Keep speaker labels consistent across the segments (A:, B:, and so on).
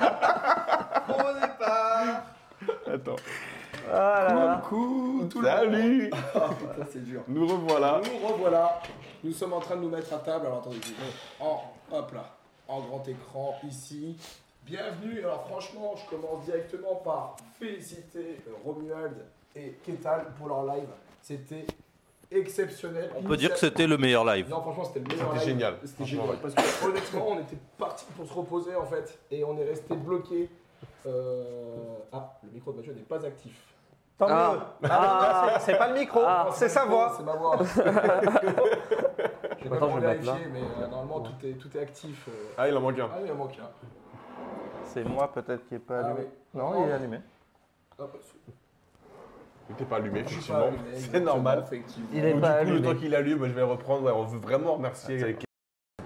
A: Au départ
B: Attends.
C: Ah là là.
B: Coucou
A: tout le
B: Salut
A: Ah putain, c'est dur.
B: Nous revoilà.
A: Nous revoilà. Nous sommes en train de nous mettre à table. Alors attendez, je vais- en, hop là, en grand écran ici. Bienvenue. Alors franchement, je commence directement par féliciter euh, Romuald et Ketal pour leur live. C'était exceptionnel.
D: On peut dire que c'était le meilleur live.
A: Non, franchement, c'était le meilleur.
B: C'était
A: live.
B: génial.
A: C'était
B: Franchement,
A: génial. Parce que honnêtement, on était parti pour se reposer en fait. Et on est resté bloqué. Euh, Ah, le micro de Mathieu n'est pas actif.
C: Tant
E: Ah.
C: mieux.
E: Ah, c'est- c'est pas le micro,
C: Ah.
E: c'est sa voix.
A: C'est ma voix. J'ai pas
C: Attends,
A: vraiment
C: je vais le mettre
A: vérifié, mais euh, normalement tout est, tout est actif. euh.
B: Ah, il en manque un.
A: Ah, il en manque un.
E: C'est moi peut-être qui est pas
A: Ah
E: allumé.
A: oui.
E: Non, il est allumé.
A: Hop,
B: Il était pas allumé,
A: je suis
B: effectivement.
A: pas allumé,
B: C'est
A: exactement,
B: normal.
A: Effectivement.
E: Il
B: Donc,
E: est
B: du coup,
E: pas
B: le
E: allumé.
B: temps qu'il allume, je vais le reprendre. Ouais, on veut vraiment remercier.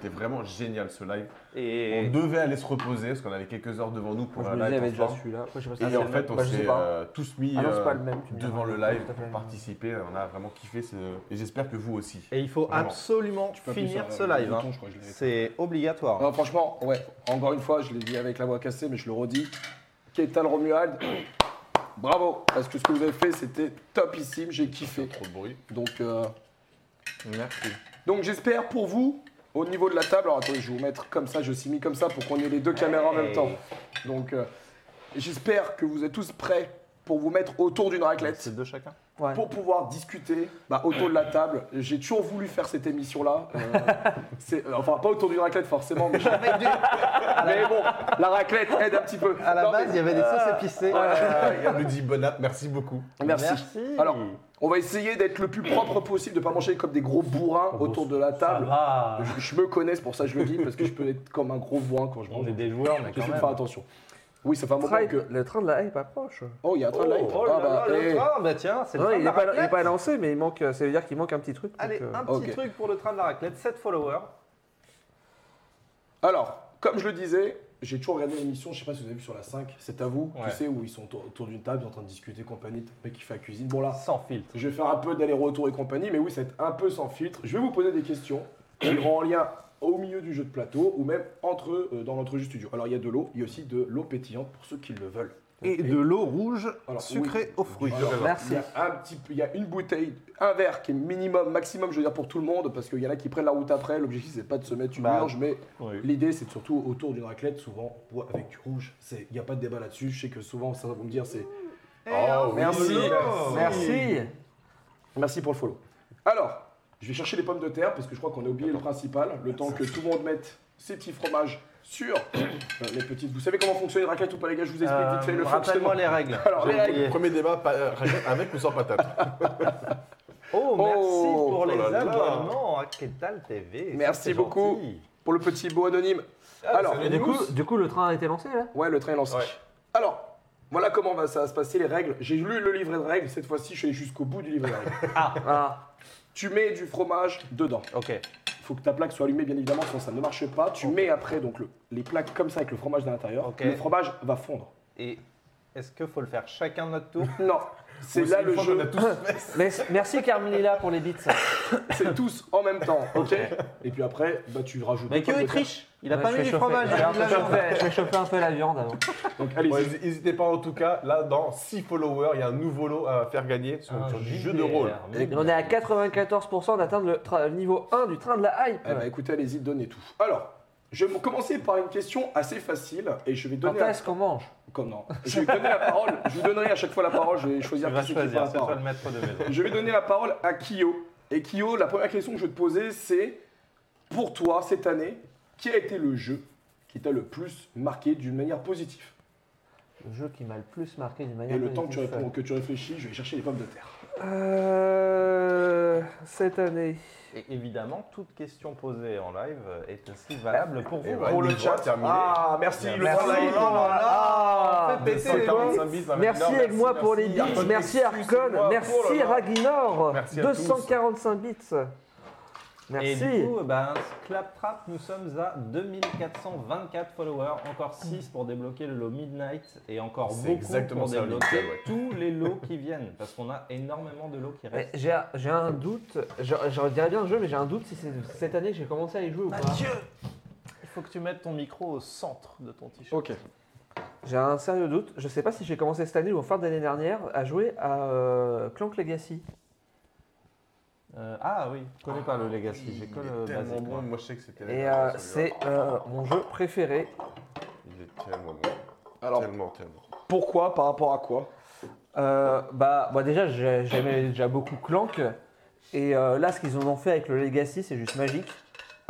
B: C'était vraiment génial ce live. On
E: Et
B: devait aller se reposer parce qu'on avait quelques heures devant nous pour
C: Je
B: un
C: me disais, il y
B: live.
C: avait déjà
B: ensemble.
C: celui-là. Après, je sais pas si
B: Et
C: c'est
B: en
C: le
B: fait,
C: même.
B: on
C: Bah, je sais
B: s'est
C: pas.
B: euh, tous mis
C: Ah non, c'est pas
B: euh,
C: le même, tu me
B: devant
C: diras.
B: le live
C: C'est pas
B: pour
C: le même.
B: participer. On a vraiment kiffé. c'est- Et j'espère que vous aussi.
E: et il faut
B: Vraiment.
E: absolument finir ce live. hein. C'est obligatoire.
A: Non, franchement, ouais, encore une fois, je l'ai dit avec la voix cassée, mais je le redis. Ketal Romuald, bravo, parce que ce que vous avez fait, c'était topissime, j'ai kiffé.
B: Trop de bruit.
A: Donc, euh,
E: Merci.
A: donc j'espère pour vous, au niveau de la table, alors attendez, je vais vous mettre comme ça, je suis mis comme ça pour qu'on ait les deux caméras en même temps. Donc, euh, j'espère que vous êtes tous prêts pour vous mettre autour d'une raclette.
E: C'est de chacun.
C: Ouais.
A: pour pouvoir discuter bah, autour de la table. J'ai toujours voulu faire cette émission-là. Euh, c'est- euh, enfin, pas autour d'une raclette forcément, mais,
E: Ah.
A: mais bon, la raclette aide un petit peu.
E: À la
A: Non,
E: base, il y avait des sauces épicées.
B: Et on nous dit bon app, merci beaucoup.
A: mais- merci. Alors,
F: Hmm.
A: on va essayer d'être le plus propre possible, de pas manger comme des gros bourrins autour de la
F: Ça
A: table.
F: va.
A: Je, je me connais, c'est pour ça que je le dis, parce que je peux être comme un gros bourrin quand je
F: On
A: mange.
F: est des joueurs, mais quand
A: J'essaie de
F: même.
A: faire attention. Oui, ça fait un
C: Le
A: moment
C: train-
A: que.
C: Le train de la hype approche.
A: Oh, il y a un train de live.
E: Oh là
A: Ah, bah,
E: là, le
A: eh.
E: train, bah tiens, c'est le
C: Non,
E: train
C: il
E: de la
C: n'est pas, il est
E: raclette.
C: pas lancé, mais il manque, ça veut dire qu'il manque un petit truc.
E: Allez,
C: donc, euh,
E: un petit
A: ok.
E: truc pour le train de la raclette, 7 followers.
A: Alors, comme je le disais, j'ai toujours regardé l'émission, je sais pas si vous avez vu sur la 5, c'est à vous,
F: Ouais.
A: tu sais, où ils sont autour- autour d'une table, ils sont en train de discuter, compagnie, t'as le mec qui fait la cuisine. Bon là,
F: Sans filtre.
A: je vais faire un peu d'aller-retour et compagnie, mais oui, c'est un peu sans filtre. Je vais vous poser des questions qui vont en lien au milieu du jeu de plateau ou même entre eux euh, dans l'entrejeu studio. Alors, il y a de l'eau, il y a aussi de l'eau pétillante pour ceux qui le veulent.
E: Et de l'eau rouge
A: Alors,
E: sucrée aux fruits.
A: Alors,
C: Merci.
A: Il y a un petit peu- il y a une bouteille, un verre qui est minimum, maximum, je veux dire pour tout le monde, parce qu'il y en a qui prennent la route après. L'objectif c'est pas de se mettre une
E: Bah,
A: urge, mais
E: oui.
A: l'idée c'est de surtout autour d'une raclette, souvent on boit avec du rouge. C'est, il n'y a pas de débat là-dessus. Je sais que souvent ça va vous me dire c'est.
E: Eh,
B: Oh,
A: Merci.
C: Merci.
A: Merci pour le follow. Alors, je vais chercher les pommes de terre parce que je crois qu'on a oublié le principal. Le temps que tout le monde mette ses petits fromages sur euh, les petites. Vous savez comment fonctionne une raclette ou pas les gars Je vous explique vite fait
E: Euh,
A: le
E: Rappelle-moi
A: fonctionnement.
E: les règles.
A: Alors,
E: J'ai
A: les règles.
E: oublié.
B: Premier débat, pa- euh, raclette avec ou sans patate
E: Oh, merci
A: Oh,
E: pour
B: oh
E: les
B: là là.
E: abonnements à Ketal TV.
A: Merci
E: Ça, c'est
A: beaucoup.
E: gentil.
A: Pour le petit beau anonyme.
E: Ah,
A: Alors,
C: Et du coup, du coup, le train a été lancé là
A: Ouais, le train est lancé. Alors, voilà comment va ça va se passer, les règles. J'ai lu le livret de règles, cette fois-ci, je suis allé jusqu'au bout du livret de règles.
C: Ah,
A: tu mets du fromage dedans.
E: Ok.
A: Il faut que ta plaque soit allumée, bien évidemment, sinon ça ne marche pas. Tu mets après donc le- les plaques comme ça avec le fromage à l'intérieur.
E: Ok.
A: Le fromage va fondre.
E: Et est-ce qu'il faut le faire chacun de notre tour
A: Non, c'est là le jeu.
C: mais- merci Carmelilla pour les bits.
A: C'est tous en même temps, ok Et puis après, bah, tu rajoutes.
E: Mais
A: des
E: que
A: pommes
E: il
A: de terre.
E: triche Il a
C: Ouais,
E: pas
C: je
E: mis
C: vais
E: du
C: chauffer.
E: fromage.
C: Je vais
E: il a mis de la viande.
C: chauffer- Je vais chauffer un peu la viande avant.
A: Donc allez-y.
B: N'hésitez pas en tout cas, là dans 6 followers, il y a un nouveau lot à faire gagner sur,
F: Un
B: sur du jeu de
F: JDR.
B: rôle.
C: Et on est à 94% d'atteindre le, tra- le niveau 1 du train de la hype.
E: ben,
A: Eh bah, écoutez, allez-y, donnez tout. Alors, je vais commencer par une question assez facile et je vais
C: Quand
A: donner la
C: est-ce qu'on mange
A: Comme non. Je vais donner la parole. Je vous donnerai à chaque fois la parole. Je vais choisir
E: Tu vas
A: qui c'est qui prend
E: choisir,
A: la
E: hein, c'est toi
A: parole.
E: le maître de maison.
A: Je vais donner la parole à Kyo. Et Kyo, la première question que je vais te poser, c'est pour toi cette année, qui a été le jeu qui t'a le plus marqué d'une manière positive
C: Le jeu qui m'a le plus marqué d'une manière
A: Et le temps que tu,
C: positive.
A: réponds, que tu réfléchis, je vais chercher les pommes de terre.
C: Euh, cette année.
E: Et évidemment, toute question posée en live est aussi valable pour vous.
B: Et voilà,
E: Pour le
B: ligne droite,
E: chat.
B: Eh ben, terminé.
E: Ah, merci, le
B: Merci.
E: grand live.
B: Oh là
C: Ah,
E: on fait péter les
B: 145 bits, ça va
C: Merci
B: être énorme.
C: avec moi pour les
B: merci.
C: bits,
B: Arcon
C: merci
B: Nexus, c'est
C: Arcon,
B: moi. Oh
C: merci
B: là là.
C: Ragnor,
B: Merci à
C: 245 bits.
E: Et
C: Merci.
E: du coup, ben, Claptrap, nous sommes à 2424 followers, encore 6 pour débloquer le lot Midnight et encore
B: C'est
E: beaucoup
B: exactement
E: pour
B: ça, le
E: débloquer
B: Midnight, ouais.
E: tous les lots qui viennent, parce qu'on a énormément de lots qui
C: Mais
E: restent.
C: J'ai j'ai un doute, je, je dirais bien le jeu, mais j'ai un doute si c'est cette année que j'ai commencé à y jouer ou pas.
E: il faut faut que tu mettes ton micro au centre de ton t-shirt.
B: Ok.
C: J'ai un sérieux doute. Je sais pas si j'ai commencé cette année ou en fin d'année dernière à jouer à euh, Clank Legacy.
E: Euh, ah oui, je connais pas le Legacy,
B: Il
E: j'ai euh, que
B: est
E: le
B: tellement
E: basique.
B: bon,
E: moi.
B: moi je sais que c'était
C: Et
B: la
C: euh,
B: version,
C: c'est
B: celui-là.
C: euh, mon jeu préféré.
B: Il est tellement bon.
G: Alors,
B: Tellement, tellement.
G: pourquoi Par rapport à quoi
C: Euh, bah, bah, déjà, j'ai- j'aimais déjà beaucoup Clank. Et euh, là, ce qu'ils en ont fait avec le Legacy, c'est juste magique.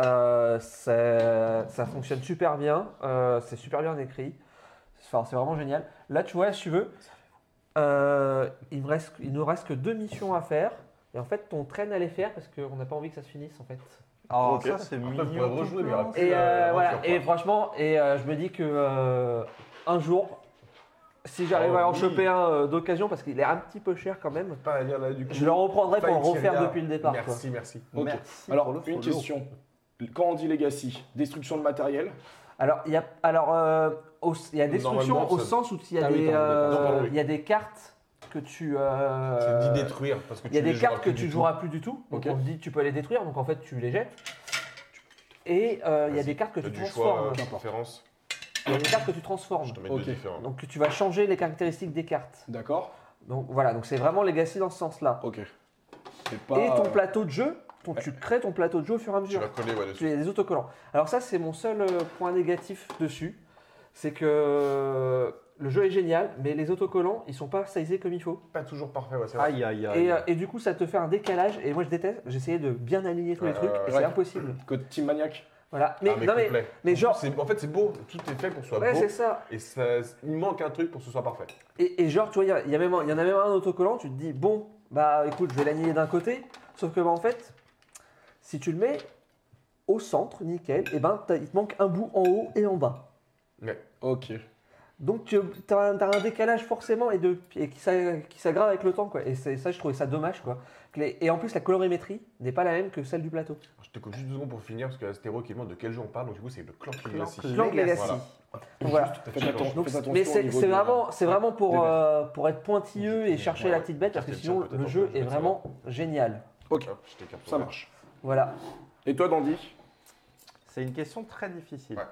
C: Euh, ça, ça fonctionne super bien. Euh, c'est super bien écrit. Enfin, c'est vraiment génial. Là, tu vois, si tu veux, euh, il, me reste, il nous reste que deux missions à faire. Et en fait, on traîne à les faire parce qu'on n'a pas envie que ça se finisse, en fait.
E: Alors
B: Ok.
E: Ah, ça c'est
B: Après,
E: mignon.
B: on pourrait
E: tout
B: rejouer, mais
E: plein.
B: alors,
C: Et
B: C'est, euh,
C: euh, voilà,
B: aventure,
C: et
B: quoi.
C: franchement, et euh, je me dis que euh, un jour, si j'arrive
B: Oh,
C: à en
B: oui.
C: choper un euh, d'occasion, parce qu'il est un petit peu cher quand même,
B: Pas à lire là du coup.
C: je le reprendrai pour le
B: Fight
C: refaire
B: Syria.
C: depuis le départ. quoi.
B: Merci, merci.
G: Ok.
E: Merci
G: Alors,
E: pour le
G: une
E: follow.
G: question. Quand on dit legacy, destruction de matériel,
C: Alors, il y a, alors, euh, au- il y a destruction
B: Normalement,
C: au
B: ça-
C: sens où il y, a
E: Ah oui,
C: des,
E: pardon,
C: euh,
B: d'accord.
C: il y a des cartes que tu. euh,
B: C'est dit détruire parce que
C: Il y a
B: tu
C: des
B: les joueras
C: cartes que
B: plus
C: tu
B: du tout.
C: joueras plus du tout. Donc
G: Ok.
C: on te dit tu peux les détruire, donc en fait tu les jettes. Et euh, il y a
B: Vas-y,
C: des cartes que
B: T'as
C: tu
B: du choix,
C: transformes.
B: euh, préférence.
C: Il y a des cartes que tu transformes.
B: Je t'en mets
G: Ok.
B: deux différents.
C: Donc tu vas changer les caractéristiques des cartes.
G: d'accord
C: Donc voilà, donc c'est vraiment Legacy dans ce sens-là.
G: Ok. Et, pas,
C: et ton
G: euh,
C: plateau de jeu, ton- tu crées ton plateau de jeu au fur et à
B: Bah, Tu
C: mesure.
B: vas coller ouais,
C: Tu
B: dessus.
C: as des autocollants. Alors ça, c'est mon seul euh, point négatif dessus. C'est que le jeu est génial, mais les autocollants, ils sont pas sizés comme il faut.
B: Pas toujours parfait, ouais, c'est vrai.
E: Aïe aïe aïe.
C: Et, euh, et du coup, ça te fait un décalage. Et moi, je déteste. J'essayais de bien aligner tous les
B: Ouais,
C: trucs,
B: ouais,
C: et
B: Euh, ouais.
C: c'est impossible.
G: Côté Team Maniac.
C: Voilà. Mais,
B: Ah,
C: non, mais,
B: complet.
C: mais
B: En
C: genre-
B: plus, c'est- En fait, c'est beau. Tout est fait pour que ce soit
C: ouais,
B: beau.
C: c'est ça.
B: Et ça, il manque un truc pour que ce soit parfait.
C: Et, et genre, tu vois, il y, a- il y a même un- il y en a même un autocollant, tu te dis, bon, bah écoute, je vais l'aligner d'un côté. Sauf que, bah, en fait, si tu le mets au centre, nickel, et ben, t'as- il te manque un bout en haut et en bas.
G: Ok.
C: Donc, tu as, un décalage forcément et, de, et qui s'a- qui s'aggrave avec le temps, quoi. Et c'est- ça, je trouvais ça dommage, quoi. Que les- Et en plus, la colorimétrie n'est pas la même que celle du plateau.
B: Alors, je te coupe juste deux secondes pour finir parce que Astéro qui demande de quel jeu on parle. Donc, du coup, c'est le clan Legacy.
E: Legacy.
C: Clank Legacy.
B: Voilà.
C: Donc, voilà.
G: Faites attention,
C: Donc,
G: faites attention
C: mais
G: au
C: c'est
G: niveau
C: c'est
G: de-
C: vraiment, c'est vraiment
B: des
C: pour,
B: verres.
C: euh, pour être pointilleux et chercher
B: Ouais,
C: la
B: ouais.
C: petite bête, parce que
B: Cartel,
C: sinon
B: ça, peut-être
C: le
B: un
C: jeu
B: peu, je
C: est
B: vais
C: vraiment génial.
G: Ok,
B: Hop, je t'écarte.
G: ça marche.
C: Voilà.
G: Et toi, Dandy
E: C'est une question très difficile.
B: Ouais.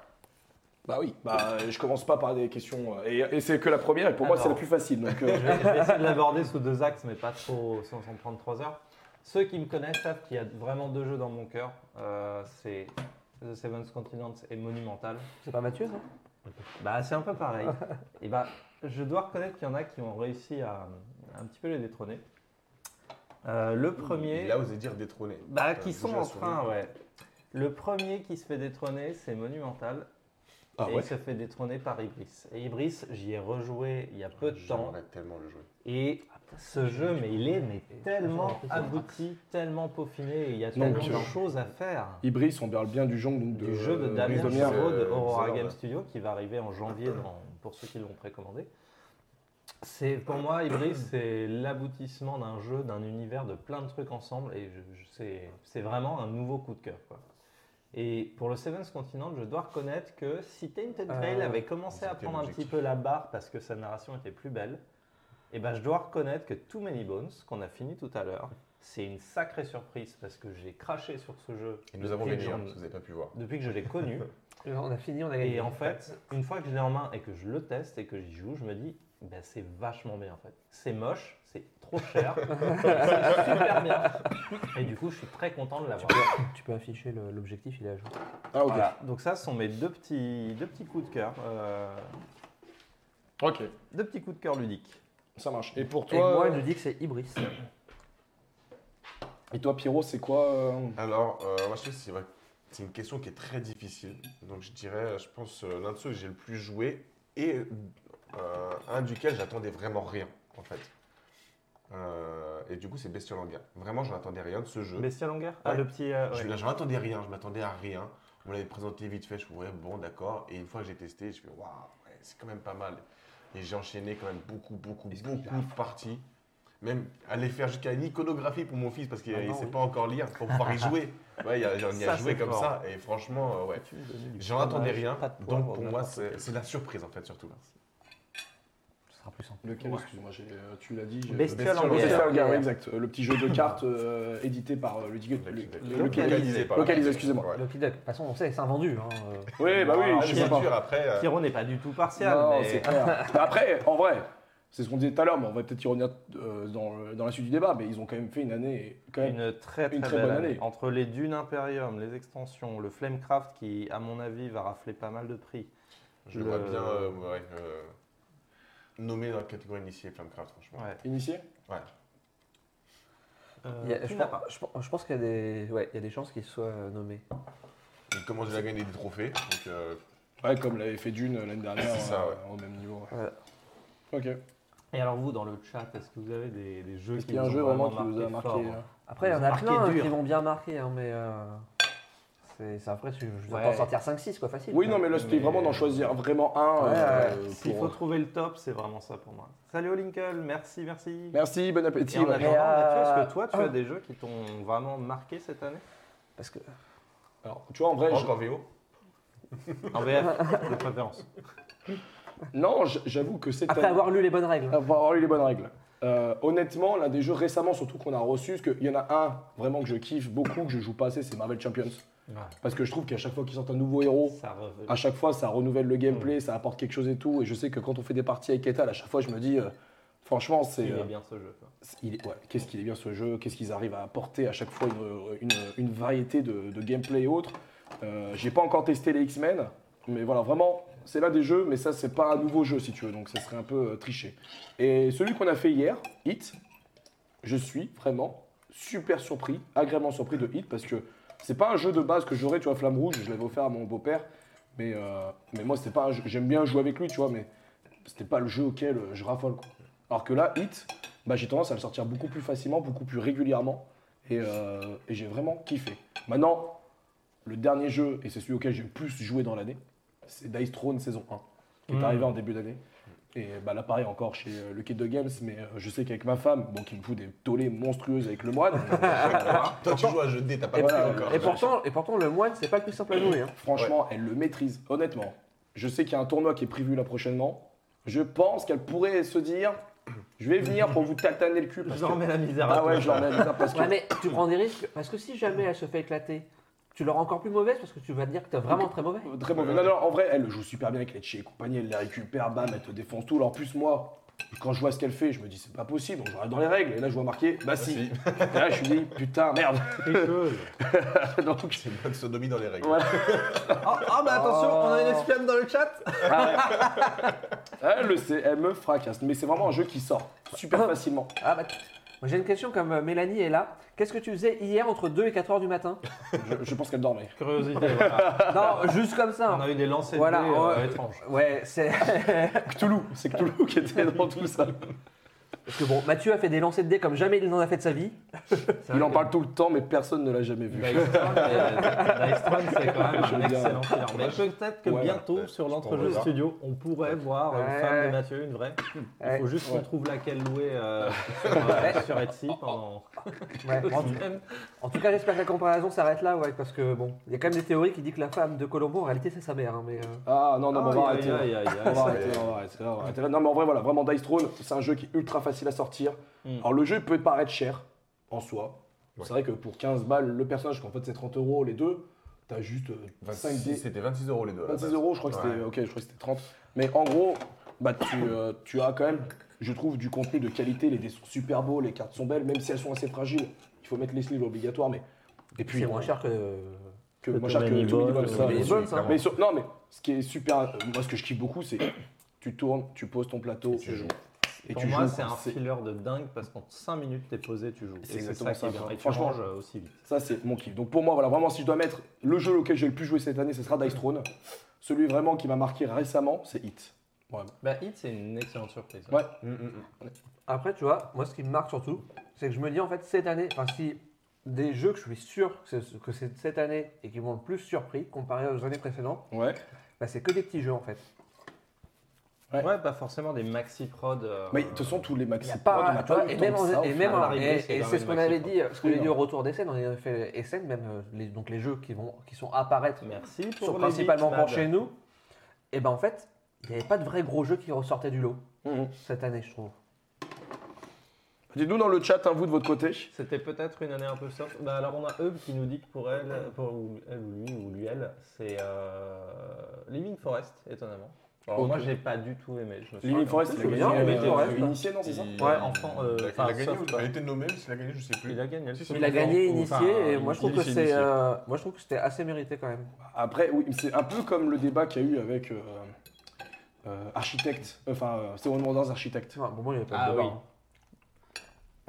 G: Bah oui, bah euh, je commence pas par des questions. euh, Et, et c'est que la première, et pour moi,
E: Alors.
G: c'est la plus facile. Donc,
E: Je
G: euh,
E: vais, je vais essayer de l'aborder sous deux axes, mais pas trop sans s'en prendre trois heures. Ceux qui me connaissent savent qu'il y a vraiment deux jeux dans mon cœur. Euh, c'est The Seventh Continent et Monumental.
C: C'est pas Mathieu, non
E: Bah, c'est un peu pareil. Et bah, je dois reconnaître qu'il y en a qui ont réussi à un petit peu les détrôner. Euh, le premier.
B: Il a osé dire détrôné.
E: Bah,
B: Euh,
E: qui
B: bouger
E: sont
B: la
E: en
B: souris.
E: train, ouais. Le premier qui se fait détrôner, c'est Monumental.
G: Ah
E: et
G: ouais
E: il se fait détrôner par Ibris. Et Ibris, j'y ai rejoué il y a peu de temps.
B: J'aimerais tellement le jouer.
E: Et
G: Ah,
E: ce jeu, mais il est mais tellement abouti, tellement peaufiné, et il y a
G: Donc,
E: tellement de
G: euh,
E: choses à faire.
G: Ibris, on parle bien du jongle donc, de,
E: Du jeu de
G: euh,
E: Damien
G: Brice Daumière.
B: Chazelle.
E: Chabot de
B: euh,
E: Aurora
B: Zelda,
E: Game
B: ouais.
E: Studio qui va arriver en janvier dans- pour ceux qui l'ont précommandé. C'est pour moi, Ibris, c'est l'aboutissement d'un jeu, d'un univers, de plein de trucs ensemble, et je- je- c'est- c'est vraiment un nouveau coup de cœur. quoi. Et pour le Seventh Continent, je dois reconnaître que si Tainted Veil
C: Euh,
E: avait commencé à
B: c'était
E: prendre un petit
B: l'objectif.
E: peu la barre parce que sa narration était plus belle, et ben je dois reconnaître que Too Many Bones, qu'on a fini tout à l'heure, c'est une sacrée surprise parce que j'ai craché sur ce jeu.
B: Et nous avons
E: depuis
B: gagné,
E: que
B: hein,
E: j'en-
B: si vous n'avez pas pu voir.
E: depuis que je l'ai connu.
C: On a fini, on a gagné.
E: Et en fait, une fois que je l'ai en main et que je le teste et que j'y joue, je me dis, bah, c'est vachement bien en fait. C'est moche, c'est trop cher, c'est super bien. Et du coup, je suis très content de l'avoir.
C: tu peux afficher le- l'objectif, il est à jour.
G: Ah, ok.
E: Voilà. Donc ça, ce sont mes deux petits, deux petits coups de cœur. euh,
G: Ok,
E: deux petits coups de cœur ludiques.
G: ça marche. Et pour
C: Et
G: toi, euh,
C: moi, il nous dit que c'est Ibris.
G: et toi Pierrot, c'est quoi euh,
B: Alors, euh, moi, je sais que c'est vrai- c'est une question qui est très difficile. Donc, je dirais, je pense, euh, l'un de ceux que j'ai le plus joué et euh, un duquel j'attendais vraiment rien, en fait. Euh, et du coup, c'est Bestial en guerre. Vraiment, j'en attendais rien de ce jeu.
E: Bestial en guerre Ah,
B: Ouais.
E: le petit... euh,
B: Je
E: ouais.
B: J'en attendais rien, je m'attendais à rien. On l'avait présenté vite fait, je me ouais, bon, d'accord. Et une fois que j'ai testé, je fais, waouh, ouais, c'est quand même pas mal. Et j'ai enchaîné quand même beaucoup, beaucoup, beaucoup de parties. Même aller faire jusqu'à une iconographie pour mon fils parce qu'il
C: Ah
B: ne
C: non,
B: sait
C: oui.
B: pas encore lire pour pouvoir y jouer. Ouais, il y a- on y a
E: Ça,
B: joué
E: c'est
B: comme
E: fort.
B: ça. Et franchement, euh, ouais.
E: Tu me donnais du
B: J'en
E: fromage,
B: attendais rien.
E: pas de poivre,
B: Donc pour moi,
E: n'importe
B: c'est c'est la surprise en fait, surtout.
E: quoi. sera plus simple.
A: Lequel,
E: Ouais.
A: excuse-moi, j'ai- euh, tu l'as dit. j'ai-
E: Bestial en
A: Bestial
E: guerre.
A: en guerre, exact. Euh, Le petit jeu de cartes euh, édité par euh, le Digue- le- le- le-
C: Localisé.
B: par-
A: Localisé, excusez-moi.
B: Ouais.
C: Le Kid Duck, de toute façon, on sait, c'est un vendu. hein, euh.
A: Oui, bah oui,
B: Ah,
A: je
B: bien
A: sais pas.
B: sûr, après. euh,
E: Pierrot n'est pas du tout partial,
A: Non,
E: mais
A: c'est clair. Bah Après, en vrai, c'est ce qu'on disait tout à l'heure, mais on va peut-être y revenir euh, dans, le- dans la suite du débat, mais ils ont quand même fait une année quand même
E: une très très,
A: une très
E: belle
A: bonne
E: année.
A: année.
E: Entre les dunes Imperium, les extensions, le Flamecraft qui, à mon avis, va rafler pas mal de prix.
B: Je le vois
E: Le-
B: bien euh, ouais, euh, nommé dans la catégorie initiée Flamecraft, franchement.
E: Ouais.
A: initiée.
B: Ouais.
E: Euh,
C: Il y a-
E: qui
C: je,
E: n'a
C: pense,
E: pas
C: je pense- je pense qu'il y, a des- ouais, il y a des chances qu'il soit euh, nommé.
B: Il commence déjà à gagner des trophées. Donc, euh,
A: Ouais, comme l'avait fait Dune euh, l'année dernière,
B: C'est ça,
A: euh,
B: ouais.
A: au même niveau. ouais.
C: Voilà.
A: Ok.
E: Et alors vous, dans le chat, est-ce que vous avez des, des jeux
A: Est-ce
E: qui
A: qu'il y a
E: vous
A: un
E: ont
A: jeu vraiment qui
E: marqué
A: vous a
E: fort
A: marqué hein
C: Après, il y
E: Ils
C: en
E: ont
C: a
E: marqué
C: plein hein,
E: dur.
C: qui vont bien marquer, hein, mais euh, c'est c'est après, je je vous
E: Ouais.
C: entends sortir 5-6, quoi, facile.
A: euh Oui, non, mais là, c'était
E: Mais-
A: vraiment d'en choisir vraiment un.
C: Ouais,
A: euh,
E: S'il
A: pour-
E: faut trouver le top, c'est vraiment ça pour moi. Salut Olinkel, merci, merci.
A: Merci, bon appétit.
E: Et en
A: ouais.
E: attendant,
C: Mais, euh,
E: Mathieu, est-ce que toi, tu
C: ah.
E: as des jeux qui t'ont vraiment marqué cette année
C: Parce que
A: Alors, tu vois, en vrai, je-
B: Encore VO
E: En VF, de préférence.
A: non, j- j'avoue que cette
C: Après
A: année-
C: avoir lu les bonnes règles.
A: Avoir avoir eu les bonnes règles. Euh, honnêtement, l'un des jeux récemment, surtout qu'on a reçu, parce qu'il y en a un vraiment que je kiffe beaucoup, que je joue pas assez, c'est Marvel Champions. Parce que je trouve qu'à chaque fois qu'ils sortent un nouveau héros,
E: Ça revient.
A: à chaque fois ça renouvelle le gameplay, ça apporte quelque chose et tout. Et je sais que quand on fait des parties avec Etal, à chaque fois je me dis, euh, franchement, c'est.
E: Il
A: euh,
E: est bien ce jeu. quoi.
A: c'est- il est- ouais, qu'est-ce qu'il est bien ce jeu, qu'est-ce qu'ils arrivent à apporter à chaque fois une, une- une variété de, de gameplay et autres. Euh, J'ai pas encore testé les X-Men, mais voilà, vraiment, c'est l'un des jeux, mais ça, c'est pas un nouveau jeu si tu veux, donc ça serait un peu euh, triché. Et celui qu'on a fait hier, Hit, je suis vraiment super surpris, agréablement surpris de Hit, parce que c'est pas un jeu de base que j'aurais, tu vois, Flamme Rouge, je l'avais offert à mon beau-père, mais, euh, mais moi, c'était pas un jeu- j'aime bien jouer avec lui, tu vois, mais c'était pas le jeu auquel euh, je raffole, quoi. Alors que là, Hit, bah, j'ai tendance à le sortir beaucoup plus facilement, beaucoup plus régulièrement. Et, euh, et j'ai vraiment kiffé. Maintenant, le dernier jeu, et c'est celui auquel j'ai le plus joué dans l'année, c'est Dice Throne saison 1, qui est
E: Mm.
A: arrivé en début d'année. Et bah, là, pareil, encore chez euh, le Kid de Games, mais euh, je sais qu'avec ma femme, bon, qui me fout des tollés monstrueuses avec le moine, euh,
B: Toi, tu joues à jeu de dés, t'as pas
A: Et
B: compris
A: bah voilà, euh,
B: encore.
C: Et pourtant, et pourtant, le moine, c'est pas le plus simple à jouer. hein.
A: franchement, elle le maîtrise, honnêtement. Je sais qu'il y a un tournoi qui est prévu là prochainement. Je pense qu'elle pourrait se dire Je vais venir pour vous tataner le cul.
E: Je
A: Parce
E: leur
A: que...
E: mets la misère. à
A: Ah
E: tout.
A: ouais, je l'emmène ça parce que.
C: Ouais, mais tu prends des risques parce que si jamais elle se fait éclater, tu l'auras encore plus mauvaise parce que tu vas te dire que t'es vraiment très mauvais.
A: Très mauvais. Non, non, en vrai, elle joue super bien avec les chi et compagnie. Elle les récupère, bam, elle te défonce tout. Alors, en plus, moi, quand je vois ce qu'elle fait, je me dis, c'est pas possible, donc je regarde dans les règles. Et là, je vois marqué, bah si.
B: Si,
A: Et là, je me dis, putain, merde. Donc,
B: c'est une bonne sodomie dans les règles.
A: Voilà.
E: Oh, oh, mais attention,
C: Oh.
E: on a une espion dans le chat.
A: Ah elle le sait, elle me fracasse. Mais c'est vraiment un jeu qui sort super facilement.
C: Ah bah, moi, j'ai une question comme euh, Mélanie est là. Qu'est-ce que tu faisais hier entre 2 et 4 heures du matin
A: Je, je pense qu'elle dormait.
E: Curiosité, voilà.
C: Non, juste comme ça.
E: On
C: hein.
E: a eu des lancers
C: Voilà,
E: de dés, euh,
C: ouais.
E: étranges.
C: Ouais, c'est.
A: Cthulhu, c'est Cthulhu qui était dans tout ça.
C: Parce que bon, Mathieu a fait des lancers de dés comme jamais il n'en a fait de sa vie.
A: Il en parle tout le temps, mais personne ne l'a jamais vu.
E: Dice Throne, euh, Dice Throne, c'est quand même
A: Je
E: un
A: veux dire,
E: excellent film. Mais peut-être que
A: Ouais.
E: bientôt, sur l'entrejeu
B: Ouais.
E: studio, on pourrait voir une
C: Ouais.
E: femme de Mathieu, une vraie. Il faut juste qu'on
A: Ouais.
E: trouve laquelle louer euh, sur, euh, sur Etsy pendant.
C: Ouais. En, tout- en tout cas, j'espère que la comparaison s'arrête là, ouais, parce que bon, il y a quand même des théories qui disent que la femme de Colombo, en réalité, c'est sa mère. hein, mais, euh,
A: Ah non, non, mais on va arrêter.
E: Aïe, aïe, aïe,
A: On
E: aïe.
A: va arrêter, on va arrêter, on va arrêter là. Non, mais en vrai, voilà, vraiment Dice Throne, c'est un jeu qui est ultra facile à sortir.
E: Mm.
A: Alors, le jeu peut paraître cher en soi.
B: Ouais.
A: C'est vrai que pour 15 balles, le personnage, qu'en fait, c'est 30 euros les deux, t'as juste euh, 5
B: 26, C'était 26 euros les deux. à la
A: 26
B: base.
A: euros, je crois que c'était
B: Ouais.
A: ok, je crois que c'était 30. Mais en gros, bah, tu, euh, tu as quand même, je trouve, du contenu de qualité. Les dés sont super beaux, les cartes sont belles, même si elles sont assez fragiles. Il faut mettre les sleeves obligatoires, mais. Et puis,
C: c'est moins cher que. euh,
A: que
E: Que
A: moins cher que
E: Too Many
A: Too Many
E: Balls,
A: Balls,
E: Too
A: ça,
C: Many
A: bien
C: Balls,
A: sûr.
C: hein.
A: Mais sur- non, mais ce qui est super, euh, moi ce que je kiffe beaucoup, c'est tu tournes, tu poses ton plateau et tu joues. Et
E: Pour moi,
A: joues,
E: c'est
A: quoi.
E: un filler de dingue parce qu'en 5 minutes, t'es posé, tu joues. Et
A: C'est
E: C'est
A: exactement
E: ça qui est
A: ça,
E: bien. Et tu
A: franchement.
E: ranges euh, aussi vite.
A: Ça, c'est mon kiff. Donc pour moi, voilà, vraiment, si je dois mettre le jeu auquel j'ai le plus joué cette année, ce sera Dice Throne. Celui vraiment qui m'a marqué récemment, c'est Hit.
E: Bah, Hit, c'est une excellente surprise.
A: Ouais.
B: Mm, mm, mm.
C: Après, tu vois, moi, ce qui me marque surtout, c'est que je me dis, en fait, cette année, enfin, si des jeux que je suis sûr que c'est- que c'est de cette année et qui m'ont le plus surpris comparé aux années précédentes,
A: Ouais.
C: bah, c'est que des petits jeux, en fait.
A: Ouais.
E: Ouais, pas forcément des maxi euh, prod.
A: Mais de toute façon, tous les
C: Il
A: maxi
C: y a pas,
A: prod, on a
C: tu
A: eu
C: vois, et
A: tant
C: même,
A: que
C: en-
A: ça, au
C: et
A: final.
C: même en-
E: l'arrivée,
C: et-
E: c'est
C: et
E: quand
C: c'est
E: même
C: ce qu'on
E: maxi,
C: avait
E: quoi.
C: dit, euh, ce qu'on
A: Oui,
C: avait dit
A: non.
C: au retour des scènes, on avait fait Essen, même euh, les, donc les jeux qui vont, qui sont apparaître,
E: Merci
C: qui
E: pour
C: sont
E: les
C: principalement
E: bits, Mad.
C: eh pour chez nous. Et ben en fait, il n'y avait pas de vrai gros jeu qui ressortait du lot.
A: Mhm.
C: cette année, je trouve.
A: Dites-nous dans le chat, hein, vous de votre côté.
E: C'était peut-être une année un peu soft. Bah, alors on a Hub qui nous dit que pour elle, pour ou- elle ou lui ou lui elle, c'est euh, Living Forest, étonnamment. Alors,
A: Ok.
E: Moi j'ai pas du tout aimé. Je me suis
A: Living Forest, il
C: c'est
A: a
C: bien,
A: gagné,
C: Living
A: euh,
C: Forest.
A: Initié, non, c'est ça
B: Il-
E: Ouais, enfant, euh,
B: il a- il
E: enfin,
B: a gagné
E: sauf
B: ou
E: pas.
B: pas Il était nommé, mais s'il a gagné, je sais plus.
E: Il a gagné. le
B: Si, si,
E: truc.
C: Il a gagné
E: Ou,
C: initié
E: enfin,
C: et moi je trouve que
B: initié,
C: c'est,
B: initié.
C: euh, moi je trouve que c'était assez mérité quand même.
A: Après, oui, c'est un peu comme le débat qu'il y a eu avec euh, euh, architecte, enfin, euh, Stéphane Mandins, architecte.
C: Enfin, bon, moi, il n'y avait pas
E: Ah
C: de débat.
E: oui.
C: hein.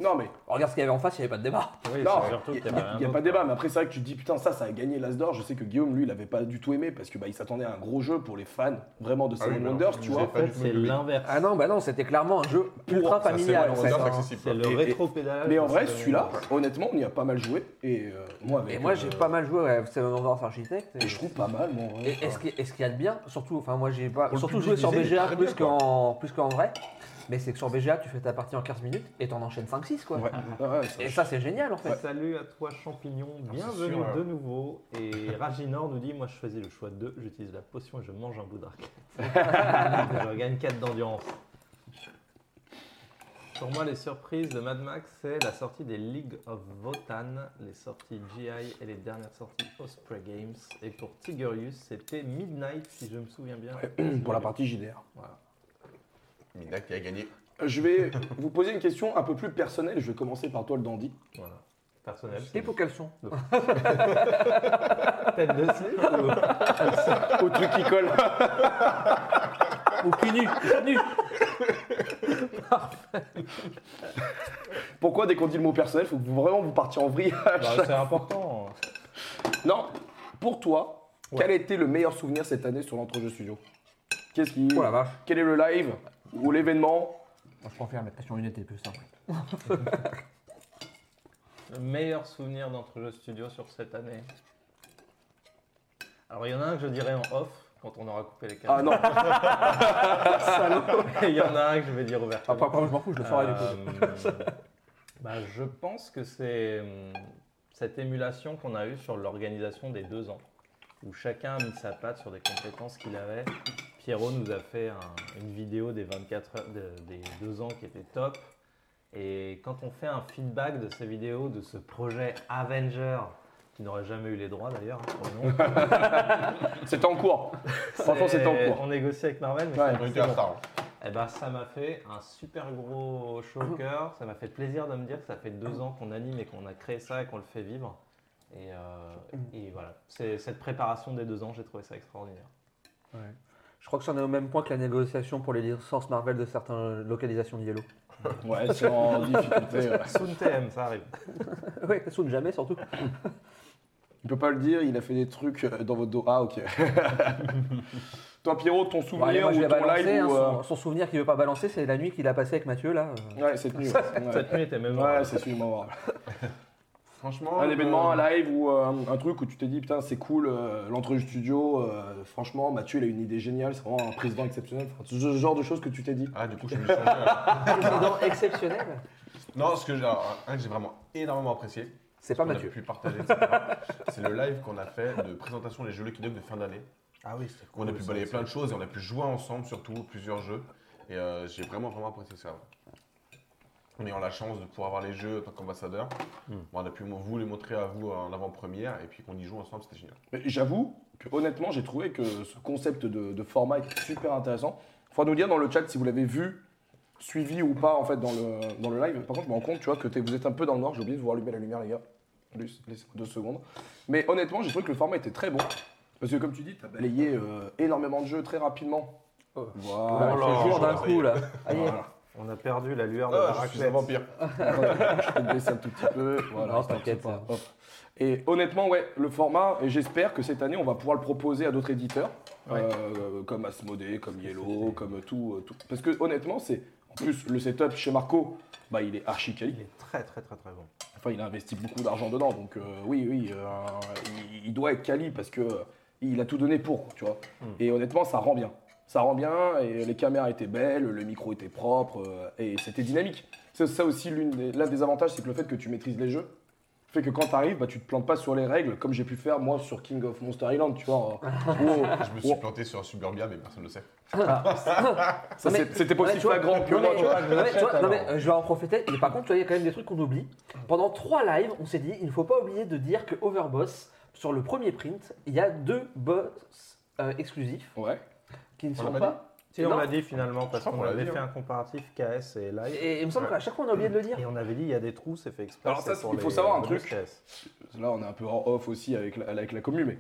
A: Non, mais
C: Regarde ce qu'il y avait en face, il n'y avait pas de débat.
E: Oui,
A: Non,
E: c'est surtout
A: il
E: qu'il y
A: n'y a,
E: avait un
A: y a
E: autre. hein.
A: pas de débat, mais après c'est vrai que tu te dis putain ça ça a gagné l'As d'or, je sais que Guillaume lui il avait pas du tout aimé parce que bah, il s'attendait à un gros jeu pour les fans vraiment de
B: Ah oui,
A: Seven
B: mais non,
A: Wonders, tu
B: vous
A: vois.
E: En
B: pas
E: fait,
B: du tout
E: c'est
B: aimé.
E: l'inverse.
C: Ah non, bah non, c'était clairement un jeu ultra
B: Ça, c'est
C: familial en
B: Wonder,
C: fait.
B: c'est
C: hein.
B: accessible,
E: C'est
B: quoi.
E: le
A: Et- et-
E: rétro-pédalage.
A: Mais en vrai
E: de-
A: celui-là, honnêtement on y a pas mal joué et euh, moi avec.
C: Et moi
A: euh,
C: j'ai pas mal joué à Seven Wonders Architect.
A: et je trouve pas mal moi. en vrai.
C: Et est-ce qu'il est-ce qu'il y a de bien Surtout, enfin moi j'ai pas,
B: Pour le
C: surtout
B: public
C: joué sur
B: visé, il est
C: BGA
B: très
C: plus
B: bien, quoi.
C: qu'en plus qu'en vrai. Mais c'est que sur BGA tu fais ta partie en 15 minutes et t'en enchaînes 5-6 quoi.
A: Ouais, Ah, ouais, ouais,
C: Et ça c'est génial en fait.
E: Salut à toi champignon,
B: c'est
E: bienvenue
B: sûr,
E: de
B: euh.
E: nouveau. Et Raginor nous dit moi je choisis le choix 2, j'utilise la potion et je mange un bout d'arc. je gagne 4 d'endurance. Pour moi les surprises de Mad Max c'est la sortie des League of Votan, les sorties GI et les dernières sorties Osprey Games. Et pour Tigerius c'était Midnight si je me souviens bien.
A: pour la partie JDR.
E: Voilà.
B: Minak hein. qui a gagné.
A: Je vais vous poser une question un peu plus personnelle, je vais commencer par toi le dandy.
E: voilà. Personnel,
C: Et
E: c'est
C: pour quelles sont
E: tête de slip ou-
A: Au truc qui colle.
C: Ou qui nu, qui nu.
A: Pourquoi dès qu'on dit le mot personnel, faut que vous- vraiment vous partiez en vrille à
E: Bah,
A: chaque-
E: C'est important.
A: Non, pour toi,
E: Ouais.
A: quel était le meilleur souvenir cette année sur l'entrejeu studio Qu'est-ce qui.
C: Oh la vache.
A: Quel est le live ou l'événement
C: Moi, je préfère mettre sur une était plus simple.
E: Le meilleur souvenir d'entre-jeux studio sur cette année Alors, il y en a un que je dirais en off, quand on aura coupé les cartes.
A: Ah non Salaud.
E: Il y en a un que je vais dire
B: Ah,
E: ouvert.
A: Ah,
C: Après, après, je m'en fous, je le saurai du coup.
E: Euh, bah, je pense que c'est hum, cette émulation qu'on a eue sur l'organisation des deux ans, où chacun a mis sa patte sur des compétences qu'il avait. Pierrot nous a fait un- une vidéo des 24 heures, de- des deux ans qui était top. Et quand on fait un feedback de ces vidéos, de ce projet Avenger, qui n'aurait jamais eu les droits d'ailleurs, hein, pour le nom.
A: C'était en cours. Franchement, c'était en cours.
E: On négocie avec Marvel, mais
A: Ouais,
E: c'est-
B: On
E: c'est
B: était à
E: bon.
B: Star.
E: Eh ben, ça m'a fait un super gros chaud au cœur. Ça m'a fait plaisir de me dire que ça fait deux ans qu'on anime et qu'on a créé ça et qu'on le fait vivre. Et, euh, et voilà, c'est cette préparation des deux ans, j'ai trouvé ça extraordinaire.
C: Je crois que c'en est au même point que la négociation pour les licences Marvel de certaines localisations de Yellow.
A: Ouais, c'est en difficulté. ouais.
E: Soon TM, ça arrive.
C: oui, ça saoule jamais surtout.
A: Il peut pas le dire, il a fait des trucs euh, dans votre dos. Ah, ok. Toi, Pierrot, ton
C: Bon,
A: souvenir
C: allez, moi, je
A: ou
C: l'ai
A: ton
C: balancé.
A: live
C: hein,
A: ou, euh,
C: son, son souvenir qu'il veut pas balancer, c'est la nuit qu'il a passée avec Mathieu là. euh.
A: Ouais, cette nuit. Ouais, ouais.
E: Cette nuit était même.
A: Ouais, c'est celui mémorable.
B: Franchement.
A: Un événement,
B: euh,
A: un live ou euh, un truc où tu t'es dit, putain, c'est cool, euh, l'entrejeu studio, euh, franchement, Mathieu, il a une idée géniale, c'est vraiment un président exceptionnel. Enfin, ce genre de choses que tu t'es dit.
B: Ah, du coup, je me suis changé. alors.
C: Précédent exceptionnel.
B: Non, ce que j'ai. alors, Un que j'ai vraiment énormément apprécié.
C: C'est pas
B: qu'on a
C: Mathieu.
B: pu partager, etc. C'est le live qu'on a fait de présentation des jeux Lucky Dog de fin d'année.
E: Ah oui, c'était
B: On a pu balayer plein de choses et on a pu jouer ensemble, surtout plusieurs jeux. Et euh, j'ai vraiment, vraiment apprécié ça. En ayant la chance de pouvoir avoir les jeux en tant qu'ambassadeur,
E: Mm.
C: Hmm.
B: Bon, on a pu vous les montrer à vous en avant-première et puis qu'on y joue ensemble, c'était génial.
A: Mais J'avoue que honnêtement, j'ai trouvé que ce concept de, de format était super intéressant. Faut nous dire dans le chat si vous l'avez vu, suivi ou pas en fait dans le, dans le live. Par contre, je me rends compte, tu vois, que t'es- vous êtes un peu dans le noir. J'ai oublié de vous rallumer la lumière, les gars. Juste, Laissez-moi deux secondes. Mais honnêtement, j'ai trouvé que le format était très bon. Parce que comme tu dis, t'as balayé euh, énormément de jeux très rapidement.
C: Oh.
A: Voilà.
B: Oh là
C: Il fait jour
B: là,
C: d'un
B: ça y
C: coup
B: est. oh
C: là. Allez.
E: On a perdu la lueur de bah,
C: Euh,
E: la
B: Ah, je suis un
E: raclette.
B: vampire.
A: Attends, je vais te baisser un tout petit peu. Voilà,
C: Non, t'inquiète,
A: Hop.
C: ça.
A: Et honnêtement, ouais, le format, et j'espère que cette année, on va pouvoir le proposer à d'autres éditeurs,
E: Ouais.
A: euh, comme Asmodée, comme Yellow, comme tout, euh, tout. Parce que honnêtement, c'est. En plus, le setup chez Marco, bah, il est archi quali.
E: Il est très, très, très, très bon.
A: Enfin, il a investi beaucoup d'argent dedans, donc euh, oui, oui, euh, il, il doit être quali parce que euh, il a tout donné pour, tu vois.
E: Mm.
C: Hmm.
A: Et honnêtement, ça rend bien. Ça rend bien, et les caméras étaient belles, le micro était propre, euh, et c'était dynamique. C'est ça aussi l'une des, l'un des avantages, c'est que le fait que tu maîtrises les jeux, fait que quand t'arrives, bah, tu te plantes pas sur les règles, comme j'ai pu faire moi sur King of Monster Island, tu vois. euh, où-
B: Je me suis
A: Ouais.
B: planté sur un suburbia, mais personne ne le sait.
A: ça,
C: Non, mais-
A: c'est- c'était pas
C: Ouais,
A: aussi
C: tu vois,
A: flagrant que
C: non,
A: moi,
C: mais-
A: tu vois.
C: non, mais tu vois, non, mais, euh, je vais en profiter. Mais par contre, tu vois, il y a quand même des trucs qu'on oublie. Pendant trois lives, on s'est dit, il ne faut pas oublier de dire que Overboss, sur le premier print, il y a deux boss euh, exclusifs
A: Ouais.
C: qui ne
B: On l'a
C: sont
B: pas
C: pas.
E: Si, on
C: Non.
E: l'a dit finalement, parce
B: crois
E: qu'on
B: qu'on l'a
E: avait
B: dit,
E: fait
B: hein.
E: un comparatif KS et Live.
C: Et il me semble qu'à chaque fois, on a oublié de le dire.
E: Et on avait dit, il y a des trous, c'est fait exprès.
A: Alors ça,
E: c'est pour
A: il faut
E: les-
A: savoir un
E: les
A: truc.
E: KS.
A: Là, on est un peu en off aussi avec la, avec la commu, mais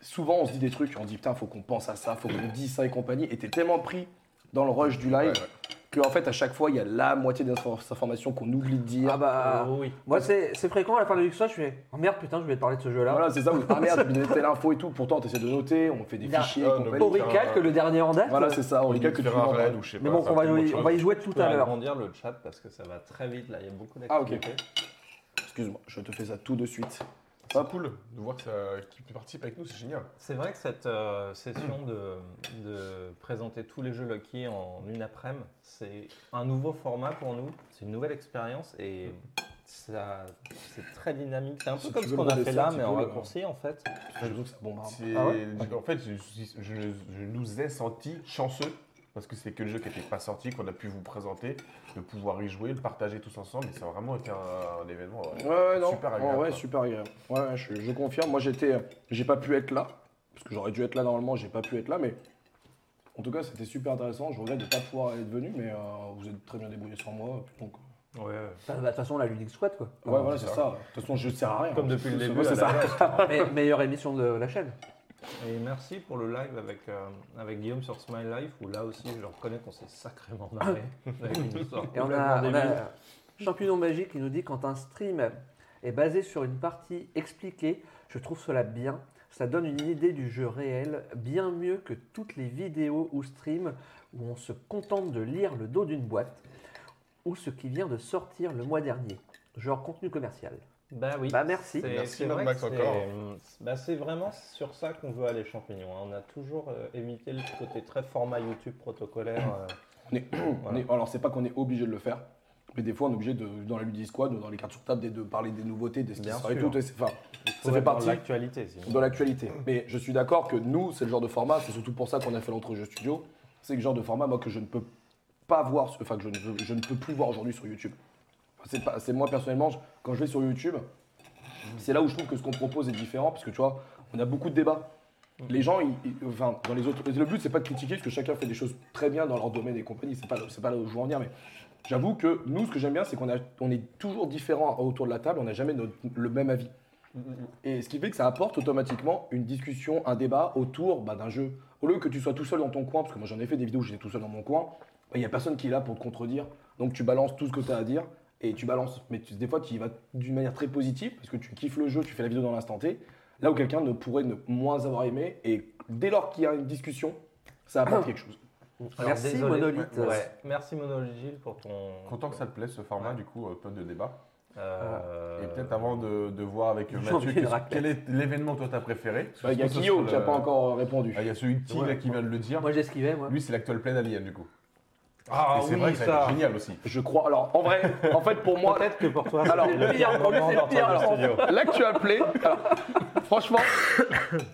A: souvent on se dit des trucs, on se dit putain, faut qu'on pense à ça, faut qu'on dise ça et compagnie. Et t'es tellement pris dans le rush du live
B: Ouais, ouais.
A: que, en fait, à chaque fois, il y a la moitié des infor- informations qu'on oublie de dire.
C: Ah bah.
E: Oh oui.
C: Moi, c'est c'est fréquent à la fin de l'extra, je fais oh merde, putain, je voulais te parler de ce jeu-là.
A: Voilà, c'est ça, où, ah merde, j'ai telle info et tout, pourtant, t'essaies de noter, on fait des
C: Il y a-
A: fichiers et
B: Euh, le
A: compagnie.
B: bon-
C: Aurical, que le dernier en date.
A: Voilà, c'est
C: Ah,
A: ça, on les gars que tu
B: Faire un raid ou je sais
C: Mais
B: pas,
C: bon,
B: faire
C: on va,
B: tellement de
C: jouer, on va y
B: choses.
C: jouer tout
E: On
C: à
E: va
C: l'heure.
E: agrandir le chat parce que ça va très vite là, il y a beaucoup
A: Ah, ok.
E: d'activités.
A: Excuse-moi, je te fais ça tout de suite.
B: C'est cool de voir que ça- qu'ils participent avec nous, c'est génial.
E: C'est vrai que cette euh, session de, de présenter tous les jeux Lucky en une après-midi, c'est un nouveau format pour nous, c'est une nouvelle expérience et ça- c'est très dynamique. C'est un peu
A: Si tu
E: comme
A: veux
E: ce qu'on
A: me
E: a fait
A: laisser un
E: là,
A: petit
E: mais en
A: peu, euh, là.
E: raccourci en fait.
A: Je trouve que ça bombarde.
B: C'est-
C: Ah
B: En fait, je, je- je- je nous ai sentis chanceux parce que c'est que le jeu qui n'était pas sorti, qu'on a pu vous présenter, de pouvoir y jouer, le partager tous ensemble. Et ça a vraiment été un, un événement. ouais.
A: Ouais, ouais, non.
B: Super
A: Ouais,
B: agréable,
A: ouais,
B: quoi.
A: super agréable. Ouais, ouais, je, je confirme. Moi, j'étais, euh, j'ai pas pu être là parce que j'aurais dû être là normalement. J'ai pas pu être là, mais en tout cas, c'était super intéressant. Je regrette de pas pouvoir être venu, mais euh, vous êtes très bien débrouillés sans moi. Donc, euh,
C: Bah, de toute façon, la Ludic Squad, quoi.
E: Ah,
A: ouais, voilà, c'est ça. De toute façon, je sers à rien. hein,
E: Comme depuis le
A: C'est-
E: début,
A: ouais,
E: à
A: c'est
E: la
A: ça.
E: base.
C: Mais- meilleure émission de la chaîne.
E: Et merci pour le live avec, euh, avec Guillaume sur Smile Life, où là aussi je reconnais qu'on s'est sacrément marré avec une histoire
C: Et on
E: complètement
C: a, on a
E: débile.
C: Champignon Magique qui nous dit quand un stream est basé sur une partie expliquée, je trouve cela bien. Ça donne une idée du jeu réel, bien mieux que toutes les vidéos ou streams où on se contente de lire le dos d'une boîte ou ce qui vient de sortir le mois dernier. Genre contenu commercial.
E: Bah oui.
C: Bah, merci.
E: C'est-
B: Merci,
E: c'est
B: Mad
E: vrai
B: Max,
E: que c'est-
B: encore.
E: bah, c'est vraiment sur ça qu'on veut aller champignons. hein. On a toujours euh, évité le côté très format YouTube protocolaire. euh.
A: On est- on est- alors, c'est pas qu'on est obligé de le faire, mais des fois, on est obligé de, dans la Ludis Squad ou dans les cartes sur table, des- de parler des nouveautés, des ce qui
E: Bien
A: sort et
E: sûr.
A: tout. et c'est- Enfin,
E: Il faut
A: Ça fait
E: être dans
A: partie
E: l'actualité. sinon.
A: de l'actualité. Mais je suis d'accord que nous, c'est le genre de format, c'est surtout pour ça qu'on a fait l'entrejeu studio, c'est le genre de format, moi, que je ne peux pas voir, enfin, que je ne, veux- je ne peux plus voir aujourd'hui sur YouTube. C'est pas- C'est moi, personnellement, je- quand je vais sur YouTube, c'est là où je trouve que ce qu'on propose est différent, parce que tu vois, on a beaucoup de débats. Les gens, ils- ils- enfin, dans les autres, le but, c'est pas de critiquer, parce que chacun fait des choses très bien dans leur domaine et compagnie, c'est pas, c'est pas là où je veux en venir, mais j'avoue que nous, ce que j'aime bien, c'est qu'on a- on est toujours différent autour de la table, on n'a jamais notre- le même avis. Et ce qui fait que ça apporte automatiquement une discussion, un débat autour bah, d'un jeu. Au lieu que tu sois tout seul dans ton coin, parce que moi j'en ai fait des vidéos où j'étais tout seul dans mon coin, il n'y a personne qui est là pour te contredire. Donc tu balances tout ce que tu as à dire et tu balances. Mais tu- des fois tu y vas d'une manière très positive parce que tu kiffes le jeu, tu fais la vidéo dans l'instant T. Là où quelqu'un ne pourrait ne moins avoir aimé. Et dès lors qu'il y a une discussion, ça apporte quelque chose.
E: Alors,
C: Merci
E: désolé.
C: Monolith.
E: Ouais, ouais. Merci Monolith pour ton.
B: Content que ça te plaise ce format,
E: Ouais.
B: du coup, euh, plein de débats.
E: Euh,
B: Et peut-être avant de, de voir avec euh,
C: J'ai envie
B: Mathieu,
C: de
B: qu'est-ce-
C: raclette.
B: quel est l'événement toi t'as préféré Parce
A: Bah,
B: que
A: Il y a
B: je pense que
A: Kyo
B: ce
A: qui n'a
B: sera
A: pas
B: le-
A: encore répondu.
B: Ah, Il y a celui petit, là, qui vient de le dire.
C: Moi, j'esquivais, moi.
B: Lui, c'est l'actuel plein alien, du coup.
E: Ah
B: Et c'est
E: oui,
B: vrai que ça a
E: ça.
B: été génial aussi.
A: Je crois. Alors en vrai, en fait pour moi,
E: Peut-être que pour toi,
A: Alors,
E: c'est
A: le
C: pire, en plus, c'est le
E: moment
C: pire,
E: d'entrer
C: alors.
E: au studio.
A: L'actual play, alors, franchement,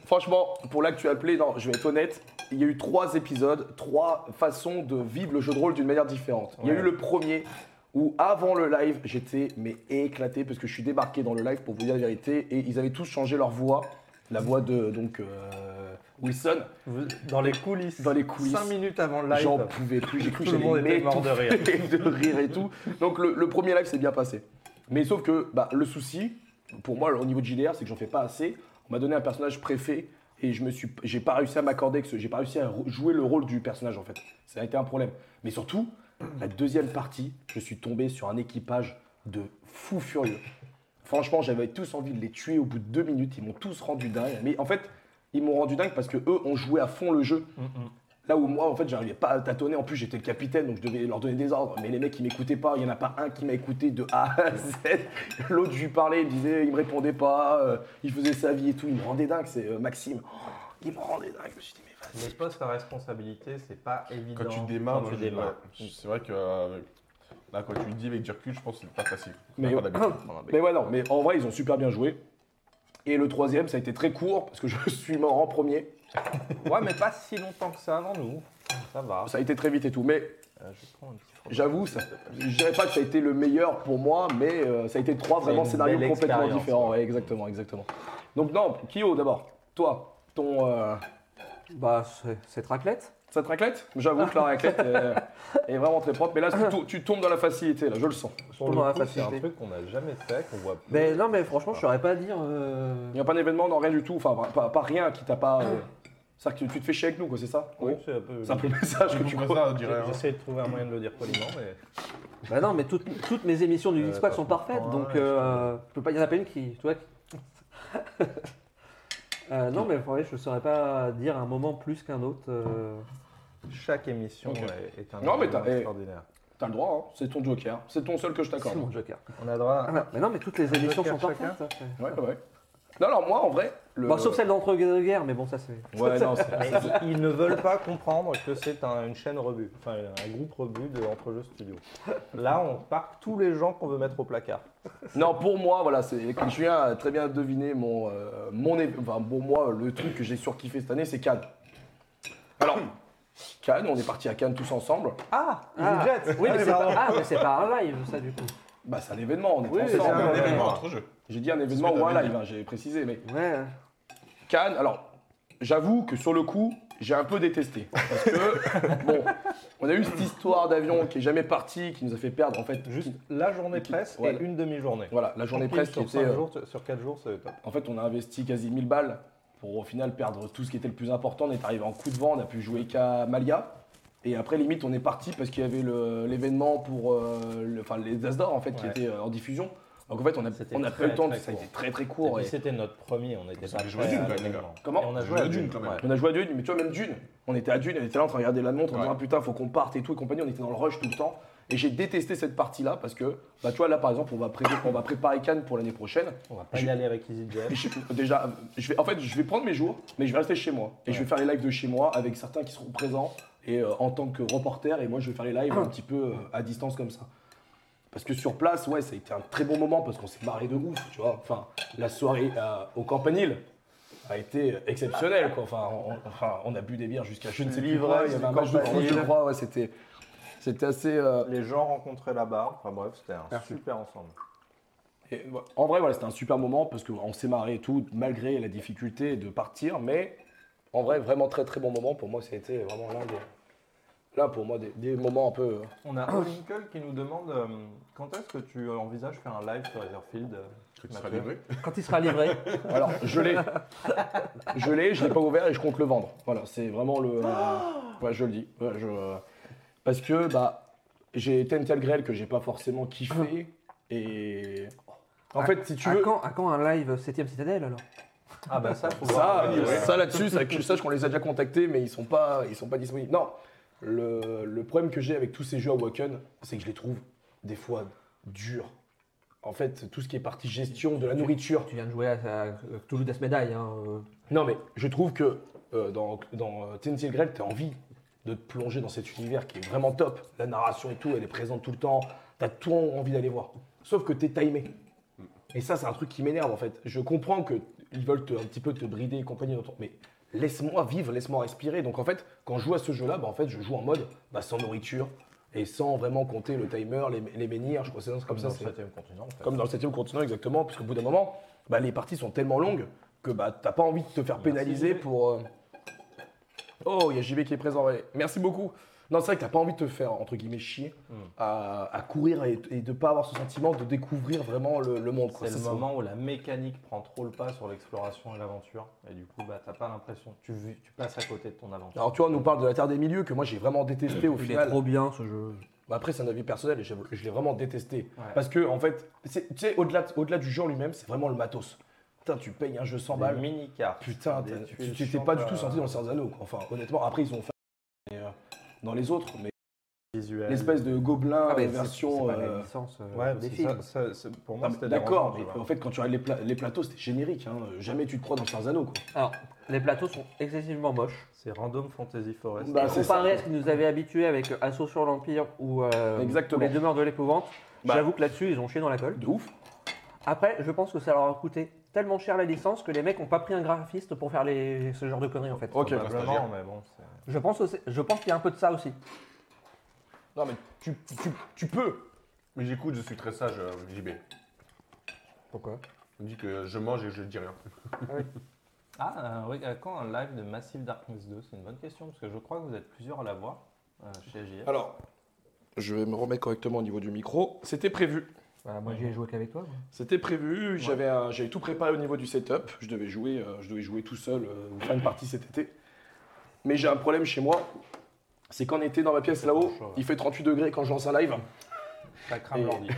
A: franchement, pour l'actual play, non, je vais être honnête, il y a eu trois épisodes, trois façons de vivre le jeu de rôle d'une manière différente. Il y a
E: Ouais.
A: eu le premier où avant le live, j'étais mais éclaté parce que je suis débarqué dans le live pour vous dire la vérité et ils avaient tous changé leur voix, la voix de donc euh, Wilson
E: Vous- Dans les coulisses.
A: dans les coulisses.
E: 5 minutes avant le
A: J'en
E: live.
A: pouvais plus, j'ai cru que
E: Tout le monde
A: j'allais
E: était mort de rire.
A: m'étouffer de rire et tout. Donc le, le premier live s'est bien passé. Mais sauf que bah, le souci, pour moi, au niveau de JDR, c'est que j'en fais pas assez. On m'a donné un personnage préfet et je me suis, j'ai pas réussi à m'accorder, avec ce- j'ai pas réussi à re- jouer le rôle du personnage en fait. Ça a été un problème. Mais surtout, la deuxième partie, je suis tombé sur un équipage de fous furieux. Franchement, j'avais tous envie de les tuer au bout de deux minutes. Ils m'ont tous rendu dingue. Mais en fait, ils m'ont rendu dingue parce que eux ont joué à fond le jeu. Là où moi, en fait, j'arrivais pas à tâtonner. En plus, j'étais le capitaine, donc je devais leur donner des ordres. Mais les mecs, ils m'écoutaient pas. Il y en a pas un qui m'a écouté de A à Z. L'autre, je lui parlais, il me disait, il me répondait pas. euh, il faisait sa vie et tout. Il me rendait dingue. C'est euh, Maxime. Oh, il me rendait dingue. Je me suis dit, mais vas-y.
E: Les postes à responsabilité, c'est pas évident.
B: Quand tu démarres,
E: quand
B: moi,
E: tu
B: je-
E: démarres.
B: ouais, je- c'est vrai que euh, Là, quand tu le dis avec du recul, je pense que c'est pas facile.
A: Mais
B: Pas
A: ouais.
B: d'habitude, prendre un bec.
A: Mais ouais, non, mais en vrai, ils ont super bien joué. Et le troisième, ça a été très court parce que je suis mort en premier.
E: Ouais, mais pas si longtemps que ça avant nous. Ça va.
A: Ça a été très vite et tout. Mais
E: Euh, je prends un petit frottement.
A: j'avoue, ça- je dirais pas que ça a été le meilleur pour moi, mais euh, ça a été trois
E: C'est
A: vraiment
E: une
A: scénarios
E: belle
A: complètement
E: expérience,
A: différents.
E: ouais.
A: Ouais, exactement, exactement. Donc, non, Kyo d'abord, toi, ton. euh,
C: Bah, c'est- cette raclette
A: cette raclette J'avoue que la raclette est, est vraiment très propre. Mais là, tu, to- tu tombes dans la facilité, là, je le sens.
E: Pour
C: Pour
E: le
C: la
E: coup, c'est un
C: facilité.
E: truc qu'on n'a jamais fait, qu'on voit plus.
C: Mais non, mais franchement, je saurais pas dire. euh,
A: Il n'y a pas d'événement, non, rien du tout. Enfin, pas, pas- pas rien qui t'a pas. euh, C'est-à-dire que tu te fais chier avec nous, quoi, c'est ça
E: C'est un peu.
A: C'est un peu le message que tu
B: Comme
A: crois.
B: ça, on dirait, hein.
E: J'essaie de trouver un moyen de le dire poliment, mais.
C: Bah non, mais toutes, toutes mes émissions du
E: Euh,
C: Geek Squad
E: pas
C: sont parfaites,
E: pour-
C: donc
E: ouais,
C: euh, je peux pas. Il y en a pas une qui. Tu vois qui- Euh, non, mais ouais, je saurais pas dire un moment plus qu'un autre. euh.
E: Chaque émission
A: Ok.
E: est- est un
A: Non, mais
E: événement
A: t'as- eh.
E: extraordinaire.
A: T'as le droit, hein. c'est ton joker. C'est ton seul que je
C: C'est
A: t'accorde.
C: mon joker.
E: On a droit.
C: Ah, bah, mais non, mais toutes les émissions sont
E: joker
C: parfaites.
E: chacun
C: ça, c'est-
A: Ouais, ouais, ouais. Non, alors moi, en vrai. Le...
C: Bon, sauf celle d'entre-guerre, mais bon, ça c'est.
A: Ouais, non, c'est-
E: Mais ils ils ne veulent pas comprendre que c'est un- une chaîne rebut, enfin un groupe rebut de Entre Jeux Studio. Là, on parque tous les gens qu'on veut mettre au placard.
A: Non, pour moi, voilà, c'est comme Julien a très bien deviné mon, euh, mon é- enfin, pour moi, le truc que j'ai surkiffé cette année, c'est Cannes. Alors, Cannes, on est parti à Cannes tous ensemble.
E: Ah,
C: Ah,
E: jette
C: Oui, mais c'est pas... ah, mais c'est pas un live, ça du coup.
A: Bah, c'est un événement, on est
E: Oui, c'est
B: C'est
A: ensemble.
B: un
E: Ouais.
B: événement entre jeux.
A: J'ai dit un événement
B: C'est ce que
A: ou un
B: t'avais
A: live,
B: dit.
A: hein, j'ai précisé, mais
C: Ouais.
A: Cannes, alors, j'avoue que sur le coup, j'ai un peu détesté. Parce que, bon, on a eu cette histoire d'avion qui est jamais parti, qui nous a fait perdre, en fait,
E: Juste
A: juste.
E: la journée presse
A: Voilà.
E: et une demi-journée.
A: Voilà, la journée presse qui
E: sur
A: était.
E: cinq
A: euh,
E: jours, sur 4 jours, c'est top.
A: En fait, on a investi quasi 1000 balles pour au final perdre tout ce qui était le plus important. On est arrivé en coup de vent, on a pu jouer qu'à Malia. Et après, limite, on est parti parce qu'il y avait le- l'événement pour euh, le- enfin, les As d'Or, en fait, qui
E: Ouais.
A: était euh, en diffusion. Donc en fait, on a,
E: C'était
A: on a pas
E: très,
A: eu le temps, de-
E: très
A: ça a été
E: court.
A: très très
E: Et
A: court.
E: puis,
A: et-
E: C'était notre premier, on n'était
B: On
E: pas
B: a joué à
E: prêts
B: Dune,
E: à
B: quand même, les
E: l'événement.
B: gars.
A: Comment
E: Et On a
B: On
E: joué à Dune
B: quand même.
E: ouais.
A: On a joué à Dune, mais tu vois, même Dune, on était à Dune, elle était là en train de regarder la montre, en
B: Ouais.
A: disant Ah, putain, faut qu'on parte et tout, et compagnie, on était dans le rush tout le temps. Et j'ai détesté cette partie-là parce que, bah, tu vois, là par exemple, on va, pré- on va préparer Cannes pour l'année prochaine.
E: On va pas y aller avec EasyJet.
A: Et je- déjà, je vais, en fait, je vais prendre mes jours, mais je vais rester chez moi. Et je vais faire les lives de chez moi avec certains qui seront présents et euh, en tant que reporter. Et moi, je vais faire les lives un petit peu euh, à distance comme ça. Parce que sur place, ouais, ça a été un très bon moment parce qu'on s'est marré de ouf, tu vois. Enfin, la soirée euh, au Campanile a été exceptionnelle, quoi. Enfin, on, enfin, on a bu des bières jusqu'à je ne sais plus quoi. Il y avait un match de foot, je crois. Ouais, c'était, c'était assez. euh,
E: Les gens rencontraient là-bas. Enfin bref, c'était un super ensemble.
A: Et, ouais, en vrai, voilà, c'était un super moment parce qu'on s'est marré et tout, malgré la difficulté de partir. Mais en vrai, vraiment très très bon moment. Pour moi, ça a été vraiment l'un des. Là, pour moi, des, des moments un peu. euh,
E: On a Winkle qui nous demande euh, quand est-ce que tu envisages faire un live sur Etherfield euh,
B: Que tu
E: Mathieu
B: seras livré.
C: Quand il sera livré.
A: Alors, je l'ai. je l'ai, je l'ai pas ouvert et je compte le vendre. Voilà, c'est vraiment le. euh, ouais, je le dis. Ouais, je, euh, parce que, bah, j'ai Tental Grell que j'ai pas forcément kiffé. Et. En fait, si tu
C: à,
A: veux.
C: quand, à quand un live 7ème Citadelle alors
E: Ah bah ça, faut
A: Ça,
E: voir.
A: euh,
E: Ouais.
A: ça là-dessus, ça, que je sache qu'on les a déjà contactés, mais ils sont pas, ils sont pas disponibles. Non, le, le problème que j'ai avec tous ces jeux à Waken, c'est que je les trouve des fois durs. En fait, tout ce qui est partie gestion de la nourriture.
C: Tu viens de jouer à, à Toulouse Das Médaille. Hein, euh.
A: Non, mais je trouve que euh, dans, dans euh, Tensei Grell, t'as envie de te plonger dans cet univers qui est vraiment top. La narration et tout, elle est présente tout le temps. T'as tout envie d'aller voir. Sauf que t'es timé. Et ça, c'est un truc qui m'énerve en fait. Je comprends que ils veulent te- un petit peu te brider et compagnie, dans ton- mais laisse-moi vivre, laisse-moi respirer. Donc en fait, quand je joue à ce jeu-là, bah, en fait, je joue en mode bah, sans nourriture et sans vraiment compter le timer, les, les menhirs. Je crois que c'est comme ça.
E: Dans le
A: c'est-
E: septième continent, en fait.
A: comme dans le 7 continent, exactement, puisqu'au bout d'un moment, bah, les parties sont tellement longues que bah, t'as pas envie de te faire pénaliser
E: JB.
A: pour. euh, Oh, il y a JB qui est présent, ouais. merci beaucoup. Non, c'est vrai que t'as pas envie de te faire, entre guillemets, chier
E: Hmm.
A: à, à courir et, et de pas avoir ce sentiment de découvrir vraiment le, le monde. quoi.
E: C'est
A: Ça,
E: le moment où la mécanique prend trop le pas sur l'exploration et l'aventure. Et du coup, bah, t'as pas l'impression. Tu, vis- tu passes à côté de ton aventure.
A: Alors, tu vois, on nous parle de la Terre des Milieux que moi j'ai vraiment détesté au
C: Il
A: final.
C: est trop bien ce jeu.
A: Bah, après, c'est un avis personnel et j'avoue que je l'ai vraiment détesté.
E: Ouais.
A: Parce que, en fait, c'est- tu sais, au-delà de- au-delà du jeu en lui-même, c'est vraiment le matos. Putain, tu payes un jeu 100 balles.
E: mini cartes.
A: Putain, t'as- tu tu t'es pas du tout senti dans le Seigneur des Anneaux, quoi. Enfin, honnêtement, après, ils ont fait mais, euh, dans les autres, mais
E: visuel.
A: l'espèce de gobelin euh,
C: ah, mais
A: version.
C: C'est pas la
A: euh,
C: licence euh,
E: Ouais,
C: des
E: c'est
C: films.
E: ça, ça- c'est- pour
A: ah,
E: moi,
A: mais
E: c'était
A: D'accord,
E: dérangeant,
A: mais
E: tu vois.
A: en fait, quand tu regardes les, pla- les plateaux, c'était générique. hein. Jamais tu te crois dans le Seigneur des Anneaux, quoi.
C: Alors, les plateaux sont excessivement moches.
E: C'est Random Fantasy Forest.
A: Bah, c'est
C: Comparé
A: ça.
C: à ce qui nous avait habitué avec Assaut sur l'Empire ou euh,
A: Exactement.
C: Les Demeures de l'Épouvante,
A: Bah.
C: j'avoue que là-dessus, ils ont chié dans la colle.
A: De ouf.
C: Après, je pense que ça leur a coûté tellement cher la licence que les mecs n'ont pas pris un graphiste pour faire les- ce genre de conneries en fait.
A: Ok.
E: Probablement, mais bon. c'est-
C: Je pense, aussi- je pense qu'il y a un peu de ça aussi.
A: Non, mais tu, tu- tu peux.
B: Mais j'écoute, je suis très sage, euh, JB.
C: Pourquoi
B: On dit que je mange et je dis rien.
E: Ah, euh, oui, euh, quand un live de Massive Darkness 2 C'est une bonne question, parce que je crois que vous êtes plusieurs à la voir chez JF.
A: Alors, je vais me remettre correctement au niveau du micro. C'était prévu.
C: Moi, j'y ai joué qu'avec toi. moi.
A: C'était prévu. J'avais un- j'avais tout préparé au niveau du setup. Je devais jouer, euh, je devais jouer tout seul euh, ou faire une partie cet été. Mais j'ai un problème chez moi. C'est qu'en été, dans ma pièce là-haut,
E: trop chaud, ouais.
A: il fait 38 degrés quand je lance un live.
E: Ça crame
A: Et-
E: l'ordi.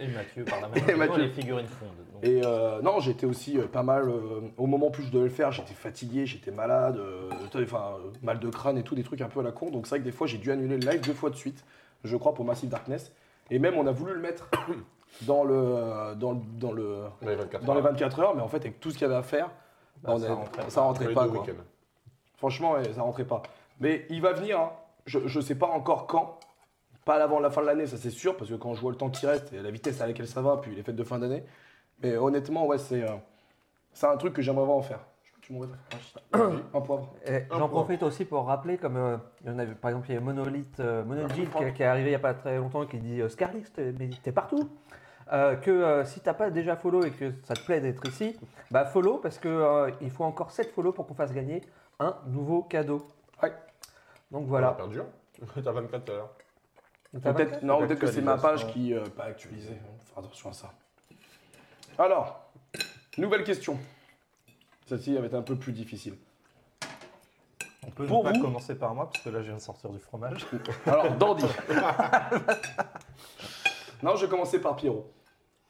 E: Et Mathieu, par la même
A: Et
E: occasion,
A: Mathieu.
E: les figurines fondent. donc.
A: Et euh, non, j'étais aussi euh, pas mal. euh, au moment plus je devais le faire, j'étais fatigué, j'étais malade, euh, j'étais- enfin euh, mal de crâne et tout, des trucs un peu à la con. Donc c'est vrai que des fois j'ai dû annuler le live deux fois de suite, je crois pour Massive Darkness. Et même on a voulu le mettre dans le euh, dans le, dans le
B: Dans les 24
A: dans les
B: heures.
A: 24 heures, mais en fait avec tout ce qu'il y avait à faire,
E: Bah,
A: on
E: ça
A: a-
E: rentrait
A: ça
E: pas.
B: Tous
A: rentrait
B: les
A: pas.
B: deux
A: quoi.
B: week-ends.
A: Franchement, ouais, ça rentrait pas. Mais il va venir. hein. Je, je sais pas encore quand. Pas avant la fin de l'année, ça c'est sûr, parce que quand je vois le temps qui reste et la vitesse à laquelle ça va, puis les fêtes de fin d'année. Mais honnêtement, ouais, c'est euh, c'est un truc que j'aimerais vraiment faire. Je peux- Tu m'en veux Un poivre.
B: Un
C: Et Euh, J'en
B: point.
C: profite aussi pour rappeler, comme euh, il y en avait, par exemple, il y a Monolith, euh, Monolith Jill
A: Franck.
C: qui, qui est arrivé il n'y a pas très longtemps et qui dit euh, Scarlix, t'es mais t'es partout. Euh, que euh, si t'as pas déjà follow et que ça te plaît d'être ici, bah follow parce que euh, il faut encore 7 follow pour qu'on fasse gagner un nouveau cadeau.
A: Ouais.
C: Donc
B: Voilà.
C: voilà.
B: perdu. hein. T'as 24 heures.
C: T'as
A: Peut-être non, peut-être que c'est ma page
E: Actualisation.
A: qui. euh, pas actualisée. Faut faire attention à ça. Alors, nouvelle question. Celle-ci avait été un peu plus difficile.
E: On peut
A: Pour
E: ne pas
A: vous-
E: commencer par moi, parce que là, je viens de sortir du fromage.
A: Alors, Dandy. non, je vais commencer par Pierrot.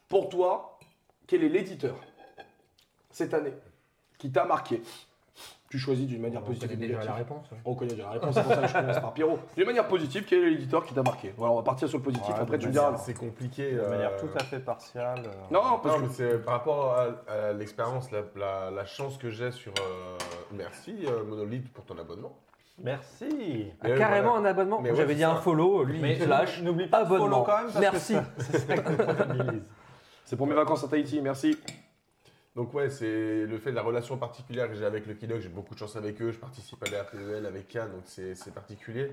A: Pour toi, quel est l'éditeur cette année qui t'a marqué Tu choisis d'une manière positive ou négative.
C: réponse.
A: On connaît déjà la réponse, c'est pour ça que je commence par Pierrot. D'une manière positive, quel est l'éditeur qui t'a marqué Voilà, on va partir sur le positif,
E: Ouais,
A: après
E: de
A: tu me
E: manière-
A: diras.
B: C'est compliqué.
E: De
B: euh,
E: manière tout à fait partiale. euh,
A: Non, non, parce
B: Parce que c'est par rapport à, à l'expérience, la, la- la chance que j'ai sur. euh, Merci euh, Monolith pour ton abonnement.
E: Merci
B: Mais oui,
C: carrément
B: voilà.
C: un abonnement.
B: Mais ouais,
C: J'avais
B: c'est
C: dit un
B: ça.
C: follow, lui il flash.
E: n'oublie pas de
C: Abonnement.
E: follow quand même, parce
C: Merci.
E: que ça, c'est ça que ça comptabilise.
A: que C'est pour mes vacances à Tahiti, merci.
B: Donc ouais, c'est le fait de la relation particulière que j'ai avec le Kidog, j'ai beaucoup de chance avec eux, je participe à la PEL avec Cannes, donc c'est c'est particulier.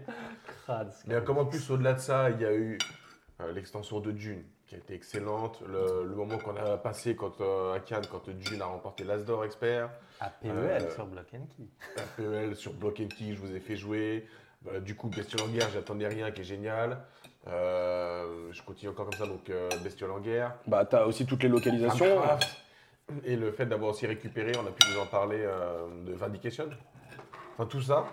E: Crade, ce
B: Mais comme en plus, au-delà de ça, il y a eu euh, l'extension de Dune, qui a été excellente, le, le moment qu'on a passé quand, euh, à Cannes, quand Dune a remporté l'Asdor Expert,
E: À PEL
B: Euh,
E: E sur Block and Key.
B: la PEL E sur Block and Key, je vous ai fait jouer. Voilà, du coup, Bestiole en guerre, j'attendais rien, qui est génial. Euh, je continue encore comme ça, donc euh, Bestiole en guerre.
A: Bah, t'as aussi toutes les localisations.
B: Minecraft. Et le fait d'avoir aussi récupéré, on a pu vous en parler, euh, de Vindication. Enfin, tout ça,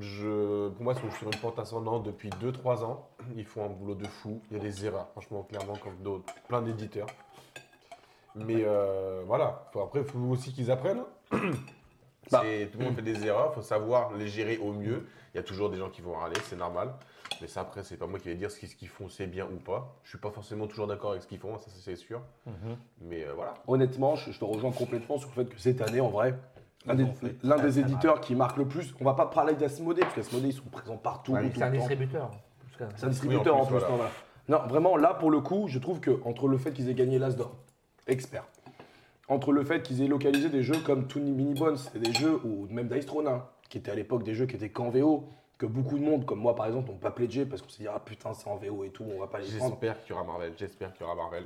B: je, pour moi, ils sont sur une pente ascendante depuis 2-3 ans. Ils font un boulot de fou. Il y a des erreurs, franchement, clairement, comme d'autres. Plein d'éditeurs. Mais euh, voilà, Faut- après, il faut aussi qu'ils apprennent.
A: Bah.
B: C'est- Tout le monde fait des erreurs, il faut savoir les gérer au mieux. Il y a toujours des gens qui vont râler, c'est normal. Mais ça, après, c'est pas moi qui vais dire ce qu'ils ce qu'ils font, c'est bien ou pas. Je suis pas forcément toujours d'accord avec ce qu'ils font, ça c'est sûr. Mais euh, voilà.
A: Honnêtement, je, je te rejoins complètement sur le fait que cette année, en vrai, l'un des,
E: Ils ont fait
A: l'un
E: très,
A: des
E: très
A: éditeurs qui marque le plus, on va pas parler d'Asmodée, parce qu'Asmodée, ils sont présents partout.
B: Ouais,
A: tout
C: C'est un
A: le temps.
C: distributeur.
A: C'est un distributeur
B: Oui,
A: en
B: en plus,
A: plus.
B: voilà.
A: non, voilà. Non, vraiment, là, pour le coup, je trouve que entre le fait qu'ils aient gagné l'As d'or, expert, entre le fait qu'ils aient localisé des jeux comme Toony Mini Bones, et des jeux, ou même Dice Throne, hein, qui étaient à l'époque des jeux qui étaient qu'en VO, que beaucoup de monde, comme moi par exemple, n'ont pas pledgé parce qu'on s'est dit, ah putain, c'est en VO et tout, on va pas les prendre.
B: J'espère qu'il y aura Marvel, j'espère qu'il y aura Marvel.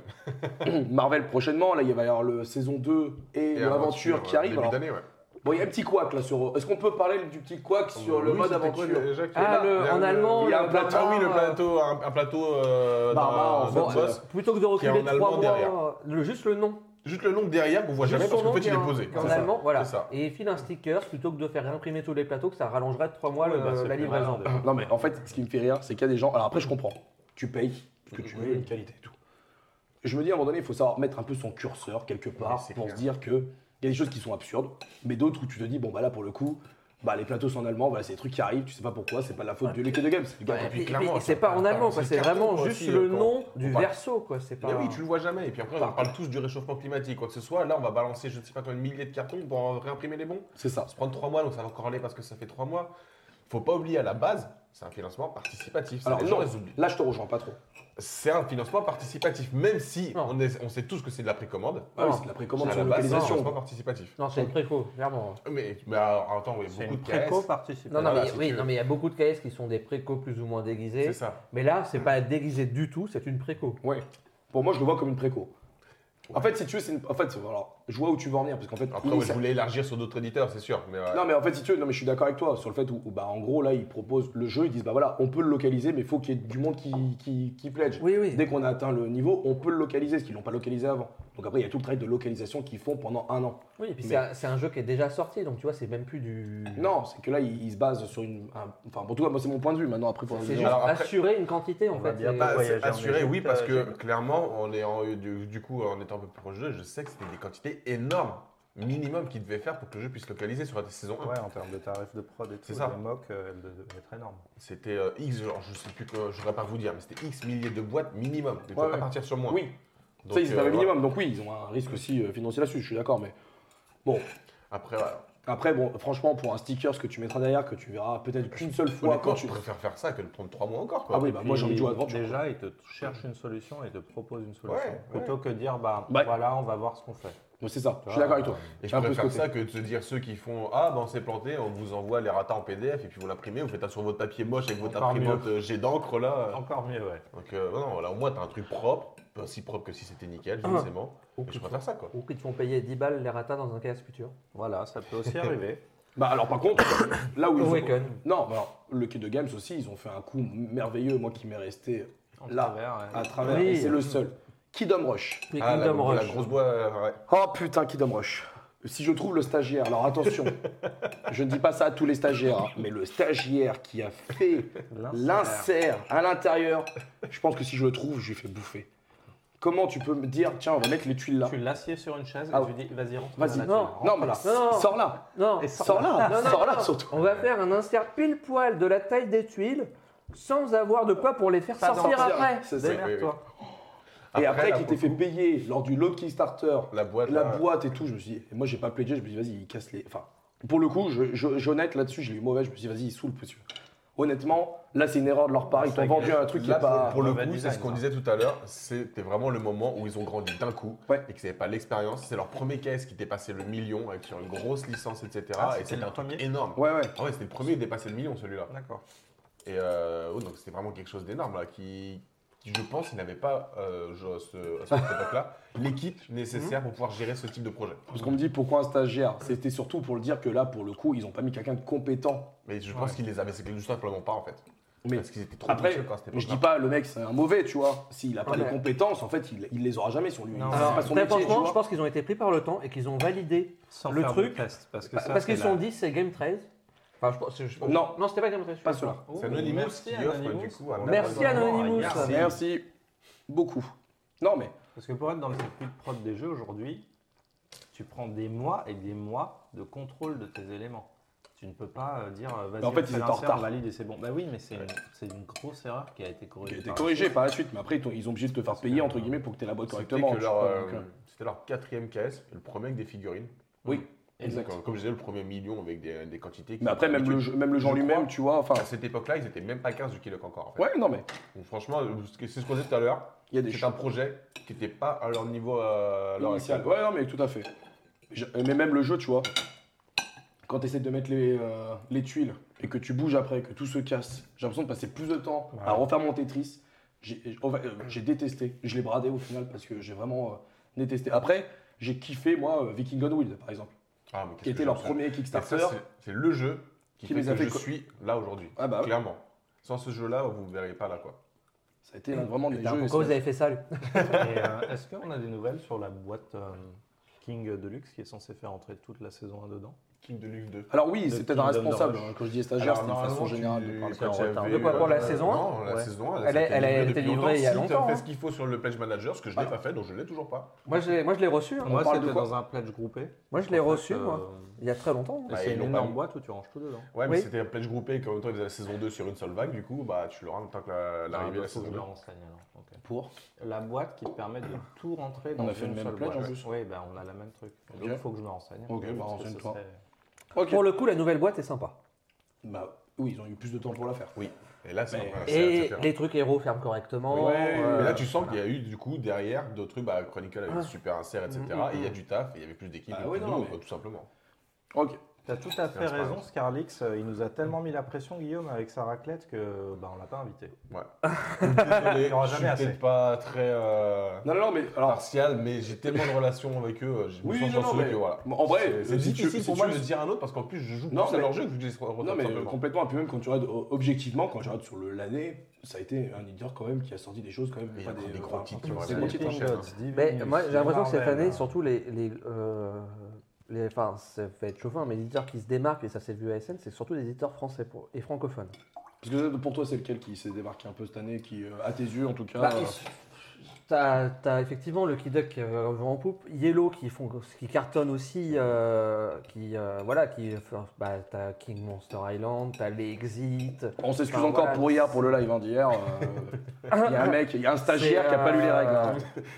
A: Marvel prochainement, là, il va y avoir le saison 2 et, l'aventure qui
B: euh,
A: arrive.
B: Début
A: Alors,
B: d'année, ouais.
A: Bon, il y a un petit couac là sur. Est-ce qu'on peut parler du petit couac
B: Ah,
A: sur le
B: bah Oui,
A: mode
B: c'était quoi,
A: aventure
B: déjà, qui-
C: Ah, le-
B: Il y a
C: en
B: le-
C: allemand,
B: il y a
C: le
B: un euh, plateau. Ah oui, le
C: barbare,
B: plateau, un, un plateau. Euh,
A: Barbare,
B: dans-
A: en
B: dans
A: fait,
B: le boss.
A: euh,
C: Plutôt que de
B: Qui est en
C: reculer trois
B: allemand derrière.
C: mois, euh, le, juste le nom.
B: Juste le nom derrière, on voit
C: Juste
B: jamais parce
C: son nom
B: qu'en fait,
C: qui est
B: il est
C: en-
B: posé.
C: En
B: C'est ça.
C: allemand, voilà.
B: C'est ça.
C: Et il file un sticker plutôt que de faire imprimer tous les plateaux, que ça rallongerait de 3 mois le-
E: Ouais, bah, c'est
C: la
E: plus
C: livraison.
E: malin
A: Non, mais en fait, ce qui me fait rire, c'est qu'il y a des gens. Alors après, je comprends. Tu payes parce que tu veux une qualité et tout. Je me dis à un moment donné, il faut savoir mettre un peu son curseur quelque part
B: Mais c'est
A: pour
B: clair.
A: se dire que il y a des choses qui sont absurdes, mais d'autres où tu te dis bon bah là pour le coup, bah, les plateaux sont en allemand, voilà, c'est des trucs qui arrivent, tu sais pas pourquoi, c'est pas la
B: Ah,
A: faute du Lucky de Games.
B: Gars,
C: Ouais,
B: et puis
C: et-
B: clairement,
C: et- et
B: ça
C: c'est pas
B: parle
C: en
B: pas,
C: allemand,
B: c'est
C: quoi,
B: le
C: c'est
B: carton
C: vraiment
B: aussi,
C: juste
B: euh,
C: le
B: quand-
C: nom du
B: parle.
C: verso, quoi. C'est pas.
B: Mais oui, tu le vois jamais. Et puis après, on
A: Par-
B: parle tous du réchauffement climatique, quoi que ce soit. Là, on va balancer je ne sais pas combien de milliers de cartons pour en réimprimer les bons.
A: C'est ça.
B: Ça va se prendre trois mois, donc ça va encore aller parce que ça fait trois mois. Faut pas oublier à la base, c'est un financement participatif. Ça,
A: Alors
B: les
A: non,
B: gens les oublient.
A: là je te rejoins pas trop.
B: C'est un financement participatif, même si
C: Non.
B: on, est- on sait tous que c'est de la précommande.
A: Ah oui,
C: Non.
A: c'est de la précommande
B: à
A: sur
B: la base, hein, c'est un
A: localisation.
B: financement participatif.
C: Non, c'est une préco, clairement.
B: Mais, bah, mais alors, attends, il y a
E: C'est
B: beaucoup
E: une
B: de caisses.
E: préco-participation.
C: Non, non,
B: Voilà,
C: mais,
B: si
C: oui,
B: tu veux.
C: non, mais il y a beaucoup de caisses qui sont des préco plus ou moins déguisés.
B: C'est ça.
C: Mais là, c'est pas déguisé du tout, c'est une préco.
A: Ouais. Pour moi je le vois comme une préco. En
B: Ouais.
A: fait si tu veux, c'est une... en fait voilà, je vois où tu veux en venir parce qu'en fait
B: Après,
A: oui,
B: ouais, je
A: ça-
B: voulais élargir sur d'autres éditeurs, c'est sûr. Mais, euh, ouais.
A: Non mais en fait si tu veux, non mais je suis d'accord avec toi sur le fait où, où, bah en gros là ils proposent le jeu, ils disent bah voilà, on peut le localiser mais il faut qu'il y ait du monde qui qui, qui pledge.
C: Oui, oui.
A: Dès qu'on a atteint le niveau, on peut le localiser parce qu'ils l'ont pas localisé avant. Donc après il y a tout le travail de localisation qu'ils font pendant un an.
C: Oui, et puis
A: Mais-
C: c'est un- c'est un jeu qui est déjà sorti, donc tu vois, c'est même plus du.
B: Mm.
A: Non, c'est que là ils, ils se basent sur une un- enfin pour tout cas, moi c'est mon point de vue maintenant après pour
C: C'est juste
B: Alors après-
C: assurer une quantité en
E: On va
C: fait.
E: bien
C: c'est-
E: pas-
B: Bah,
E: voyager
B: c'est
E: en
B: assuré,
E: Égypte,
B: oui, parce
E: euh,
B: que
E: j'aime.
B: clairement, on est en- du, du coup, en étant un peu plus proche du jeu, je sais que c'était des quantités énormes, minimum qu'ils devaient faire pour que le jeu puisse localiser sur la saison 1.
E: Ouais, en termes de tarifs de prod et tout,
B: C'est ça.
E: le mock euh, elle devait être énorme.
B: C'était euh, X, genre, je sais plus, que, je voudrais pas vous dire, mais c'était X milliers de boîtes minimum. Ils ne
A: Ouais,
B: pouvaient
A: ouais.
B: pas partir sur moins.
A: Oui,
B: Ah, Donc,
A: ça, ils étaient
B: euh,
A: au
B: voilà.
A: minimum, donc oui, ils ont un risque aussi euh, financier là-dessus, je suis d'accord, mais bon.
B: Après, voilà.
A: Après, bon, franchement, pour un sticker, ce que tu mettras derrière, que tu verras peut-être qu'une seule fois
B: honnêtement,
A: quand
B: tu
A: tu.
B: préfères faire ça que de prendre 3 mois encore. Quoi.
A: Ah oui, bah moi j'ai envie de jouer à Adventure.
E: Déjà, ils te cherchent une solution et te proposent une solution.
B: Ouais, ouais.
E: Plutôt que de dire, bah,
A: Ouais.
E: voilà, on va voir ce qu'on fait.
A: Moi, c'est ça, je
B: Ah.
A: suis d'accord avec toi.
B: Et je
A: J'ai un peu ce
B: préfère
A: côté.
B: ça que de se dire ceux qui font Ah, ben on s'est planté, on vous envoie les ratas en PDF et puis vous l'imprimez, vous faites un sur votre papier moche avec votre
E: Encore
B: imprimante euh, jet d'encre là.
E: Encore mieux, ouais.
B: Donc, euh, non, là au moins t'as un truc propre, pas si propre que si c'était nickel,
C: Ah.
B: forcément.
C: Ou
B: Mais
C: qu'ils
B: je
C: te
B: préfère ça quoi.
C: font- ou qu'ils te font payer 10 balles les ratas dans un cas futur.
E: Voilà, ça peut aussi arriver.
A: Bah alors, par contre, là où ils ont.
C: Awaken.
A: Non, bah, alors, le Kid de Games aussi, ils ont fait un coup merveilleux, moi qui m'est resté
E: En
A: Là,
E: travers, ouais.
A: à travers,
C: Oui.
A: et c'est le seul. Kidom Rush.
C: Les
B: Ah, la,
C: Kingdom
B: la
C: Rush.
B: grosse boîte, euh, ouais.
A: Oh putain, Kidom Rush. Si je trouve le stagiaire, alors attention, je ne dis pas ça à tous les stagiaires, hein, mais le stagiaire qui a fait l'insert à l'intérieur, je pense que si je le trouve, je lui fais bouffer. Comment tu peux me dire, tiens, on va mettre les tuiles là
E: Tu l'assieds sur une chaise
A: Ah
E: et tu dis, vas-y, rentre.
A: Vas-y,
E: là-dessus.
C: non.
A: Non, mais là,
C: Non, non.
A: sors là,
C: Non,
E: Et
A: sors là,
C: Non, non,
A: sors là
C: non.
A: surtout.
C: on va faire un insert pile poil de la taille des tuiles sans avoir de poids pour les faire
E: Pas
C: sortir
A: sortir.
C: après.
A: C'est ça.
E: Démerde-toi.
A: Et après,
B: là,
A: qu'il t'ait
B: pour
A: fait payer lors du Loki Starter,
B: la boîte.
A: la
B: là,
A: boîte et tout, je me suis dit, et moi j'ai pas plaidé, je me suis dit, vas-y, il casse les. Enfin, pour le coup, je, je, j'honnête là-dessus, j'ai eu mauvais, je me suis dit, vas-y, il saoule, monsieur. Honnêtement, là c'est une erreur de leur part, ils t'ont
E: Ça,
A: vendu un truc qui
B: Ah, là,
A: est
B: pour-
A: pas.
B: pour le
E: mauvais
B: coup, c'est
E: design,
B: ce qu'on
E: ça.
B: disait tout à l'heure, c'était vraiment le moment où ils ont grandi d'un coup
A: Ouais.
B: et que n'avaient pas l'expérience. C'est leur premier caisse qui dépassait le million avec sur une grosse licence, etc.
E: Ah,
B: et
E: c'était
B: c'était
E: le
B: un truc
E: premier
B: énorme.
A: Ouais, ouais.
B: Ah ouais, c'était le premier à dépasser le million celui-là.
E: D'accord.
B: Et euh, ouais, donc c'était vraiment quelque chose d'énorme là, qui, qui, je pense, ils n'avaient pas euh, je- à ce- à cette époque-là l'équipe nécessaire pour pouvoir gérer ce type de projet.
A: Parce qu'on me dit pourquoi un stagiaire C'était surtout pour le dire que là, pour le coup, ils ont pas mis quelqu'un de compétent.
B: Mais je pense
E: Ouais.
B: qu'ils les avaient c'est que tout simplement pas en fait.
A: Mais
B: Parce qu'ils étaient trop
A: après,
B: ambitieux quand c'était
A: je dis pas le mec c'est un mauvais, tu vois. S'il a pas
C: Ouais.
A: les compétences, en fait, il, il les aura jamais sur lui.
E: Non.
A: C'est
C: Alors,
A: pas son
C: très
A: métier, tu
C: franchement,
A: vois.
C: je pense qu'ils ont été pris par le temps et qu'ils ont validé.
E: Sans
C: Le
E: faire de
C: truc,
E: test, parce que
A: bah,
C: pa-
E: ça,
C: parce qu'ils
E: c'est
C: se sont
E: la-
C: dit c'est Game 13. Enfin, je pense- je pense-
A: Non.
C: non, c'était pas Game 13. je suis
A: Pas
C: d'accord.
A: cela.
B: C'est Anonymous
E: Oh, Merci
B: qui offre,
E: Anonymous.
B: du coup, un
C: Merci Anonymous.
E: Merci.
A: Merci beaucoup. Non mais
E: Parce que pour être dans le circuit de prod des jeux aujourd'hui, tu prends des mois et des mois de contrôle de tes éléments. Tu ne peux pas euh, dire euh, vas-y,
A: Mais en fait,
E: on
A: ils
E: fait
A: étaient en
E: l'insert,
A: retard.
E: on valide et c'est bon. Bah oui, mais c'est une- c'est une, grosse erreur qui a été
A: il a
E: corrigée.
A: été
B: bah,
E: par-
A: corrigé par la suite, mais après ils t'ont- ils ont obligé de te faire payer entre guillemets pour que tu aies la boîte
B: C'était
A: correctement.
B: que
A: tu
B: leur,
A: vois,
B: euh,
A: donc, euh,
B: c'était leur quatrième caisse, le premier avec des figurines.
A: Oui,
B: Et
A: exact.
B: donc, euh, comme je disais, le premier million avec des, des quantités. qui-
A: Mais après même le jeu, même le
B: je
A: genre lui-même,
B: crois-
A: tu vois, enfin.
B: À cette époque-là, ils étaient même pas 15 du Kilok encore. En fait.
A: Ouais, non mais
B: Donc, franchement, euh, c'est ce qu'on disait tout à l'heure.
A: il y a des
B: C'est un
A: choses
B: projet qui n'était pas à leur niveau euh, à leur
A: initiales.
B: actuel.
A: Ouais, non mais tout à fait. Je- Mais même le jeu, tu vois. Quand tu essaies de mettre les, euh, les tuiles et que tu bouges après, que tout se casse, j'ai l'impression de passer plus de temps à
E: Ouais.
A: refaire mon Tetris. J'ai en fait, euh, j'ai détesté. Je l'ai bradé au final parce que j'ai vraiment euh, détesté. Après, j'ai kiffé, moi, euh, Viking on Wheel, par exemple,
B: Ah, mais qu'est-ce
A: qui
B: que
A: était
B: j'aime
A: leur
B: ça.
A: premier
B: Et ça,
A: Kickstarter.
B: c'est- C'est le jeu qui,
A: Qui
B: fait
A: les a
B: que
A: fait
B: je
A: co-
B: suis là aujourd'hui.
A: ah bah, ouais.
B: Clairement. Sans ce jeu-là, vous ne verriez pas là quoi.
A: ça a été l'un vraiment des
C: Putain,
A: jeux.
C: Pourquoi vous
A: c'est-
C: avez fait ça lui
E: Et, euh, Est-ce qu'on a des nouvelles sur la boîte euh, King Deluxe qui est censée faire entrer toute la saison 1 dedans
B: King de Luc 2.
A: Alors oui,
E: De
A: c'est
E: King
A: peut-être un
E: Dom
A: responsable.
E: Dom.
A: hein. Quand je
C: Bah,
A: dis stagiaire, c'est une façon
B: normalement, tu-
A: générale de parler.
E: c'est en
B: quand il y
E: retard.
B: avait,
E: De
C: quoi, pour la
B: euh,
C: saison
B: Non, la
C: Ouais.
B: saison 1.
C: Elle est- elle a été
B: depuis
C: livrée il y a
B: longtemps. Si t'as
C: longtemps,
B: fait
C: hein.
B: ce qu'il faut sur le Pledge Manager, ce que je n'ai pas fait, donc je l'ai toujours pas.
C: Moi, je l'ai- moi, je l'ai reçu. hein.
E: Moi,
A: parle de
E: c'était
A: quoi
E: dans un pledge groupé. euh,
C: Moi, je l'ai reçu, moi. Il y a très longtemps.
B: Bah,
E: c'est
B: ils
E: une
B: l'ont pas
E: énorme
B: mis.
E: boîte où tu ranges tout dedans.
B: Ouais, mais
C: Oui.
B: c'était un pledge groupé, qu'en même temps ils faisaient la saison 2 sur une seule vague, du coup, bah tu l'auras en tant que
C: Ah,
B: la- l'arrivée de
C: bah,
B: la
E: Ah, bah, faut que
B: saison
E: je
B: 2.
E: me renseigne, alors. Ok.
A: Pour
E: La boîte qui te permet de tout rentrer dans
A: On a fait
E: une
A: le même
E: seule
A: pledge, en
E: boîte.
A: plus.
E: Oui, bah, on a la même truc.
A: Ok.
E: Donc il faut que je me renseigne.
A: Ok, bah,
E: Parce que
A: renseigne-toi.
E: ce serait-
A: Ok.
C: Pour le coup, la nouvelle boîte est sympa.
A: Bah oui, ils ont eu plus de temps pour la faire.
B: Oui. Et là, c'est
A: Mais-
B: voilà, c'est-
C: Et
B: c'est clair.
C: les trucs héros ferment correctement.
B: Ouais,
C: euh,
B: mais là tu sens qu'il y a eu du coup derrière d'autres trucs, bah Chronicle avait
C: Ah.
B: super insert, etc.
C: Mm, Bah mm,
B: Et il y a du taf, et il y avait plus d'équipes,
A: Ah
B: et
A: ouais,
B: plus
A: non,
B: d'eau,
A: mais-
B: quoi, tout simplement.
A: Ok.
E: T'as tout à fait
B: c'est pas
E: raison,
B: grave.
E: Scarlix, euh, il nous a tellement mis la pression, Guillaume, avec sa raclette, que bah, on l'a pas invité.
B: Désolé,
E: Il y aura
B: je suis
E: jamais assez.
B: peut-être pas très euh,
A: Non, non, non, mais alors.
B: partial, mais j'ai tellement de relations avec eux, euh, je me
A: Oui,
B: sens
A: non, non,
B: chanceux
A: mais-
B: que voilà.
A: En vrai,
B: C'est- c'est
A: si tu-
B: difficile
A: si
B: pour
A: tu
B: moi
A: veux-
B: de dire un autre parce qu'en plus je joue
A: Non,
B: plus à
A: mais-
B: leur jeu que je les retrouve
A: Non mais
B: simplement.
A: complètement, et puis même quand tu regardes euh, objectivement, quand tu regardes sur le- l'année, ça a été un éditeur quand même qui a sorti des choses quand même.
B: Mais il y
A: pas
B: a encore des gros
A: enfin,
B: titres
A: pas
B: qui ont
A: des
B: C'est
A: gros
B: vraiment
A: titres.
B: été-
E: Sleeping
B: hein.
E: Gods, Divinus,
C: Mais moi, j'ai l'impression que cette
E: Marvel,
C: année,
E: hein.
C: surtout les. les, euh, les- enfin, ça va être chauffant, mais les éditeurs qui se démarquent, et ça c'est vu à SN, c'est surtout des éditeurs français pour- et francophones.
A: Parce que pour toi, c'est lequel qui s'est démarqué un peu cette année, qui, euh, à tes yeux en tout cas.
C: Bah,
A: euh,
C: ils- T'as t'as effectivement le Kid Duck qui euh, vend en poupe, Yellow qui, font, qui cartonne aussi, euh, qui euh, voilà, qui enfin, bah, t'as King Monster Island, t'as les Exit.
A: On s'excuse
C: Enfin,
A: encore
C: voilà.
A: pour hier, pour le live hein, d'hier. euh, Il y a un mec, il y a un stagiaire
C: C'est,
A: qui a pas lu les
C: euh,
A: règles. hein.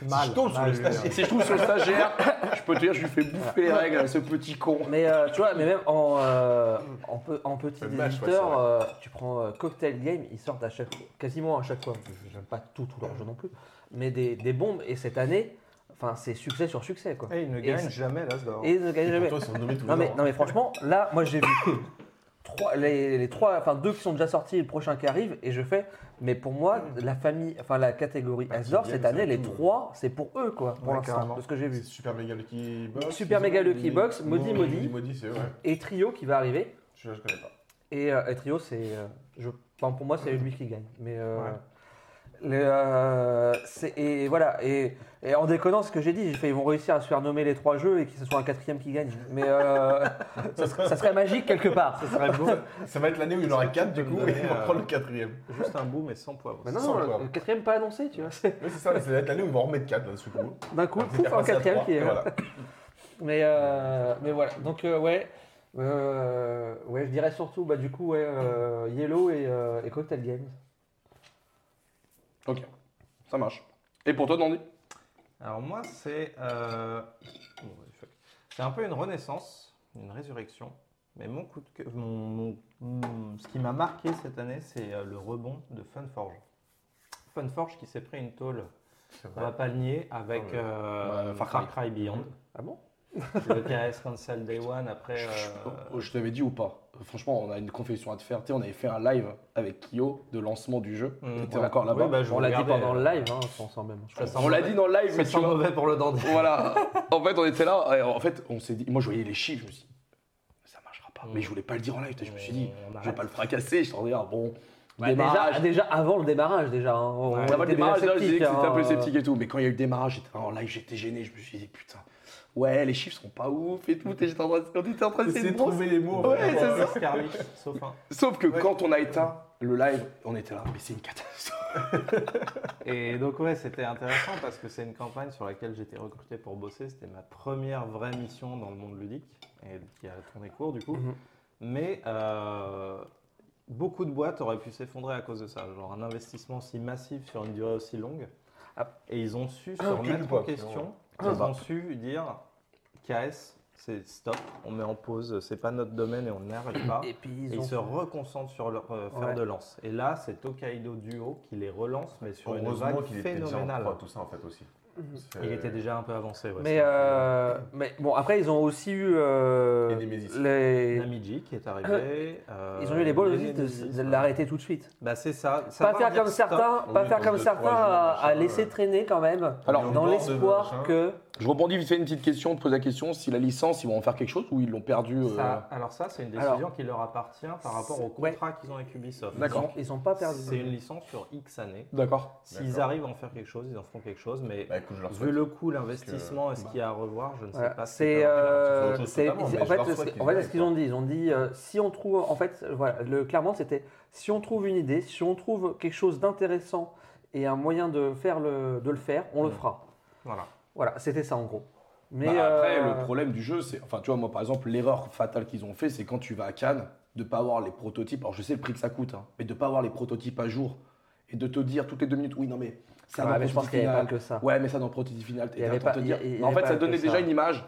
E: Mal,
B: je tombe sur
E: mal
B: le
E: lu, hein.
B: stagiaire.
A: Si je trouve sur le stagiaire, je peux te dire, je lui fais bouffer les règles, à ce petit con.
C: Mais euh, tu vois, mais même en, euh, en, pe- en petit
B: Le match, ouais,
C: éditeur,
B: c'est
C: euh, tu prends euh, Cocktail Game, ils sortent à chaque quasiment à chaque fois. J'aime pas tout, tout leur jeu non plus, mais des, des bombes. Et cette année, enfin, c'est succès sur succès quoi.
E: Eh, il ne
C: Et
E: gagne
C: c'est-
E: jamais là d'or.
C: Et ils ne gagnent
B: Et
C: jamais.
B: pour toi, c'est renommé tous
C: Non
B: les
C: mais,
B: ans.
C: non mais franchement, là, moi j'ai vu trois, les, les trois, enfin deux qui sont déjà sortis, et le prochain qui arrive, et je fais. Mais pour moi, la famille, enfin la catégorie
B: Bah,
C: Asdor
B: qui
C: cette
B: gagne,
C: année,
B: c'est
C: les
B: tout, ouais.
C: trois, c'est pour eux quoi, pour
E: Ouais,
C: l'instant,
E: carrément.
C: de ce que j'ai
B: C'est
C: vu.
B: Super Mega Lucky Box.
C: Super Mega Lucky Box, Maudit, Maudit.
B: Maudit, Maudit, c'est vrai.
C: Et Trio qui va arriver.
B: Je je connais pas.
C: Et, euh, et Trio, c'est. euh, je- enfin, pour moi, c'est lui qui gagne. Mais. euh,
E: Ouais.
C: le, euh, c'est- et voilà. Et, et en déconnant, ce que j'ai dit, j'ai fait ils vont réussir à se faire nommer les trois jeux et que ce soit un quatrième qui gagne. Mais euh, ça, serait, ça serait magique quelque part.
B: Ça va être l'année où il y en aura 4 du
E: de
B: coup,
E: me
B: et il va
E: donner, euh,
B: prendre le quatrième.
E: Juste un bout, mais sans poivre.
C: Mais non,
B: Sans
C: non,
B: quoi.
C: le quatrième pas annoncé, tu vois. c'est-
B: Oui, c'est ça, ça va être l'année où ils vont en remettre 4 d'un seul coup.
C: D'un coup,
B: Il y a
C: pouf,
B: passé
C: un
B: Ah, à
C: quatrième
B: trois,
C: qui
B: et
C: est.
B: voilà.
C: Mais, euh, mais voilà. Donc, euh, ouais. Euh, ouais, je dirais surtout, bah, du coup, ouais, euh, Yellow et, euh, et Cocktail Games.
A: Ok, ça marche. Et pour toi, Dandy
E: Alors moi, c'est euh, bon, ouais, fuck. c'est un peu une renaissance, une résurrection. Mais mon coup de cœur, mon- mon- hmm, ce qui m'a marqué cette année, c'est euh, le rebond de Funforge. Funforge qui s'est pris une tôle,
B: C'est
E: on
B: vrai.
E: va pas le nier, avec
B: Ouais.
E: euh,
A: Bah, Far
E: Far,
A: Cry.
E: Cry. Beyond,
C: Ah bon
E: le KS Cancel Day One après. euh,
A: Oh, Je t'avais dit ou pas Franchement, on a une confession à te faire. Tu sais, on avait fait un live avec Kyo de lancement du jeu.
E: Mm.
A: T'étais d'accord là-bas
E: Oui, bah, je
C: On l'a dit
E: regardais,
C: pendant le
E: euh,
C: live, hein, je pense, hein, même. Je
E: ça sent
A: On l'a
E: mauvais.
A: dit dans le live, mais
E: Ça
A: tu
E: sent
A: vois-
E: mauvais pour le dandy.
A: Voilà. En fait, on était là. et en fait, on s'est dit. Moi, je voyais les chiffres. Je me suis dit, ça marchera pas. Mais je voulais pas le dire en live. Je me suis dit,
E: On
A: je
E: Mmh. arrête.
A: vais pas le fracasser. Je t'en dis, ah, bon.
C: Bah, déjà,
A: démarrage.
C: déjà avant le démarrage, déjà. hein. On
E: Ouais.
C: était
A: Avant le démarrage,
C: déjà
A: là, je disais que
C: sceptique,
A: c'était un peu
C: hein.
A: sceptique et tout. Mais quand il y a eu le démarrage, j'étais en live, j'étais gêné. Je me suis dit, putain, ouais, les chiffres sont pas ouf et tout. Et j'étais en train, on était en train d'essayer
B: Essayez de
A: de brosser.
B: trouver les mots. en
A: Ouais,
B: fait.
A: c'est ça.
E: Scarlett, sauf un.
A: Sauf que quand on a éteint le live, on était là, mais c'est une catastrophe.
E: Et donc ouais, c'était intéressant parce que c'est une campagne sur laquelle j'étais recruté pour bosser. C'était ma première vraie mission dans le monde ludique et qui a tourné court du coup.
C: Mhm.
E: Mais euh, beaucoup de boîtes auraient pu s'effondrer à cause de ça. Genre un investissement si massif sur une durée aussi longue.
C: Ah.
E: Et ils ont su se
B: Ah, que du
E: remettre en
B: poids,
E: question.
C: Ah,
E: Ils
C: bah.
E: ont su dire KS, c'est stop, on met en pause, c'est pas notre domaine et on n'y arrive pas.
C: Et puis ils
E: Et
C: ont-
E: ils se reconcentrent sur leur euh, fer
C: Ouais.
E: de lance. Et là, c'est Tokaido Duo qui les relance, mais sur une
B: Heureusement
E: vague
B: qu'il était déjà en
E: phénoménale.
B: proie à tout ça en fait aussi. C'est-
E: Il était déjà un peu avancé. Ouais,
C: Mais,
E: c'est-
C: euh, mais bon, après, ils ont aussi eu. euh,
B: Et Nemesis.
C: les...
E: Namiji qui est arrivé. euh,
C: Ils ont eu les balles aussi de,
E: Nemesis,
C: de
E: ouais.
C: l'arrêter tout de suite.
E: Bah, c'est ça. ça
C: pas
E: va
C: faire
E: dire
C: comme
E: stop.
C: certains,
B: Oui,
C: pas faire
B: dans
C: comme
B: deux,
C: certains
B: trois jours,
C: à, à
B: machin,
C: laisser
B: ouais.
C: traîner quand même.
B: Alors,
C: dans
B: bord de
C: l'espoir
B: machin.
C: que
A: Je rebondis vite fait une petite question, te pose la question si la licence, ils vont en faire quelque chose ou ils l'ont perdue euh,
E: Ça- alors ça, c'est une
C: alors-
E: décision qui leur appartient par rapport au
C: Ouais.
E: contrat qu'ils ont avec Ubisoft.
A: D'accord.
C: Ils ont pas perdu.
E: C'est une licence sur X années.
A: D'accord.
E: S'ils
B: D'accord.
E: arrivent à en faire quelque chose, ils en feront quelque chose, mais
B: Bah écoute, je leur
E: vu
B: souhaite.
E: le coût, l'investissement et ce qu'il y a à revoir, je ne sais
C: Voilà.
E: pas.
C: bah. C'est,
E: pas-
C: euh,
B: autre chose
C: c'est-
B: totalement,
C: c'est-
B: mais
C: en
B: je
C: fait,
B: leur
C: ce-
B: souhaite qu'ils
C: en fait,
B: aient
C: ce qu'ils
B: quoi.
C: ont dit, ils ont dit euh, si on trouve, en fait, voilà, le, clairement, c'était si on trouve une idée, si on trouve quelque chose d'intéressant et un moyen de faire le, de le faire, on le
E: Mm.
C: fera.
E: Voilà.
C: Voilà, c'était ça en gros. Mais
A: Bah, après,
C: euh,
A: le problème du jeu, c'est. Enfin, tu vois, moi, par exemple, l'erreur fatale qu'ils ont fait, c'est quand tu vas à Cannes, de pas avoir les prototypes. Alors, je sais le prix que ça coûte, hein, mais de pas avoir les prototypes à jour et de te dire toutes les deux minutes, oui, non, mais ça
C: ouais,
E: Ah,
A: dans
C: mais
A: le
C: je pense
A: prototype
C: qu'il n'y avait pas
A: final.
C: que ça.
A: Ouais, mais ça dans le prototype final.
C: Il y avait
A: t'es en train
C: pas-
A: de te dire.
C: il y- il y
A: en
C: avait
A: fait, ça
C: pas
A: donnait
C: que
A: déjà
C: ça.
A: une image.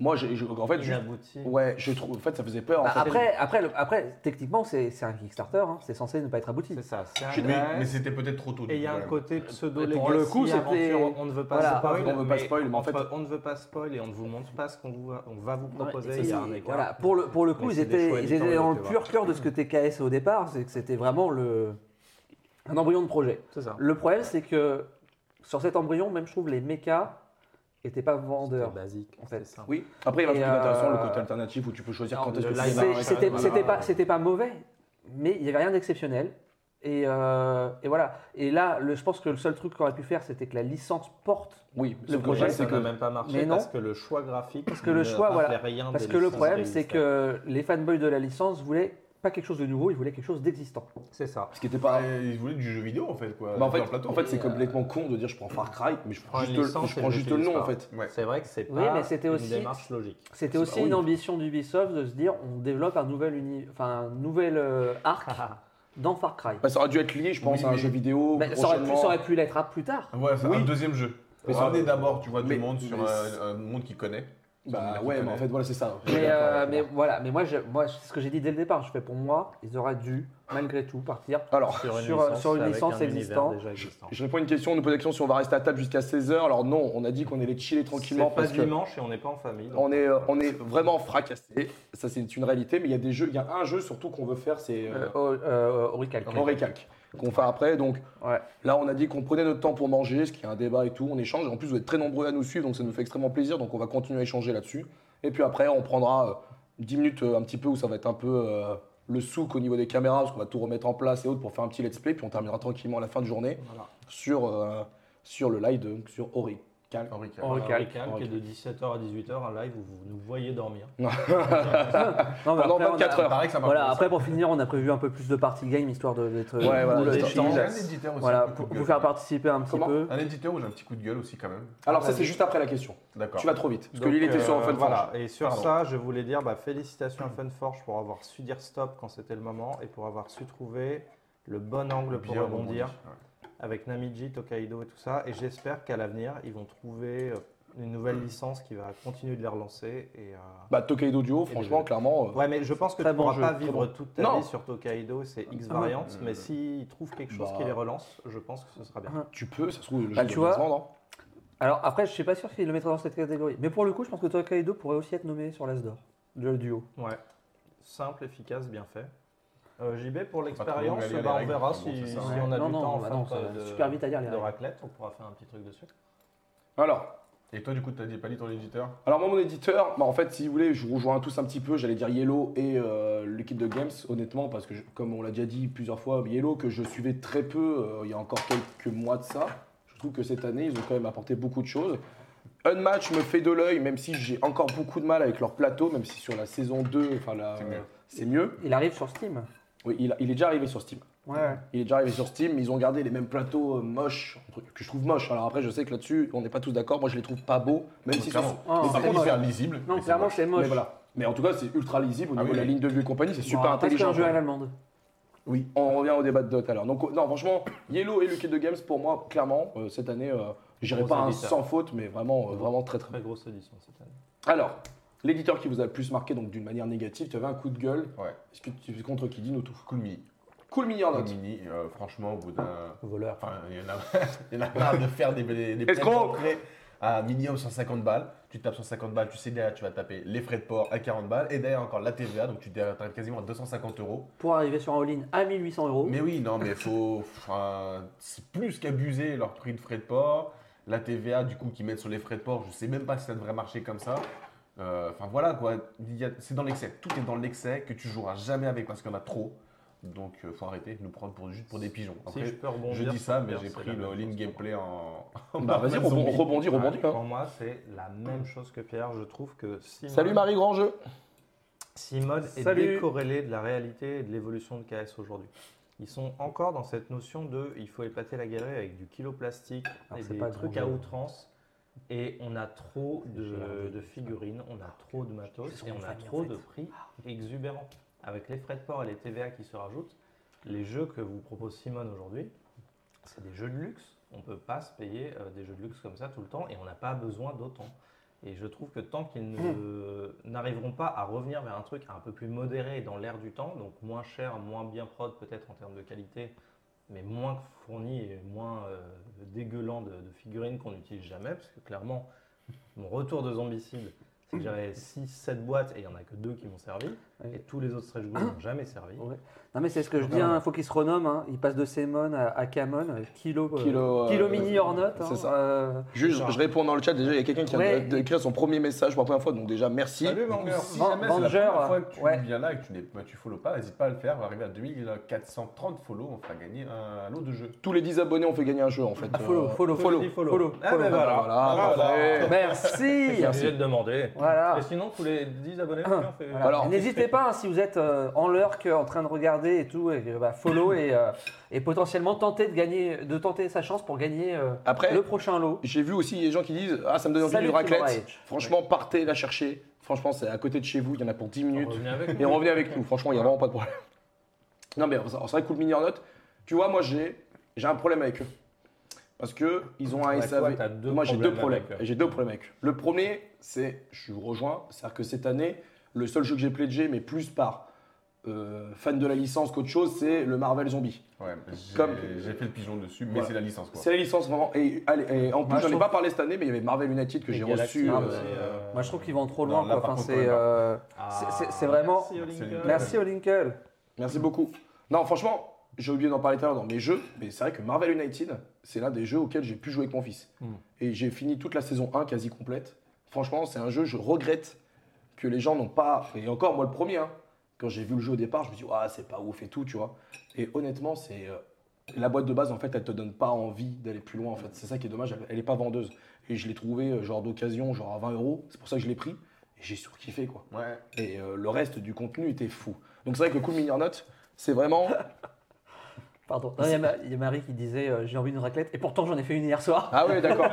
A: Moi, j'ai- je- en fait, je,
E: Inabouti.
A: ouais, je trouve. En fait, ça faisait peur. en
C: Bah,
A: fait.
C: après, après, le- après, techniquement, c'est c'est un Kickstarter, hein, c'est censé ne pas être abouti.
E: C'est ça. C'est un
B: Oui,
E: gag,
B: mais c'était peut-être trop tôt. du
E: Et il y a
B: coup,
E: un
B: voilà.
E: côté pseudo
C: Pour le coup, c'était-
E: aventure, on ne veut pas
C: Voilà.
E: spoil,
A: On veut pas spoil, mais en
E: on
A: fait-
E: peut- on ne veut pas spoil et on ne vous montre pas ce qu'on vous va- on va vous proposer.
C: Ouais,
E: il y a
C: c'est-
E: un écart.
C: voilà, pour, le, pour le coup,
E: Mais
C: ils
E: c'est des
C: étaient,
E: choix euh,
C: ils
E: éditeurs,
C: étaient
E: il
C: dans
E: faut
C: le
E: les
C: pur cœur de ce que
E: Mm.
C: TKS au départ, c'est que c'était vraiment le, un embryon de projet.
E: C'est ça.
C: Le problème, c'est que sur cet embryon, même je trouve les mechas n'étaient pas vendeurs.
E: C'est basique.
C: en fait.
E: c'est simple.
A: Oui. Après, il y a
C: Et,
A: un truc intéressant, le
C: euh,
A: côté alternatif où tu peux choisir
E: non,
A: quand est-ce
E: le
A: que
E: live
A: tu
C: C'est-
E: action,
C: C'était
E: voilà.
C: c'était pas, c'était pas mauvais, mais il n'y avait rien d'exceptionnel. Et, euh, et voilà. Et là, le- je pense que le seul truc qu'on aurait pu faire, c'était que la licence porte
A: Oui,
C: Le
A: le
C: projet,
A: problème,
E: ça
A: c'est
E: n'a
A: que.
E: même pas marché
C: Mais non.
E: parce que le choix graphique. Parce
C: que le choix, voilà.
E: Rien
C: Parce
E: des
C: que le
E: licences
C: problème,
E: des
C: c'est que les fanboys de la licence voulaient pas quelque chose de nouveau, ils voulaient quelque chose d'existant.
E: licences. C'est ça.
A: Ce qui était pas.
B: Et Ils voulaient du jeu vidéo en fait quoi.
A: Bah, en fait,
B: sur un plateau. euh,
A: en fait, c'est complètement con de dire je prends Far Cry, mais je prends
E: Prends une
A: juste, le-
E: licence
A: je
E: et
A: prends
E: je
A: juste le
E: l'utilise
A: nom en
E: pas.
A: fait.
B: Ouais.
E: C'est vrai que c'est pas
C: Oui, mais c'était
E: une
C: aussi-
E: démarche logique.
A: C'est
C: C'était aussi
A: pas- oui.
C: une ambition d'Ubisoft de se dire on développe un nouvel, uni... enfin, un nouvel euh, arc dans Far Cry.
A: Bah, ça aurait dû être lié, je pense,
B: Oui,
A: à un
B: mais-
A: jeu vidéo.
C: Bah, ça aurait pu,
A: prochainement.
C: ça aurait pu l'être à plus
E: Ah
C: tard.
B: Ouais, c'est
A: Oui.
B: un deuxième jeu.
A: Mais
B: Mais
A: ça-
B: on est d'abord, tu vois, du
A: mais-
B: monde sur
A: mais-
B: un, un monde qui connaît.
A: Bah
B: Sur un monde
A: ouais,
B: qui
A: mais en
B: connaît.
A: fait, voilà, c'est ça. Je suis
C: Mais,
A: d'accord,
C: euh,
A: d'accord.
C: mais voilà, mais moi, je- moi c'est ce que j'ai dit dès le départ, je fais pour moi, ils auraient dû, malgré tout, partir.
A: Alors,
C: Sur- sur une
E: avec
C: licence
E: un univers
C: existant.
E: déjà existant.
A: je réponds à une question, on nous pose la question si on va rester à table jusqu'à 16h. Alors non, on a dit qu'on allait chiller tranquillement
E: C'est pas
A: parce que
E: dimanche et on n'est pas en famille. donc
A: on est, euh,
E: voilà.
A: on est vraiment fracassé. Ça, c'est une réalité, mais il y a des jeux, il y a un jeu surtout qu'on veut faire, c'est euh,
C: Euh, au- euh, au recalque.
A: en récalque, qu'on fait après. Donc
C: Ouais.
A: là, on a dit qu'on prenait notre temps pour manger, ce qui est un débat et tout, on échange. En plus, vous êtes très nombreux à nous suivre, donc ça nous fait extrêmement plaisir. Donc on va continuer à échanger là-dessus. Et puis après, on prendra euh, 10 minutes euh, un petit peu où ça va être un peu euh, le souk au niveau des caméras, parce qu'on va tout remettre en place et autres pour faire un petit let's play. Puis on terminera tranquillement à la fin de journée
E: Voilà.
A: sur, euh, sur le live, donc sur Ori. Calme.
B: Henri Cavill.
C: En recalque.
E: Calme, qui est de 17h à 18h, un live où vous nous voyez dormir.
C: Non, mais
A: Pendant
C: après, on a-
A: 24 heures. hein,
B: Pareil que ça m'a
C: Voilà, après, pour finir, on a prévu un peu plus de party game, histoire de- d'être
A: Ouais, voilà,
C: cool,
E: des
C: d'être
E: gens.
C: chill.
B: J'ai un éditeur aussi.
C: Voilà,
B: un coup
C: pour
B: de
C: vous
B: gueule.
C: faire participer un petit
A: Comment
C: peu.
B: Un éditeur où j'ai un petit coup de gueule aussi quand même.
A: Alors ça, c'est juste après la question.
B: D'accord.
A: Tu vas trop vite. Parce que
E: Donc,
A: lui, il était sur
E: euh,
A: Fun
E: Voilà, et sur
B: Pardon.
E: ça, je voulais dire bah, félicitations à Funforge pour avoir su dire stop quand c'était le moment et pour avoir su trouver le bon angle pour
B: Bien
E: rebondir
B: rebondi, ouais.
E: avec Namiji, Tokaido et tout ça. Et j'espère qu'à l'avenir, ils vont trouver euh, une nouvelle licence qui va continuer de les relancer. Et, euh,
A: Bah, Tokaido Duo, franchement, clairement. euh,
E: Ouais, mais je pense que
C: Très
E: tu ne
C: bon
E: pourras
C: jeu,
E: pas
C: très
E: vivre toute ta
A: Non.
E: vie sur Tokaido, c'est X variantes, mais s'ils trouvent quelque chose
A: Bah.
E: qui les relance, je pense que ce sera bien.
C: Ah.
A: Tu peux, ça se trouve, le
C: Bah,
A: jeu
C: tu
A: doit bien
C: vois.
A: se vendre, hein.
C: Alors après, je suis pas sûr qu'il le mettra dans cette catégorie. Mais pour le coup, je pense que Tokaido pourrait aussi être nommé sur l'As d'or, le duo.
E: Ouais. Simple, efficace, bien fait. Euh, JB, pour
B: trop long,
E: l'expérience,
B: il y a les
E: bah, on
B: règles,
E: verra
B: c'est
E: si,
B: bon, c'est ça.
E: si
C: Ouais.
E: on a
C: Non,
E: du
C: non,
E: temps en
C: bah
E: fin
C: non, ça
E: de-
C: va super vite à lire, les
E: de
C: règles.
E: raclette. On pourra faire un petit truc dessus.
A: Alors,
B: Et toi, du coup, t'as dit pas dit ton éditeur
A: Alors moi mon éditeur, bah, en fait si vous voulez, je vous rejoins tous un petit peu, j'allais dire Yellow et euh, l'équipe de Games, honnêtement, parce que je- comme on l'a déjà dit plusieurs fois, Yellow que je suivais très peu euh, il y a encore quelques mois de ça, je trouve que cette année ils ont quand même apporté beaucoup de choses. Unmatch me fait de l'œil, même si j'ai encore beaucoup de mal avec leur plateau, même si sur la saison 2, enfin la-
B: C'est mieux.
A: c'est mieux.
C: Il arrive sur Steam.
A: Oui, il, il est déjà arrivé sur Steam.
C: Ouais.
A: Il est déjà arrivé sur Steam, mais ils ont gardé les mêmes plateaux euh, moches, entre- que je trouve moches. Alors après, je sais que là-dessus, on n'est pas tous d'accord. Moi, je les trouve pas beaux, même si
B: Clairement.
C: Ah,
B: Mais
C: c'est
B: par contre,
C: moche.
B: hyper lisible.
C: Non,
B: mais c'est
C: clairement,
B: moche.
C: c'est moche.
A: Mais voilà. Mais en tout cas, c'est ultra lisible au
B: Ah
A: niveau
B: oui,
A: de la
B: oui.
A: ligne de vue et compagnie, c'est super
C: Bon, après,
A: intelligent.
C: C'est un jeu
A: quoi.
C: à l'allemande.
A: Oui, on revient au débat de tout à l'heure. Donc, non, franchement, Yellow et Lucky de Games, pour moi, clairement, euh, cette année, euh, j'irai
E: Gros
A: pas un
C: hein.
E: éditeur.
A: sans faute, mais vraiment, euh, vraiment très très bien.
E: Très grosse édition cette année.
A: Alors, l'éditeur qui vous a le plus marqué, donc d'une manière négative, tu avais un coup de gueule.
B: Ouais.
A: Est-ce que tu contre qui dit nous tout
B: Cool mini.
A: Cool milliard
B: Cool
A: note.
B: mini, euh, franchement, au bout d'un.
C: Mmh.
E: Voleur.
B: Enfin, il y en a, il y en a marre de faire des, des, des
A: Escroc.
B: plates d'entrée à minimum 150 balles. Tu tapes 150 balles, tu sais derrière, tu vas taper les frais de port à 40 balles. Et derrière, encore la TVA, donc tu t'arrives quasiment à 250 euros.
C: Pour arriver sur un all-in à 1800 euros.
B: Mais oui, non, mais faut. enfin, c'est plus qu'abuser leur prix de frais de port. la TVA du coup qu'ils mettent sur les frais de port, je sais même pas si ça devrait marcher comme ça. Euh, Enfin voilà quoi, Il y a- c'est dans l'excès, tout est dans l'excès que tu joueras jamais avec parce qu'il y en a trop. Donc euh, faut arrêter de nous prendre pour, juste pour des pigeons. Après,
E: si je peux
B: je
E: rebondir
B: dis ça,
E: sur
B: mais
E: Uber,
B: j'ai
E: c'est
B: pris
E: la
B: le
E: même
B: all-in
E: chose.
B: gameplay en. en
A: Bah, vas-y,
B: Batman
A: rebondis,
B: Zombie.
A: rebondis, rebondis. hein.
E: Ah, Pour moi, c'est la même chose que Pierre. Je trouve que si
A: Salut
E: mode-
A: Marie Grandjeu.
E: si mode est
C: Salut.
E: décorrélé de la réalité et de l'évolution de KS aujourd'hui. Ils sont encore dans cette notion de il faut épater la galerie avec du kilo plastique
C: Alors,
E: et
C: c'est
E: des
C: pas
E: trucs à
C: dangereux.
E: outrance. Et on a trop de,
C: génial.
E: de figurines, on
C: Ah,
E: a trop de
C: C'est ce
E: matos et
C: qu'on
E: on a
C: fait, en
E: trop
C: fait. Ah.
E: de prix exubérants. Avec les frais de port et les TVA qui se rajoutent, les jeux que vous propose Simone aujourd'hui, c'est des jeux de luxe. On ne peut pas se payer euh, des jeux de luxe comme ça tout le temps et on n'a pas besoin d'autant. Et je trouve que tant qu'ils ne-
C: Hmm.
E: n'arriveront pas à revenir vers un truc un peu plus modéré dans l'air du temps, donc moins cher, moins bien prod peut-être en termes de qualité, mais moins fourni et moins euh, dégueulant de, de figurines qu'on n'utilise jamais, parce que clairement, mon retour de zombicide, c'est que j'avais 6-7 boîtes et il n'y en a que deux qui m'ont servi,
C: Mm. Ouais. Ah.
E: et tous les autres stretch goals n'ont jamais servi.
C: Ouais. Non mais c'est ce que je dis, il faut qu'il se renomme. hein. Il passe de Semon à, à Camon, euh, kilo, euh,
A: Kilo, euh,
C: kilo
A: euh,
C: mini hors note.
A: c'est
C: hein,
A: ça.
C: euh,
A: Juste, je réponds dans le chat. Déjà, il y a quelqu'un qui a
C: Ouais.
A: de- d'écrire son premier message pour la première fois, donc déjà merci.
B: Salut Vanger. Si jamais c'est la
C: Vanger,
B: première fois que tu
C: ouais.
B: viens là et que tu ne tu follow pas, n'hésite pas à le faire. On va arriver à 2430 follow, on fera gagner un lot de jeux.
A: Tous les 10 abonnés, on fait gagner un jeu en fait.
C: Ah, follow,
A: Euh,
C: follow,
E: Follow,
C: follow,
E: follow.
C: follow.
E: Ah,
C: follow.
E: ben voilà.
A: Voilà,
C: Ah,
B: Voilà.
A: parfait.
C: Merci.
E: J'ai obligé de demander.
C: Voilà.
E: Et sinon, tous les 10 abonnés,
C: Voilà.
E: on fait.
A: Alors,
C: Et N'hésitez pas hein, si vous êtes euh, en lurk, euh, en train de regarder et tout, et que, bah, follow et, euh, et potentiellement tenter de gagner, de tenter sa chance pour gagner euh,
A: Après,
C: le prochain lot.
A: J'ai vu aussi des gens qui disent Ah, ça me donne envie
C: Salut,
A: d'une
C: Timor
A: raclette.
C: Edge.
A: Franchement, partez la chercher. Franchement, c'est à côté de chez vous. Il y en a pour 10 minutes.
E: Revenez avec
A: Et revenez avec nous. Franchement, il n'y a vraiment pas de problème. Non, mais c'est vrai que Cool Mini or Not, tu vois, moi, j'ai j'ai un problème avec eux. Parce que ils ont un
E: Ouais, Bah, toi,
A: SAV.
E: t'as deux
A: moi, j'ai deux
E: problèmes
A: problèmes.
E: avec eux.
A: Et J'ai deux problèmes avec eux. Le premier, c'est, je vous rejoins, c'est-à-dire que cette année, le seul jeu que j'ai pledgé, mais plus par euh, fan de la licence qu'autre chose, c'est le Marvel Zombie.
B: Ouais, j'ai
A: Comme-
B: j'ai fait le pigeon dessus, mais
A: Voilà.
B: c'est la licence quoi.
A: C'est la licence vraiment. Et, allez, et en plus,
C: Moi, je
A: j'en ai
C: trouve-
A: pas parlé cette année, mais il y avait Marvel United que
E: Et
A: j'ai
E: Galaxy,
A: reçu.
E: hein,
A: euh,
E: c'est, euh,
C: Moi je trouve qu'ils vont trop
B: Non,
C: loin.
B: là,
C: quoi.
B: par
C: Enfin,
B: contre,
C: c'est,
B: ouais, non.
C: euh,
E: Ah,
C: c'est- c'est vraiment-
E: Merci, Olinka.
C: Merci Olinkel.
A: Merci beaucoup. Non, franchement, j'ai oublié d'en parler tout à l'heure dans mes jeux, mais c'est vrai que Marvel United, c'est l'un des jeux auxquels j'ai pu jouer avec mon fils.
E: Mm.
A: Et j'ai fini toute la saison 1 quasi complète. Franchement, c'est un jeu, je regrette que les gens n'ont pas. Et encore, moi, le premier, hein. quand j'ai vu le jeu au départ, je me suis dit, ah, c'est pas ouf et tout, tu vois. Et honnêtement, c'est. euh, La boîte de base, en fait, elle te donne pas envie d'aller plus loin. En fait, c'est ça qui est dommage. elle- Elle est pas vendeuse. Et je l'ai trouvé euh, genre d'occasion, genre à 20 euros. C'est pour ça que je l'ai pris. Et j'ai surkiffé quoi.
B: Ouais.
A: Et euh, le reste du contenu était fou. Donc c'est vrai que Cool Mini or Not, c'est vraiment.
C: Pardon. Non, Il y, a Ma- il y a Marie qui disait euh, j'ai envie d'une raclette et pourtant j'en ai fait une hier soir.
A: Ah ouais, d'accord.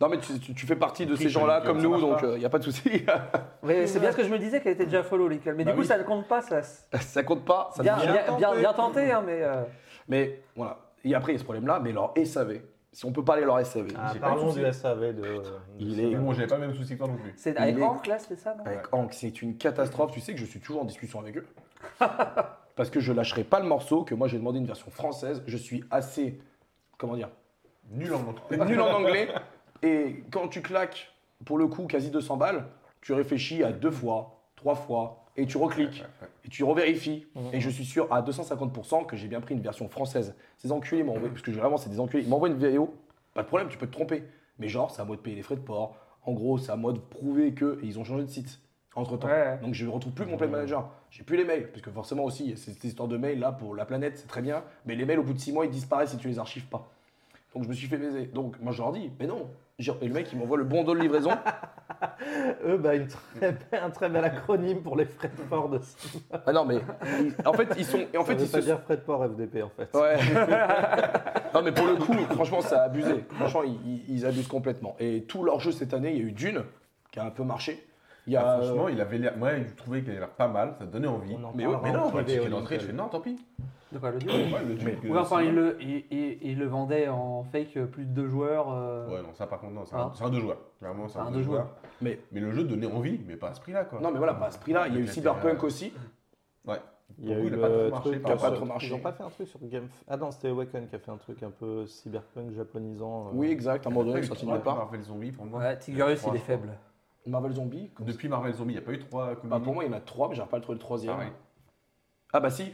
A: non mais tu, tu- tu fais partie de ces
B: Triche,
A: gens-là
B: Olivier,
A: comme
B: ça
A: nous,
B: marche
A: donc
B: pas.
A: il n'y a pas de souci.
C: Mais c'est bien ce que je me disais qu'elle était déjà follow Olinkel. Mais
B: Bah
C: du coup
B: oui.
C: ça ne compte pas. Ça,
A: ça compte pas. Ça
C: bien,
A: ne-
C: bien, bien, bien tenté, hein, mais euh,
A: Mais voilà. Et après, il y a ce problème-là, mais leur SAV. Si on peut parler leur SAV.
E: Ah,
B: J'ai pas eu
E: parlons
B: de soucis.
E: du SAV de. de
A: Il
E: Simone.
A: est-
B: Bon, j'avais pas le même souci que toi non plus.
C: c'est avec
A: Il est-
C: Hank là, c'est ça non
A: Avec Hank, c'est une catastrophe. Tu sais que je suis toujours en discussion avec eux. Parce que je lâcherai pas le morceau, que moi j'ai demandé une version française. Je suis assez. Comment dire
B: Nul en Ah, anglais.
A: nul en anglais. Et quand tu claques, pour le coup, quasi 200 balles, tu réfléchis à deux fois, trois fois, et tu recliques, et tu revérifies. Et je suis sûr à 250% que j'ai bien pris une version française. Ces enculés m'ont envoyé, parce que vraiment, c'est des enculés, ils m'envoient une vidéo, pas de problème, tu peux te tromper. Mais genre, c'est à moi de payer les frais de port. En gros, c'est à moi de prouver que. Et ils ont changé de site entre temps.
C: Ouais.
A: Donc je ne retrouve plus mon plan manager. J'ai plus les mails, parce que forcément aussi, il y a cette histoire de mails là pour la planète, c'est très bien. Mais les mails, au bout de six mois, ils disparaissent si tu les archives pas. Donc je me suis fait baiser. Donc moi je leur dis, mais non. J'ai- Et le mec il m'envoie le bandeau de livraison.
E: Eux, bah, une très be- un très bel acronyme pour les frais de port de Simone.
A: ah non mais ils- en fait ils sont et en fait
E: Ça veut
A: ils
E: pas
A: se
E: dire frais de port FDP en fait.
A: ouais. non mais pour le coup franchement ça a abusé. Franchement ils, ils- ils abusent complètement. Et tout leur jeu cette année il y a eu Dune qui a un peu marché. Il y a euh,
B: Ah, franchement, il avait l'air. Moi, je trouvais qu'il avait l'air pas mal, ça donnait envie.
E: On en
B: Mais,
E: parlera
B: ouais, mais
E: en
B: non, quand
E: privé,
B: le ticket
E: Olivier.
B: d'entrée, je fais non, tant pis.
C: De quoi le duo
B: Ouais, le truc, euh,
C: Oui, enfin,
B: c'est-
C: il le, il, il- il le vendait en fake euh, plus de deux joueurs. euh,
B: Ouais, non, ça par contre, non, c'est
C: Ah.
B: un, c'est un deux joueurs. Clairement, c'est
C: Un
B: un,
C: deux
B: deux joueurs.
A: Mais-
B: mais le jeu donnait envie, mais pas à ce prix-là, quoi.
A: non mais voilà pas à ce prix-là. Il y a eu Cyberpunk
B: euh,
A: aussi.
B: Ouais.
E: Il y a
B: Pour
E: eu
B: vous, il a pas trop
E: le
B: marché,
E: truc.
B: par
A: contre. Il
E: euh,
A: a pas
E: sur-
A: trop marché.
E: Ils ont pas fait un truc sur Game. Ah non, c'était Awaken qui a fait un truc un peu cyberpunk japonisant. euh,
A: Oui exact. À un moment donné
B: Après,
A: il est
B: le
A: sorti
B: trois
A: nulle part.
B: Marvel Zombie, pour moi.
C: Ouais, Tigurius, il
B: Trois,
C: est
B: je crois.
C: faible.
A: Marvel Zombie. comme ça.
B: Depuis Marvel Zombie, il n'y a pas eu trois coups Ah
A: Bah, pour moi il y en a trois mais j'arrive pas à le trouver le troisième.
B: pareil.
A: Ah bah si.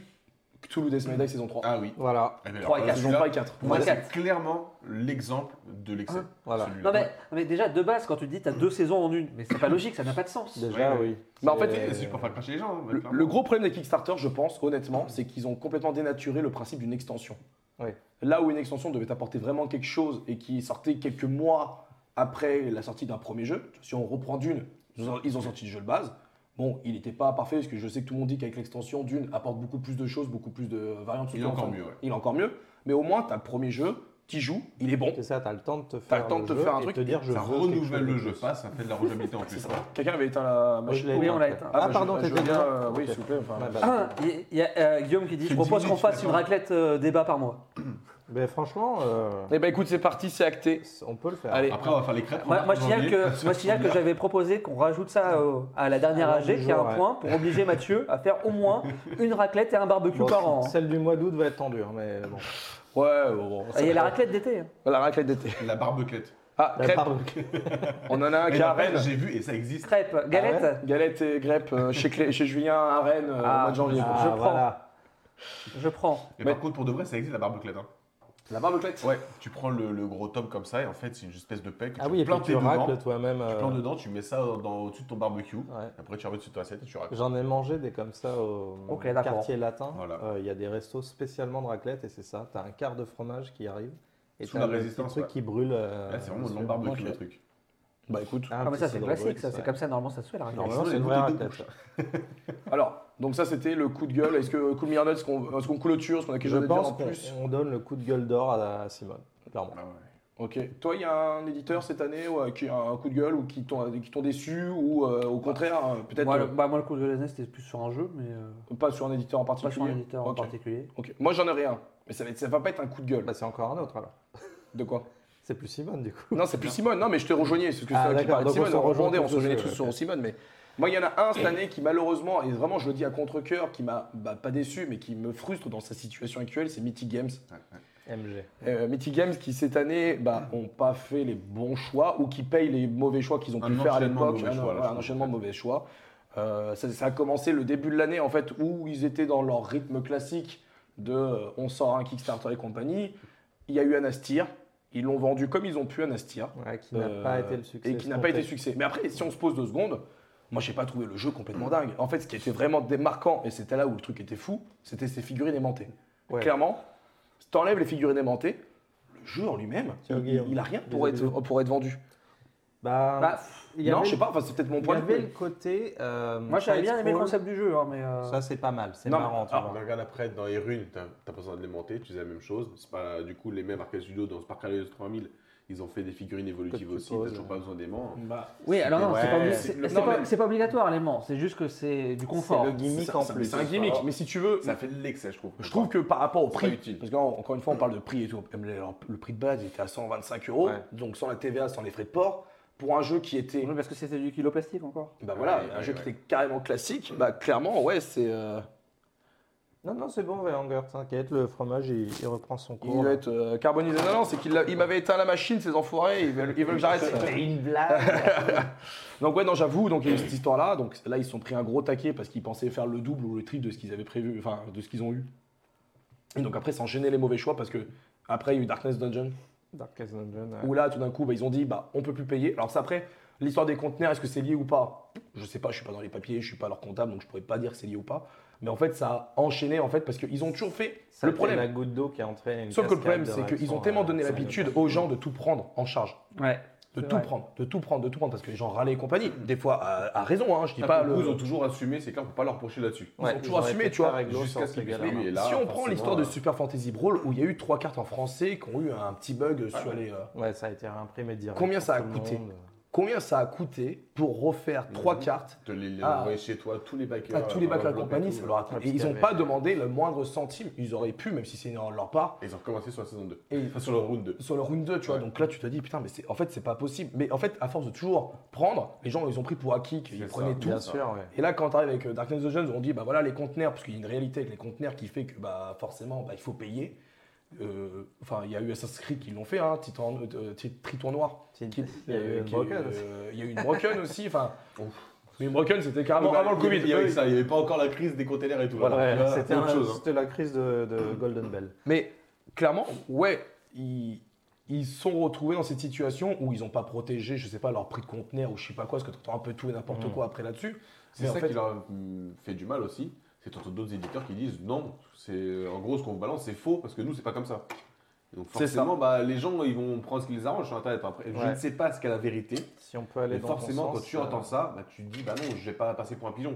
A: Cthulhu Death May Die saison 3.
B: Ah oui.
C: Voilà.
B: Eh bien,
A: 3 et
B: alors,
A: 4, saison
B: celui-là,
A: 3 et 4.
B: pour moi, c'est clairement l'exemple de l'excès.
E: Voilà.
B: celui-là.
C: Non mais, non, mais déjà, de base, quand tu te dis t'as deux saisons en une, mais c'est pas logique, ça n'a pas de sens.
E: Déjà,
B: Ouais,
E: oui.
A: Mais en fait,
E: C'est-
B: Et c'est pour faire cracher les gens. mais
A: Le,
B: clairement.
A: le gros problème des Kickstarter, je pense, honnêtement, c'est qu'ils ont complètement dénaturé le principe d'une extension.
E: Ouais.
A: Là où une extension devait apporter vraiment quelque chose et qui sortait quelques mois après la sortie d'un premier jeu, si on reprend d'une, ils ont- ils ont sorti le jeu de base. Bon, il n'était pas parfait parce que je sais que tout le monde dit qu'avec l'extension d'une apporte beaucoup plus de choses, beaucoup plus de variantes.
B: Il est
A: surtout en
B: encore
A: fin de-
B: mieux, ouais.
A: Il est encore mieux. Mais au moins, tu as le premier jeu, tu joues, il est bon.
E: C'est ça, t'as le temps de te faire.
A: T'as le temps de te
E: jeu
A: faire un
E: et
A: truc,
E: te dire je
B: Ça
E: veux quelque
B: renouvelle
E: chose de
B: le jeu,
E: plus.
B: pas ça fait de la rejouabilité en plus.
A: Quelqu'un avait éteint la
E: Moi, Oh, je
A: machine.
E: l'ai
C: Oui,
E: éteint,
C: on l'a
E: après.
C: éteint.
E: Ah,
A: bah,
E: pardon,
A: je- je
E: t'étais
A: viens,
E: bien. Bah,
A: euh, oui,
E: Ok.
A: s'il vous plaît. enfin,
E: Ma
A: voilà.
E: bad.
C: Ah, Il y a euh, Guillaume qui dit Je
B: C'est
C: propose
B: dix
C: qu'on
B: minutes,
C: fasse une
B: d'accord.
C: raclette euh, débat par mois.
E: Mais franchement, euh,
A: Eh ben écoute, c'est parti, c'est acté.
E: on peut le faire.
A: Allez.
B: Après, on va faire les crêpes.
C: Moi,
B: on
C: moi,
B: va
C: je signale
B: manger,
C: que,
B: parce
C: moi, je signale que j'avais proposé qu'on rajoute ça au- à la dernière
E: À l'ordre
C: AG,
E: du
C: qui a
E: jour,
C: un
E: Ah, ouais.
C: point, pour obliger Mathieu à faire au moins une raclette et un barbecue
E: Bon,
C: par an. hein.
E: Celle du mois d'août va être tendue, hein, mais bon.
A: Ouais, Ah, bon, bon,
C: Et
A: ça-
C: Il y a la raclette d'été. hein.
A: la raclette d'été.
B: La barbequette.
A: Ah,
E: La
A: crêpes.
E: barbecue.
A: On en a un
B: Et
A: qui est à
B: la reine,
A: Rennes.
B: j'ai vu et ça existe.
E: Ah
C: Crêpes, galettes.
A: Galette et crêpes euh, chez, Clé- chez Julien à Rennes euh,
C: Ah,
A: au mois de janvier. quoi.
E: Ah,
C: Je prends.
E: voilà.
C: Je prends.
B: Mais par contre, pour de vrai, ça existe la barbeclette. Hein.
A: La barbeclette
B: Ouais, tu prends le, le gros tome comme ça et en fait, c'est une espèce de pec. que
E: Ah
B: tu
E: oui, et
B: plantes
E: puis tu
B: dedans,
E: racles toi-même.
B: Tu
E: euh,
B: plantes dedans, tu mets ça dans, dans- au-dessus de ton barbecue.
E: ouais.
B: Après, tu remets dessus de ton assiette et tu racles.
E: J'en ai mangé des comme ça au
C: Ok,
E: au
C: d'accord.
E: quartier latin. Euh, Il
B: Voilà.
E: y a des restos spécialement de raclette et c'est ça. T'as un quart de fromage qui arrive. Et
B: Sous
E: t'as
B: la
E: le
B: résistance,
E: petit truc
B: ouais.
E: qui brûle. euh,
B: Là, c'est vraiment de
E: dessus.
B: long barbecue
A: Ok.
B: le truc.
A: Bah écoute.
E: Un
C: Ah, mais
E: petit
C: ça, c'est
E: cidre
C: classique,
E: brûlé,
C: ça. C'est
E: ouais.
C: comme ça, normalement, ça se fait la raclette.
E: Normalement,
B: Sinon,
E: c'est une
B: les
E: vraie
B: autres, ils te
E: raclette. ça.
A: Alors, donc ça c'était le coup de gueule. Est-ce que euh, coup de milliard est-ce qu'on est-ce qu'on clôture Est-ce qu'on a quelque
E: Je
A: chose à dire
E: pense
A: en plus
E: qu'on on donne le coup de gueule d'or à à Simone, clairement.
B: Ah ouais.
A: Ok. Toi, il y a un éditeur cette année ouais, qui a un coup de gueule ou qui t'ont qui t'ont déçu ou euh, au contraire, euh, peut-être
C: Moi, le,
A: euh,
C: bah, moi, le coup de l'année, c'était plus sur un jeu, mais euh,
A: pas sur un éditeur en
C: pas
A: particulier
C: sur un éditeur en
A: Ok.
C: particulier.
A: Ok. Moi, j'en ai rien. Mais ça va, être- ça va pas être un coup de gueule.
E: Bah, c'est encore un autre alors.
A: De quoi
E: C'est plus Simone du coup.
A: Non, c'est plus Simone. Non, mais je te rejoignais. C'est ce que
E: Ah,
A: c'est vrai qu'il
E: d'accord,
A: parlait de
E: donc on
A: Simone.
E: se
A: On,
E: rejoint
A: rebondait, on
E: tous
A: se rejoignait
E: les deux,
A: tous sur Simone. Mais moi, il y en a un cette année qui, malheureusement, et vraiment, je le dis à contre-coeur, qui m'a bah, pas déçu, mais qui me frustre dans sa situation actuelle, c'est Mythic Games.
E: MG.
A: Euh, Mythic Games qui, cette année, bah,
B: Mm.
A: ont pas fait les bons choix ou qui payent les mauvais choix qu'ils ont
B: Un
A: pu faire à
B: enchaînement de
A: l'époque.
B: mauvais
A: Un,
B: choix, là,
A: voilà,
B: je
A: un
B: pense,
A: enchaînement
B: en
A: de
B: fait.
A: mauvais choix. Euh, ça, ça a commencé le début de l'année, en fait, où ils étaient dans leur rythme classique de euh, on sort un Kickstarter et compagnie. Il y a eu Anastir. Ils l'ont vendu comme ils ont pu Anastir.
E: Ouais, qui n'a
A: Euh,
E: pas été le succès.
A: Et qui n'a pas été
E: escompté.
A: succès. Mais après, si on se pose deux secondes, moi, j'ai pas trouvé le jeu complètement
E: Mm.
A: dingue. En fait, ce qui était vraiment démarquant, et c'était là où le truc était fou, c'était ces figurines aimantées.
E: Ouais.
A: Clairement, si t'enlèves les figurines aimantées, le jeu en lui-même,
E: Tiens,
A: il,
E: Guillaume,
A: il a rien
E: des
A: pour être,
E: bisous.
A: pour être vendu.
E: Bah,
C: Bah,
E: il y
A: Non,
E: avait-
A: je sais pas, enfin, c'est peut-être mon
E: Il
A: point
E: y
A: de
E: avait le
A: vue.
E: côté. euh,
C: Moi, j'avais bien aimé le
E: side-scroll.
C: concept du jeu, hein, mais. euh,
E: Ça, c'est pas mal, c'est
A: Non,
E: marrant, tu
A: ah,
E: vois.
B: On regarde après, dans les runes, t'as t'as pas besoin de les monter, tu fais la même chose. C'est pas du coup les mêmes Arcade Studio dans Spark Alice 3000. Ils ont fait des figurines évolutives
E: Que tu
B: aussi, t'as
E: poses.
B: toujours pas besoin d'aimants.
A: Mm.
C: Oui, alors non, c'est pas,
E: Ouais.
C: obli- c'est-
B: Le-
C: c'est
B: non,
C: pas-
B: mais-
C: c'est pas obligatoire, l'aimant. C'est juste que c'est du confort.
E: C'est le gimmick
B: Ça-
E: en
B: ça-
E: plus.
B: c'est un gimmick.
A: Mais si tu veux,
B: Ça fait de l'excès, je trouve.
A: je trouve que par rapport au
B: C'est
A: prix,
B: pas utile. Mm.
A: parce qu'encore une fois, on parle de prix et tout. Alors, Le prix de base était à 125 euros,
E: Ouais.
A: donc sans la TVA, sans les frais de port, pour un jeu qui était
C: Oui, Parce que c'était du kilo plastique encore.
A: Bah voilà,
B: Ouais,
A: un
B: ouais,
A: jeu
B: ouais.
A: qui était carrément classique, bah clairement, ouais, c'est. euh,
E: Non, non, c'est bon, Vélanger, t'inquiète, le fromage, il, il reprend son cours. hein.
A: il va être euh, carbonisé. Non, non, c'est qu'il l'a- il m'avait éteint la machine, ces enfoirés, ils veulent, ils veulent que j'arrête.
E: une blague
A: donc, ouais, non, j'avoue, donc il y a eu cette histoire-là. Donc là, ils se sont pris un gros taquet parce qu'ils pensaient faire le double ou le triple de ce qu'ils avaient prévu, enfin, de ce qu'ils ont eu. Et donc après, s'enchaîner les mauvais choix parce que. Après, il y a eu Darkness Dungeon,
E: Darkest Dungeon, euh, ouais.
A: où là, tout d'un coup, bah, ils ont dit, bah, on peut plus payer. Alors, c'est après, l'histoire des conteneurs, est-ce que c'est lié ou pas Je sais pas, je suis pas dans les papiers, je suis pas leur comptable, donc je pourrais pas dire que c'est lié ou pas. Mais en fait, ça a enchaîné, en fait, parce qu'ils ont toujours fait
E: Ça,
A: le
E: c'est
A: problème.
E: la goutte d'eau qui a entraîné une
A: Sauf que le
E: cascade
A: problème,
E: de
A: c'est qu'ils
E: réactions,
A: ont tellement
E: euh,
A: donné
E: sur
A: l'habitude
E: le-
A: aux gens de tout prendre en charge,
C: Ouais.
A: de
C: C'est
A: tout
C: vrai.
A: prendre, de tout prendre, de tout prendre, parce que les gens râlaient et compagnie. Des fois, à, à raison, hein, je dis
B: Ils
A: pas le.
B: ont toujours assumé, c'est clair, faut pas leur reprocher là-dessus.
A: ils ont toujours
E: auraient
A: assumé,
E: fait
A: tu
E: ça
A: vois,
E: réglo
B: jusqu'à
E: sans
B: ce
E: ces
B: qu'ils
E: galères.
B: puissent payer. hein. Et là,
A: si on prend
B: forcément,
A: l'histoire de
B: euh,
A: Super Fantasy Brawl où il y a eu trois cartes en français qui ont eu un petit bug
B: Ah,
A: sur les. euh,
E: Ouais, ça a été réimprimé direct.
A: Combien
E: pour
A: ça a
E: tout le
A: coûté
E: monde.
A: combien ça a coûté pour refaire trois
B: Mhm. euh,
A: cartes
B: Te les les
A: Ah.
B: envoyer chez toi, tous les backers.
A: à tous les
B: dans
A: bacs à la
B: l'enveloppe et
A: compagnie
B: tout.
A: Ça leur a...
E: Ouais,
A: et
E: parce
A: ils
E: qu'il y
A: n'ont
E: avait-
A: pas demandé le moindre centime. Ils auraient pu, même si c'est une erreur de leur part,
B: Et Ils ont recommencé sur la saison 2.
A: Et-
B: Enfin, sur le round 2.
A: sur le round 2, tu vois.
B: Ouais.
A: Donc là, tu te dis, putain, mais c'est- en fait, c'est pas possible. Mais en fait, à force de toujours prendre, les gens, ils ont pris pour acquis qu'ils
B: C'est
A: prenaient
B: ça.
A: tout.
E: Bien
B: ça.
E: sûr, ouais.
A: Et là, quand t'arrives avec euh, Darkness of the Jones, on dit, bah voilà, les conteneurs, parce qu'il y a une réalité avec les conteneurs qui fait que, bah forcément, bah, il faut payer. Euh, Enfin, il y a eu Assassin's Creed qui l'ont fait, hein, Titan, euh, Tri- Triton Noir.
E: Petite-
A: qui-
E: Il y a eu
A: euh,
E: une
A: qui-
E: brocade.
A: euh, Il y a eu une Broken aussi. Enfin,
B: Ouf.
G: Mais Broken, c'était
A: Ah,
G: carrément
B: Bah,
G: avant le
B: oui, Il y
G: Covid.
B: avait ça, il n'y avait pas encore la crise des containers et tout.
A: Voilà.
B: Alors, là,
E: C'était
B: autre
E: un-
B: chose, hein.
E: c'était la crise de, de Golden Bell.
G: Mais
A: Clairement, ouais, ils, ils sont retrouvés dans cette situation où ils n'ont pas protégé, je sais pas, leur prix de conteneur ou je sais pas quoi, parce que t'entends un peu tout et n'importe
E: Mhm.
A: quoi après là-dessus.
B: C'est
A: Mais en
B: ça
A: fait-
B: qui leur a hum, fait du mal aussi. C'est entre d'autres éditeurs qui disent non, c'est euh, en gros ce qu'on vous balance c'est faux parce que nous c'est pas comme ça. Et Donc
A: C'est ça.
B: forcément, bah, les gens ils vont prendre ce qui les arrange sur internet. Après, je
E: Ouais.
B: ne sais pas ce qu'est la vérité,
E: Si on peut aller
B: mais
E: dans
B: forcément
E: ton
B: quand
E: sens,
B: tu
E: euh,
B: entends ça, bah, tu te dis bah non, je vais pas passer pour un pigeon.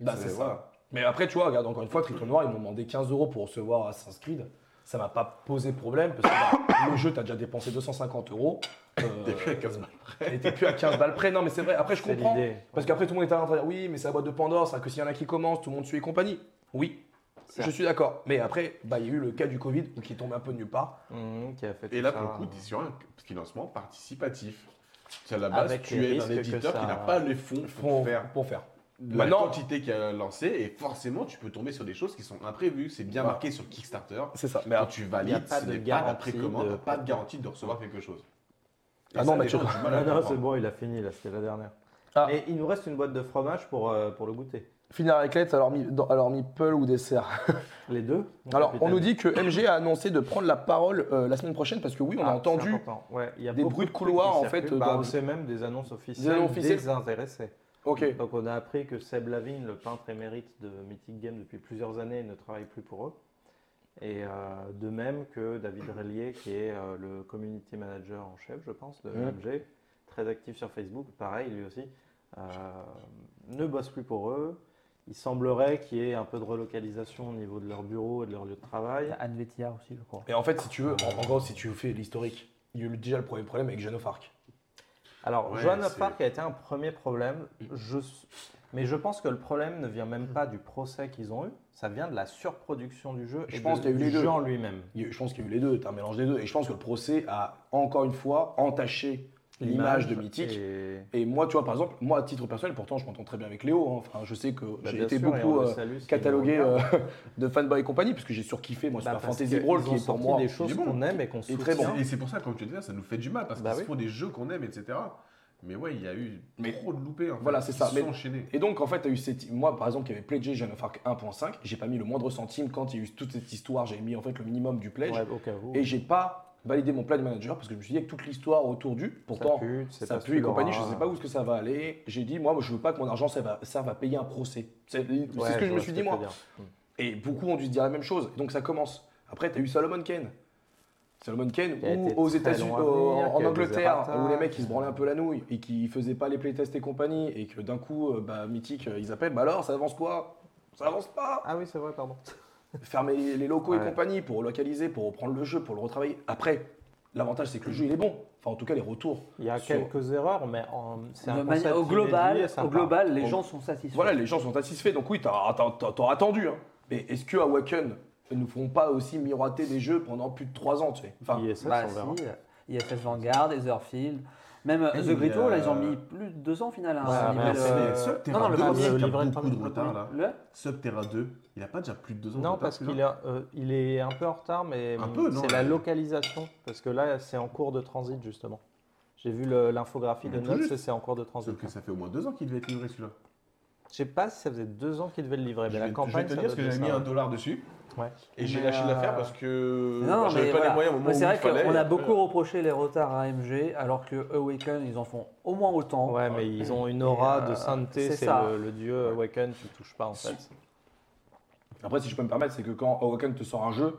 A: Bah, c'est ça.
B: voilà.
A: Mais après, tu vois, regarde, encore une fois, Triple Noir, ils m'ont demandé 15 euros pour recevoir Assassin's Creed. Ça m'a pas posé problème parce que bah, le jeu, t'as déjà dépensé 250 euros. Euh,
B: T'es plus à 15 balles.
A: et t'es plus à 15 balles près. Non, mais c'est vrai. Après, je
E: c'est
A: comprends.
E: l'idée.
A: Parce qu'après, tout le monde est à l'intérieur. Oui, mais c'est la boîte de Pandore, c'est que s'il y en a qui commencent, tout le monde suit et compagnie. Oui, je suis d'accord. Mais après, bah, il y a eu le cas du Covid où qui est tombé un peu de nulle part.
E: Mhm, qui a fait
B: Et
E: tout
B: là
E: ça,
B: pour le coup,
E: euh,
B: t'es sur un financement participatif. C'est à la base,
E: Avec
B: tu
E: les
B: es un
E: risques que
B: éditeur
E: ça-
B: qui n'a pas les fonds pour faire
A: Pour faire.
B: la
A: Maintenant-
B: quantité qu'il a lancée et forcément tu peux tomber sur des choses qui sont imprévues. C'est bien
A: Ouais.
B: marqué sur Kickstarter.
A: C'est ça. Mais
B: Mais quand
A: alors,
B: tu
E: il y a
B: valides,
E: pas
B: ce
E: de
B: n'est pas la
E: garantie
B: précommande,
E: de-
B: pas de garantie de recevoir quelque chose.
A: Ah non, mais
B: les
A: tu-
B: gens ont du mal à le
E: Ah non,
B: comprendre.
A: hein.
E: c'est bon, il a fini, là, c'était la dernière.
A: Ah.
E: Et il nous reste une boîte de fromage pour, euh, pour le goûter.
A: finir avec lettres, alors mi- dans- alors mi-peul ou dessert.
E: Les deux mon
A: Alors, on
E: capitaine.
A: nous dit que MG a annoncé de prendre la parole euh, la semaine prochaine parce que oui, on a
E: Ah, c'est
A: entendu.
E: important. Ouais, il y a
A: des
E: beaucoup
A: bruits de
E: trucs
A: couloir,
E: qui
A: en fait,
E: circulent.
A: dans
E: Bah,
A: le-
E: c'est même des annonces officielles,
A: annonces officielles.
E: des intéressés.
A: Ok.
E: Donc on a appris que Seb Lavigne, le peintre émérite de Mythic Game depuis plusieurs années, ne travaille plus pour eux. Et euh, de même que David Relier, qui est euh, le community manager en chef, je pense, de
A: Mhm.
E: MG, très actif sur Facebook, pareil, lui aussi, euh, ne bosse plus pour eux. Il semblerait qu'il y ait un peu de relocalisation au niveau de leur bureau et de leur lieu de travail.
C: Il y a Anne Vétillard aussi, je crois.
A: Et en fait, si tu veux, en, en gros, si tu fais l'historique, il y a eu déjà le premier problème avec Jeanne of Arc.
E: Alors,
B: Ouais,
E: Joan of
B: c'est-
E: Arc a été un premier problème. Je... Mais je pense que le problème ne vient même pas du procès qu'ils ont eu. Ça vient de la surproduction du jeu
A: Je
E: et
A: pense
E: de-
A: qu'il y a eu
E: du
A: les
E: jeu
A: deux.
E: en lui-même.
A: Il y a eu- je pense qu'il y a eu les deux, t'as un mélange des deux. Et je pense que le procès a encore une fois entaché l'image de Mythique.
E: et-
A: Et moi, tu vois, par exemple, moi, à titre personnel, pourtant, je m'entends très bien avec Léo. hein. Enfin, je sais que
E: Bah,
A: j'ai
E: bien
A: été
E: sûr, et on
A: beaucoup
E: le
A: euh,
E: salue s'il
A: catalogué
E: nous regarde.
A: euh, de fanboy et compagnie, puisque j'ai surkiffé, moi,
E: Bah,
A: Super
E: parce
A: Fantasy
E: que
A: Brawl,
E: ils
A: qui
E: ont
A: est pour
E: sorti
A: moi.
E: des choses
B: du bon.
E: qu'on aime et qu'on
A: Et
E: soutient.
A: très bon.
B: Et c'est pour ça, comme tu disais, ça nous fait du mal parce
E: Bah
B: qu'ils
E: oui.
B: font des jeux qu'on aime, etc. Mais ouais, il y a eu
A: Mais-
B: trop de loupés. en fait,
A: Voilà, c'est
B: qui
A: ça.
B: se
A: Mais-
B: sont enchaînés.
A: Et donc, en fait, t'as eu cette... moi, par exemple, qui avait pledgé Jeanne of Arc 1.5, j'ai pas mis le moindre centime quand il y a eu toute cette histoire, j'ai mis en fait le minimum du pledge.
E: Ouais, au cas où.
A: Et j'ai pas validé mon pledge manager parce que je me suis dit, avec toute l'histoire autour du, pourtant,
E: ça pue, tu sais
A: ça
E: pas hein. ce
A: pue et
E: qu'il aura.
A: compagnie, je sais pas où ce que ça va aller. J'ai dit, moi, moi, je veux pas que mon argent, ça va, ça va payer un procès. C'est c'est
E: Ouais,
A: ce que je me
E: vois
A: suis
E: que
A: dit,
E: tu veux
A: moi. Hmm.
E: dire.
A: Et beaucoup ont dû se dire la même chose. Et donc ça commence. Après, tu as eu Solomon Kane. Solomon Kane,
E: Qui a
A: ou
E: été
A: aux
E: très
A: États-Unis,
E: loin à
A: au-
E: venir,
A: en
E: qui a eu des
A: Angleterre,
E: errata.
A: où les mecs ils se branlaient un peu la nouille et qui faisaient pas les playtests et compagnie, et que d'un coup, euh, bah, Mythique, euh, ils appellent, bah alors, ça avance quoi Ça avance pas
E: Ah oui, c'est vrai, pardon.
A: Fermer les les locaux et
E: Ouais.
A: compagnie pour localiser, pour reprendre le jeu, pour le retravailler. Après, l'avantage c'est que le jeu il est bon. Enfin, en tout cas, les retours.
E: Il y a
A: Sur-
E: quelques erreurs, mais en- c'est un
C: De mani-
E: concept
C: au global,
E: inédit et sympa.
C: au global, les
A: Au-
C: gens sont satisfaits.
A: Voilà, les gens sont satisfaits, donc oui, t'as t'as- t'as- t'auras attendu. hein. Mais est-ce que Awaken ne nous feront pas aussi miroiter des jeux pendant plus de 3 ans, tu sais Enfin,
E: ISS,
C: Bah,
E: on verra.
C: si, IFS Vanguard, Etherfield, même euh,
B: Et
C: The
B: il
C: Great
B: y a-
C: Wall, là, ils ont mis plus de deux ans au final. hein,
E: Ouais,
C: à
E: mais
C: niveau
E: là,
C: de-
E: c'est les-
B: Mais Subterra
C: non, non, le
B: 2,
C: premier,
B: il y a
E: livret de
B: beaucoup de
E: Panthéon.
B: retard là.
C: Le-
B: Subterra 2, il n'a pas déjà plus de deux ans. de
E: Non,
B: retard,
E: parce
B: celui-là
E: qu'il est, euh, il est un peu en retard, mais
B: Un peu, non,
E: c'est la
B: mais-
E: localisation. Parce que là, c'est en cours de transit, justement. J'ai vu le- l'infographie de
B: Mais tout
E: Notes,
B: juste.
E: et c'est en cours de
B: Sauf
E: transit.
B: que ça fait au moins deux ans qu'il devait être livré celui-là.
E: Je sais pas si ça faisait deux ans qu'il devait le livrer,
B: Je
E: mais Eh la
B: vais- je vais
E: campagne,
B: te
E: ça
B: dire parce
E: doit
B: que
E: être
B: j'avais mis
E: ça.
B: un dollar dessus.
E: Ouais.
B: Et j'ai
C: Mais,
B: lâché
C: euh,
B: l'affaire parce que
C: Non,
B: bah, j'avais
C: mais
B: pas
C: voilà.
B: les moyens au moment
C: Mais
B: où
C: c'est
B: il
C: vrai
B: fallait.
C: qu'on a
B: Euh,
C: beaucoup reproché les retards à AMG, alors que Awaken, ils en font au moins autant.
E: Ouais, mais ils ont une aura
C: Et, euh,
E: de sainteté,
C: c'est
E: c'est
C: ça.
E: le, le dieu Awaken, tu le touches pas en fait.
A: Après, si je peux me permettre, c'est que quand Awaken te sort un jeu,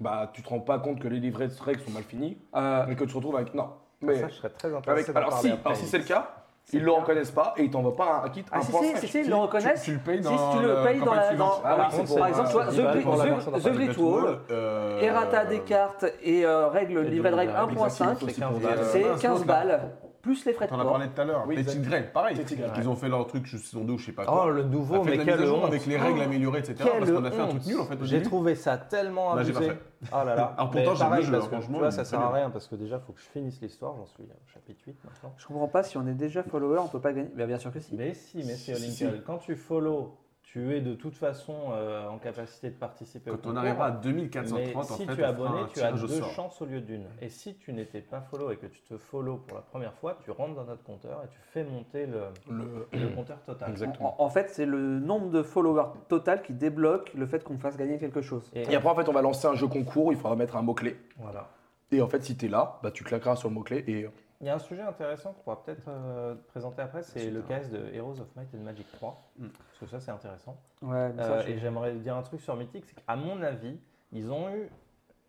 A: bah, tu te rends pas compte que les livrets de Strike sont mal finis,
C: Euh,
A: mais que tu te retrouves avec. Non, mais.
E: Ça, je serais très
A: avec-
E: intéressé. d'en
A: alors,
E: parler
A: si,
E: après,
A: alors si
E: Elix.
A: c'est le cas,
C: C'est
A: ils
C: le
A: le
C: cas.
A: reconnaissent pas et ils t'envoient pas un, un kit.
C: Ah
A: un
C: si,
A: point
C: si,
A: cinq.
C: si, si, ils le reconnaissent.
B: Tu le payes
C: Si,
B: dans.
C: si tu le payes dans la. dans-
A: Ah oui,
C: alors,
A: c'est pour
C: par
A: la-
C: exemple, tu vois,
E: c'est
C: The,
E: pas
C: Great-
E: pour la
C: The-
E: version
B: bah,
C: The Great Wall,
B: euh,
C: Errata des cartes et euh, règle
E: Et
C: livret de
E: donc,
C: règle
E: euh,
C: 1.5,
E: c'est 15
B: Et,
E: balles.
B: euh,
C: c'est
B: mince,
C: 15
B: l'autre, là.
C: balles, plus les frais de
B: T'en as
C: port.
B: parlé tout à l'heure.
A: Oui,
B: Petit
A: exact.
B: Greg, pareil.
A: Petit Greg.
B: Ils ont fait leur truc saison 2 ou je sais pas quoi.
E: Oh, le nouveau,
B: On a fait
E: mais
B: de la
E: quelle
B: mise à jour
E: honte. Oh,
B: avec les règles améliorées, etc. parce
E: Quelle
B: qu'on a fait un truc
E: honte.
B: nul en fait au
E: J'ai
B: début.
E: trouvé ça tellement
B: Bah, j'ai
E: abusé.
B: pas fait.
E: Oh là là.
B: Alors,
E: Mais
B: pourtant, j'aime
E: pareil,
B: le jeu,
E: parce
B: hein,
E: que,
B: franchement,
E: Tu vois,
B: il
E: ça
B: est
E: sert
B: très
E: à
B: bien.
E: rien parce que déjà, il faut que je finisse l'histoire. J'en suis au chapitre 8 maintenant.
C: Je comprends pas si on est déjà follower, on peut pas gagner. Bah, bien sûr que si.
E: Mais si, mais si,
B: Si, si,
E: Lincoln, quand tu follow, Tu es de toute façon euh, en capacité de participer au
F: Quand on
E: concours.
F: arrivera à
E: Mais
F: 2430, en
E: si
F: fait,
E: tu es
F: on
E: abonné,
F: fera un
E: tu as
F: tirage au
E: deux
F: sort.
E: chances au lieu d'une. Et si tu n'étais pas follow et que tu te follow pour la première fois, tu rentres dans notre compteur et tu fais monter le,
A: Le-
E: le compteur total.
A: Exactement.
C: En, en fait, c'est le nombre de followers total qui débloque le fait qu'on fasse gagner quelque chose.
E: Et,
A: Et après, en fait, on va lancer un jeu concours, il faudra mettre un mot-clé.
E: voilà.
A: Et en fait, si t'es là, bah, tu claqueras sur le mot-clé et
E: Il y a un sujet intéressant qu'on pourra peut-être euh, présenter après, c'est le cas de Heroes of Might and Magic 3.
F: Mm.
E: Parce que ça, c'est intéressant.
C: Ouais, mais ça,
E: Euh,
C: je-
E: et j'aimerais dire un truc sur Mythic, c'est qu'à mon avis, ils ont eu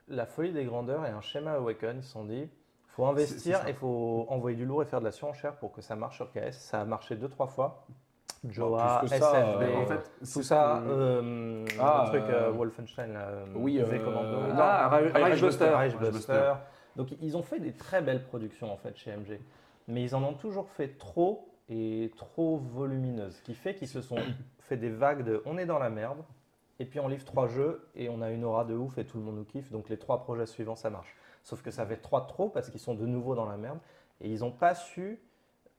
E: la folie des grandeurs et un schéma Awaken. Ils se sont dit, faut investir
F: ça.
E: et faut envoyer du lourd et faire de la surenchère pour que ça marche sur KS. Ça a marché deux trois fois. Joa,
A: plus que ça,
E: SFB,
A: euh,
F: En fait,
E: tout
F: c'est
E: ça,
F: que-
E: euh,
A: Ah,
E: le truc
A: euh,
E: euh, Wolfenstein, là, euh,
A: oui, euh,
E: V Commando.
A: non,
C: Ah, Ra-
A: Ra-
C: Reichbuster.
E: Reichbuster.
F: Reichbuster.
E: Donc ils ont fait des très belles productions en fait chez MG, mais ils en ont toujours fait trop et trop volumineuses, ce qui fait qu'ils se sont fait des vagues de on est dans la merde, et puis on livre trois jeux et on a une aura de ouf et tout le monde nous kiffe, donc les trois projets suivants ça marche. Sauf que ça fait trois de trop parce qu'ils sont de nouveau dans la merde et ils n'ont pas su,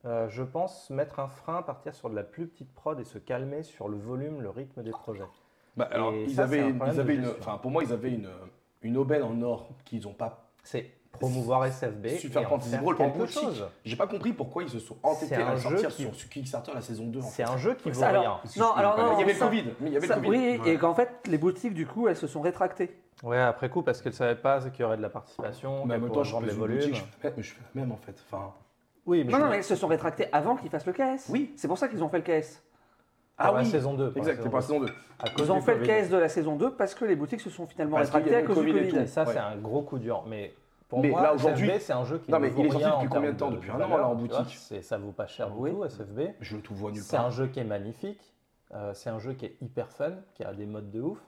E: euh, je pense, mettre un frein, partir sur de la plus petite prod et se calmer sur le volume, le rythme des projets.
A: Bah,
E: Et
A: alors, ils
E: ça, c'est
A: avaient,
E: un
A: une-
E: problème
A: ils
E: de
A: avaient une,
E: gestion.
A: enfin, pour moi, ils avaient une, une aubaine en or qu'ils ont pas.
E: C'est promouvoir SFB
A: su faire
E: et en
A: prendre
E: faire
A: Brawl en
E: quelque
A: boutique.
E: chose.
A: J'ai pas compris pourquoi ils se sont entêtés
E: C'est un
A: à sortir
E: jeu qui-
A: sur, sur Kickstarter la saison 2. en fait.
E: C'est un jeu qui vaut
C: Ça, alors,
E: rien.
F: Si je
C: non,
F: peux
C: alors
F: me
C: non,
A: Il y avait le
C: ça-
A: Covid. mais Il y avait le
C: ça-
A: Covid.
C: oui,
F: Ouais.
C: et qu'en fait, les boutiques, du coup, elles se sont rétractées.
E: Ouais, après coup, parce qu'elle savait pas qu'il y aurait de la participation,
C: Bah,
A: Mais en
E: qu'elle
A: même
E: pourrait
A: temps, je rentre
E: vendre les
A: dans une
E: volumes.
A: boutique, je fais, mais je fais la même en fait. Enfin,
E: Oui,
C: Non, non, mais elles se sont rétractées avant qu'ils fassent le KS.
A: Oui.
C: C'est pour ça qu'ils ont fait le KS.
E: ah, la saison 2.
A: exact, c'est pour la saison 2.
E: À cause
C: Ils ont
E: du
C: fait le
E: Covid.
C: KS de la saison 2 parce que les boutiques se sont finalement
A: Parce qu'il y
C: rétractées à
A: avait le
C: cause du
A: Covid et
C: Covid.
E: Et ça,
A: Ouais.
E: c'est un gros coup dur. Mais pour
A: Mais
E: moi,
A: là, aujourd'hui-
E: SFB, c'est un jeu qui.
A: Non,
E: ne
A: mais
E: vaut
A: il est sorti
E: rien
A: depuis
E: en
A: combien de
E: termes
A: temps Depuis un an, là, en
E: tu vois,
A: boutique.
E: c'est- Ça vaut pas cher du
C: Oui.
E: tout, SFB.
A: Je le tout vois nulle
E: C'est
A: part.
E: un jeu qui est magnifique. euh, C'est un jeu qui est hyper fun, qui a des modes de ouf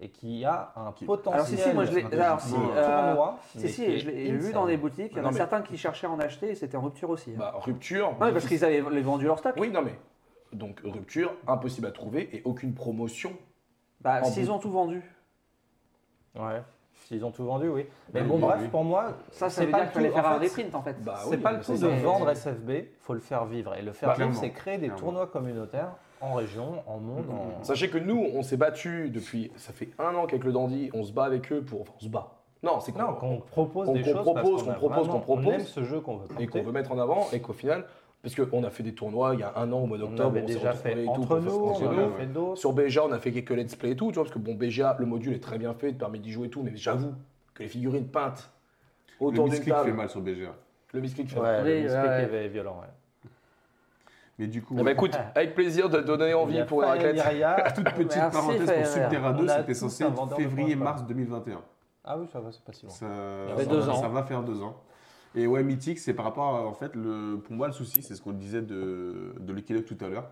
E: et qui a un
F: Qui-
E: potentiel.
C: Alors, si, si, moi, je l'ai.
E: Ah,
C: Alors, si,
F: stratégiquement,
C: euh,
E: tournoi, mais qui
C: si,
E: est
C: si, je l'ai j'ai vu
E: insane.
C: dans des boutiques. Il y en
A: Non,
C: a
A: mais-
C: certains qui cherchaient à en acheter et c'était en rupture aussi. hein.
A: Bah, rupture.
C: non, mais parce qu'ils avaient les vendu leur stock.
A: Oui, non, mais. Donc, rupture, impossible à trouver et aucune promotion.
C: Bah,
A: En
C: s'ils
A: bout.
C: ont tout vendu.
E: Ouais. S'ils ont tout vendu, oui. Mais
A: Oui,
E: bon,
A: oui,
E: bref,
A: oui.
E: pour moi,
C: Bah, Ça, ça
E: c'est
C: veut
E: pas
C: dire
E: le
C: qu'il fallait
E: tout.
C: faire
E: En
C: un
E: fait,
C: reprint en fait.
A: Bah
E: c'est
A: oui,
E: pas le
A: bah,
E: tout
A: c'est
E: de
A: ça.
E: vendre SFB, faut le faire vivre. Et le
A: Bah,
E: faire
F: Clairement.
E: vivre, c'est créer des
F: Clairement.
E: tournois communautaires en région, en monde. en-
A: Sachez que nous, on s'est battu depuis. Ça fait un an qu'avec le Dandy, on se bat avec eux pour. Enfin, on se bat. Non, c'est
E: Non, qu'on propose
A: qu'on-
E: des
A: qu'on
E: choses.
A: propose,
E: parce
A: qu'on
E: a
A: propose,
E: vraiment-
A: qu'on propose.
E: On aime ce jeu qu'on veut porter.
A: et qu'on veut mettre en avant et qu'au final, parce qu'on a fait des tournois il y a un an au mois
E: On
A: d'octobre,
E: avait
A: s'est
E: déjà
A: retrouvés
E: fait
A: et tout
E: entre
A: pour faire
E: nous,
A: ça entre
E: on en a
A: nous.
E: fait d'autres.
A: Sur BGA, on a fait quelques let's play et tout, tu vois, parce que bon, BGA, le module est très bien fait, te permet d'y jouer et tout, mais j'avoue que les figurines peintes
F: Le
A: autour d'une
F: misclick fait
A: table,
F: mal sur BGA.
A: le misclick fait
E: Ouais,
A: mal.
E: le
C: Oui,
E: Miss
C: ouais,
E: Click
C: ouais.
E: est violent. ouais.
F: Mais du coup,
A: Eh ben
F: ouais.
A: écoute, avec plaisir de donner
E: Il y
A: envie
E: a
A: pour une raclette.
E: Faeria.
F: toute petite
C: Merci,
F: parenthèse
C: Ferrer.
F: pour Subterra
E: On
F: 2,
E: a
F: c'était
E: tous
F: censé
E: un
F: être
E: vendeur de points,
F: février-mars
E: pardon.
F: 2021.
E: Ah oui, ça va, c'est pas si loin.
F: Ça,
E: Ça
C: fait
F: ça
C: deux
F: va-
C: ans.
F: ça va faire deux ans. Et ouais, Mythic, c'est par rapport à, en fait, le, pour moi, le souci, c'est ce qu'on disait de, de Lucky Luck tout à l'heure,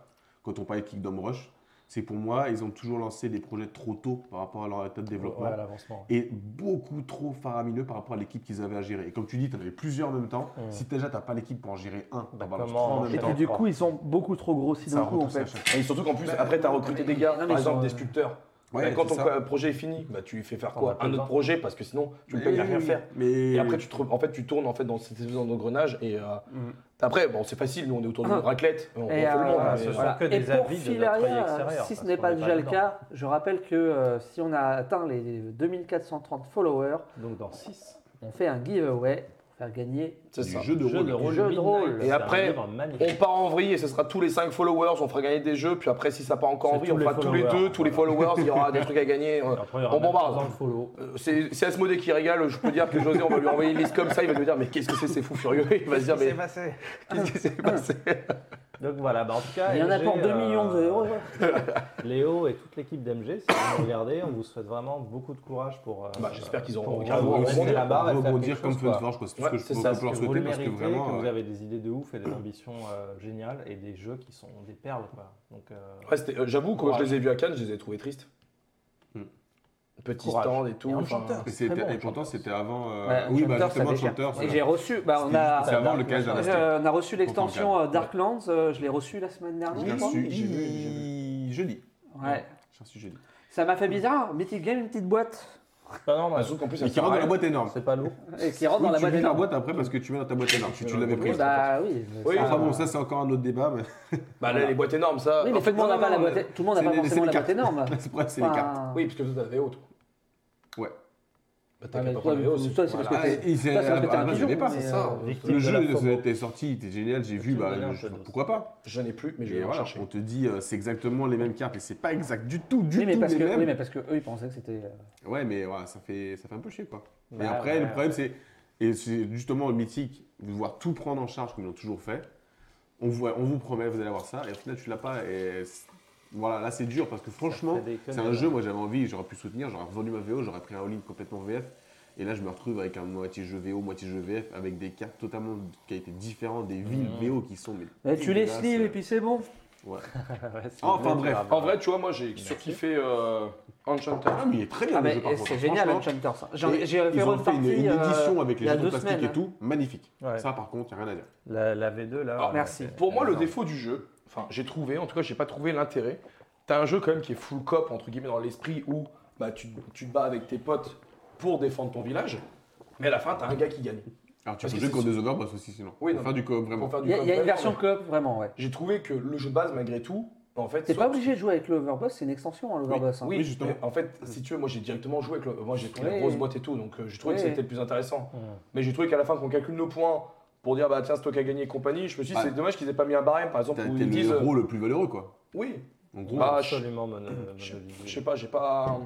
F: quand on parlait de Kingdom Rush. C'est pour moi, ils ont toujours lancé des projets trop tôt par rapport à leur état de développement.
E: Ouais, à l'avancement. ouais.
F: Et beaucoup trop faramineux par rapport à l'équipe qu'ils avaient à gérer. Et comme tu dis, tu en avais plusieurs en même temps.
E: Mm.
F: Si déjà, t'as pas l'équipe pour en gérer un, t'en
E: Bah,
F: balances
E: comment
F: trois en même
E: on
C: Et
E: enchaîne
F: temps.
C: puis du coup, ils sont beaucoup trop grossis
F: Ça
C: d'un coup en
F: retourne à
C: fait.
F: chaque
A: Et surtout qu'en plus, après, t'as recruté des gars,
C: Non, mais
A: par
C: ils sont,
A: exemple des
C: euh,
A: sculpteurs.
F: fois.
A: Mais quand
F: c'est
A: ton
F: ça.
A: projet est fini, bah, tu lui fais faire
E: T'en as
A: quoi
E: pas
A: Un
E: besoin.
A: autre projet, parce que sinon, tu le payes à rien faire.
F: Mais
A: Et après, tu te re- en fait, tu tournes en fait dans cette saison d'engrenage. Et euh,
F: Mhm.
A: après, bon, c'est facile. Nous, on est autour d'une
C: Ah.
A: raclette. On
C: Mm. Et,
A: refait le monde.
C: euh,
A: mais
E: ce
A: voilà.
E: sont que
C: Et
E: des
C: pour
E: avis de notre œil
C: Filaria,
E: extérieur.
C: euh, si ce
E: parce
C: n'est
E: qu'on
C: pas
E: n'est
C: déjà le
E: dedans.
C: cas, je rappelle que euh, si on a atteint les 2430 followers,
E: Donc dans 6.
C: on fait un giveaway pour faire gagner.
A: C'est
F: du
A: ça.
F: jeu de
E: Jeu
F: rôle.
E: de rôle.
C: Jeu de rôle.
E: Midnight,
A: Et
E: c'est un
A: après,
E: livre magnifique.
A: On part en vrille et ce sera tous les 5 followers. On fera gagner des jeux. Puis après, si ça part encore en vrille,
E: C'est tous
A: on
E: les
A: fera tous les
E: followers.
A: deux, tous les followers. Il y aura des trucs à gagner. euh,
E: Après, il y aura
A: On
E: même
A: bombarde.
E: pas besoin de follow.
A: euh, C'est c'est Asmodée qui régale. Je peux dire que José, on va lui envoyer une liste comme ça. Il va lui dire Mais qu'est-ce que c'est C'est fou furieux. Il va se dire Mais
E: passé
A: qu'est-ce qui s'est passé
E: Donc voilà, bah en tout cas.
C: Il y en a
E: MG,
C: pour 2
E: euh,
C: millions d'euros.
E: Léo et toute l'équipe d'MG, si vous nous regardez, on vous souhaite vraiment beaucoup de courage pour. euh,
A: Bah, j'espère qu'ils auront
E: pour
A: regardé.
E: vous
A: Rebondir,
E: remonter la barre et faire
F: rebondir
E: quelque
F: comme
E: chose,
F: feu de
E: quoi.
F: forge, quoi. C'est
A: Ouais,
F: tout ce
A: c'est
F: que je
A: ça,
F: peux-
A: ce
F: peux leur
E: Parce que vous
F: souhaiter
E: le
F: parce que
E: méritez, que
F: vraiment.
E: vous
F: euh,
E: avez des idées de ouf et des ambitions euh, géniales et des jeux qui sont des perles. Quoi. Donc, euh,
A: Ouais, c'était- euh, J'avoue, quand
E: Courage.
A: je les ai vus à Cannes, je les ai trouvés tristes.
F: Mhm.
A: Petit
E: Courage.
A: stand et tout.
E: Et un
A: enfin,
E: chanteur.
F: Et,
E: C'est très
F: c'était-
E: bon,
F: et
E: le
F: pourtant,
E: chanteur.
F: c'était avant. euh,
C: Ouais,
F: oui, bah
C: chanteur, ça
F: justement, le
C: déchire.
F: chanteur.
C: Et
F: voilà.
C: j'ai reçu, bah, on
F: C'était
C: a,
F: juste- C'est avant le
E: Dark
F: cas
E: Knight.
F: d'Anastas.
C: euh, on a reçu l'extension euh, Darklands, euh, je l'ai reçu la semaine
F: Je
C: dernière.
F: l'ai
C: je crois.
F: reçu
A: j'ai vu, j'ai
F: jeudi.
C: Ouais.
F: Je l'ai reçu jeudi.
C: Ça m'a fait bizarre, Mythic Game, une petite boîte.
E: Pas normal.
A: Surtout qu'en plus,
B: Mais
A: ça
B: qui
A: sert à
B: rentre dans la
A: rien.
B: boîte énorme.
E: C'est pas lourd.
C: Et qui rentre dans
B: Oui,
C: la
B: tu vides
C: boîte
B: la
C: énorme.
B: boîte après parce que tu mets dans ta boîte énorme. Tu, tu l'avais
C: Oui,
B: prise.
C: Bah oui. mais ça-
B: Enfin bon, ça c'est encore un autre débat. Mais...
A: Bah là, les boîtes énormes, ça.
C: Oui, mais
A: En
C: tout
A: fait,
C: le monde
A: non,
C: n'a
A: non,
C: pas la
A: non,
C: boîte
A: mais-
C: é- tout le monde n'a
B: c'est
C: pas
B: les- c'est
C: forcément
B: les
C: la boîte
B: cartes.
C: énorme.
B: c'est vrai, c'est les
C: Enfin,
B: cartes.
A: Oui, parce que vous avez autre.
B: Ouais.
A: Bah,
C: Ouais,
A: t'as
C: mais
A: qu'à
C: toi,
A: pas prendre les hauts,
C: toi,
A: c'est-
C: c'est parce que
B: Ah,
C: t'es-
B: il s'est-
C: toi, c'est
B: à
C: parce que t'es
B: la
C: un
B: base, il y
C: pigeon.
B: avait pas,
C: mais,
B: c'est ça.
C: euh,
E: Victime
B: Le
E: de la
B: jeu
E: FOMO.
B: était sorti, il était génial, j'ai vu,
E: me
B: bah,
E: donnes un
B: je-
E: peu de-
B: pourquoi pas
A: J'en ai plus, mais je
B: Et
A: vais en
B: voilà,
A: chercher.
B: on te dit, euh, c'est exactement les mêmes cartes, et c'est pas exact du tout, du
C: Oui, mais
B: tout
C: parce
B: les
C: que, oui,
B: mêmes.
C: mais parce que eux, ils pensaient que c'était. euh,
B: Ouais, mais voilà, ça fait, ça fait un peu chier, quoi. Et
E: Bah,
B: après,
E: ouais.
B: le problème, c'est, et c'est justement au mythique, de vouloir tout prendre en charge comme ils l'ont toujours fait. On, voit, on vous promet, vous allez avoir ça, et au final, tu l'as pas. Et c'est- voilà, là, c'est dur parce que franchement,
E: fait des
B: c'est un
E: conneries,
B: jeu, moi j'avais envie, j'aurais pu soutenir, j'aurais revendu ma VO, j'aurais pris un all complètement VF. Et là, je me retrouve avec un moitié jeu VO, moitié jeu VF, avec des cartes totalement de qualité différentes, des villes VO qui sont. mais
H: Eh, tu les
B: dégueulasses.
H: slives et puis c'est bon.
B: Ouais.
E: Ouais, c'est
B: Enfin,
E: vrai,
B: bref.
E: c'est
A: En vrai, tu vois, moi, j'ai surkiffé euh, Enchanter.
B: Ah, mais il est très bien
H: Ah,
B: le
H: mais
B: jeu, par
H: eh,
B: contre.
H: c'est génial,
B: Franchement,
H: Enchanter. ça. J'en- J'ai
B: et
H: fait
B: ils ont
H: une
B: fait une,
H: partie,
B: une
H: euh,
B: édition avec
H: il y
B: les
H: a
B: jetons
H: deux
B: plastiques
H: semaines. hein.
B: et tout, magnifique.
E: Ouais.
B: Ça, par contre, y a rien à dire.
E: La, la V2, là.
A: Ah,
E: ouais,
H: merci.
E: c'est-
A: Pour moi, le
E: énorme.
A: défaut du jeu, enfin, j'ai trouvé, en tout cas, j'ai pas trouvé l'intérêt. T'as un jeu quand même qui est full cop, entre guillemets, dans l'esprit où bah, tu, tu te bats avec tes potes pour défendre ton village, mais à la fin, t'as un gars qui gagne.
B: Alors, tu
A: Parce
B: peux
A: que
B: jouer
A: c'est-
B: contre des overboss aussi, sinon.
A: Oui,
B: pour
A: non,
B: faire du coop, vraiment.
A: Pour faire
C: Il
A: du
C: y a- il y a
A: coop,
C: une version club, vraiment, ouais.
A: J'ai trouvé que le jeu de base, malgré tout, en fait.
C: T'es
A: soit-
C: pas obligé de jouer avec l'Overboss, c'est une extension, hein,
A: Oui,
C: l'Overboss. hein.
A: oui,
B: Oui, justement.
A: mais En fait, si tu veux, moi j'ai directement joué avec le- Moi j'ai pris la
C: Oui.
A: grosse boîte et tout, donc euh, j'ai trouvé que
C: Oui.
A: c'était le plus intéressant.
E: Mm.
A: Mais j'ai trouvé qu'à la fin, qu'on calcule nos points pour dire bah tiens, stock à gagner et compagnie, je me suis dit
B: Bah,
A: c'est dommage qu'ils aient pas mis un barème par exemple
B: T'as
A: où
B: t'es
A: ils
B: le
A: disent. euh,
B: héros le plus valeureux, quoi.
A: Oui,
B: En gros,
A: Bah,
E: Absolument mono.
A: je
E: monolithique.
A: je sais pas, j'ai pas.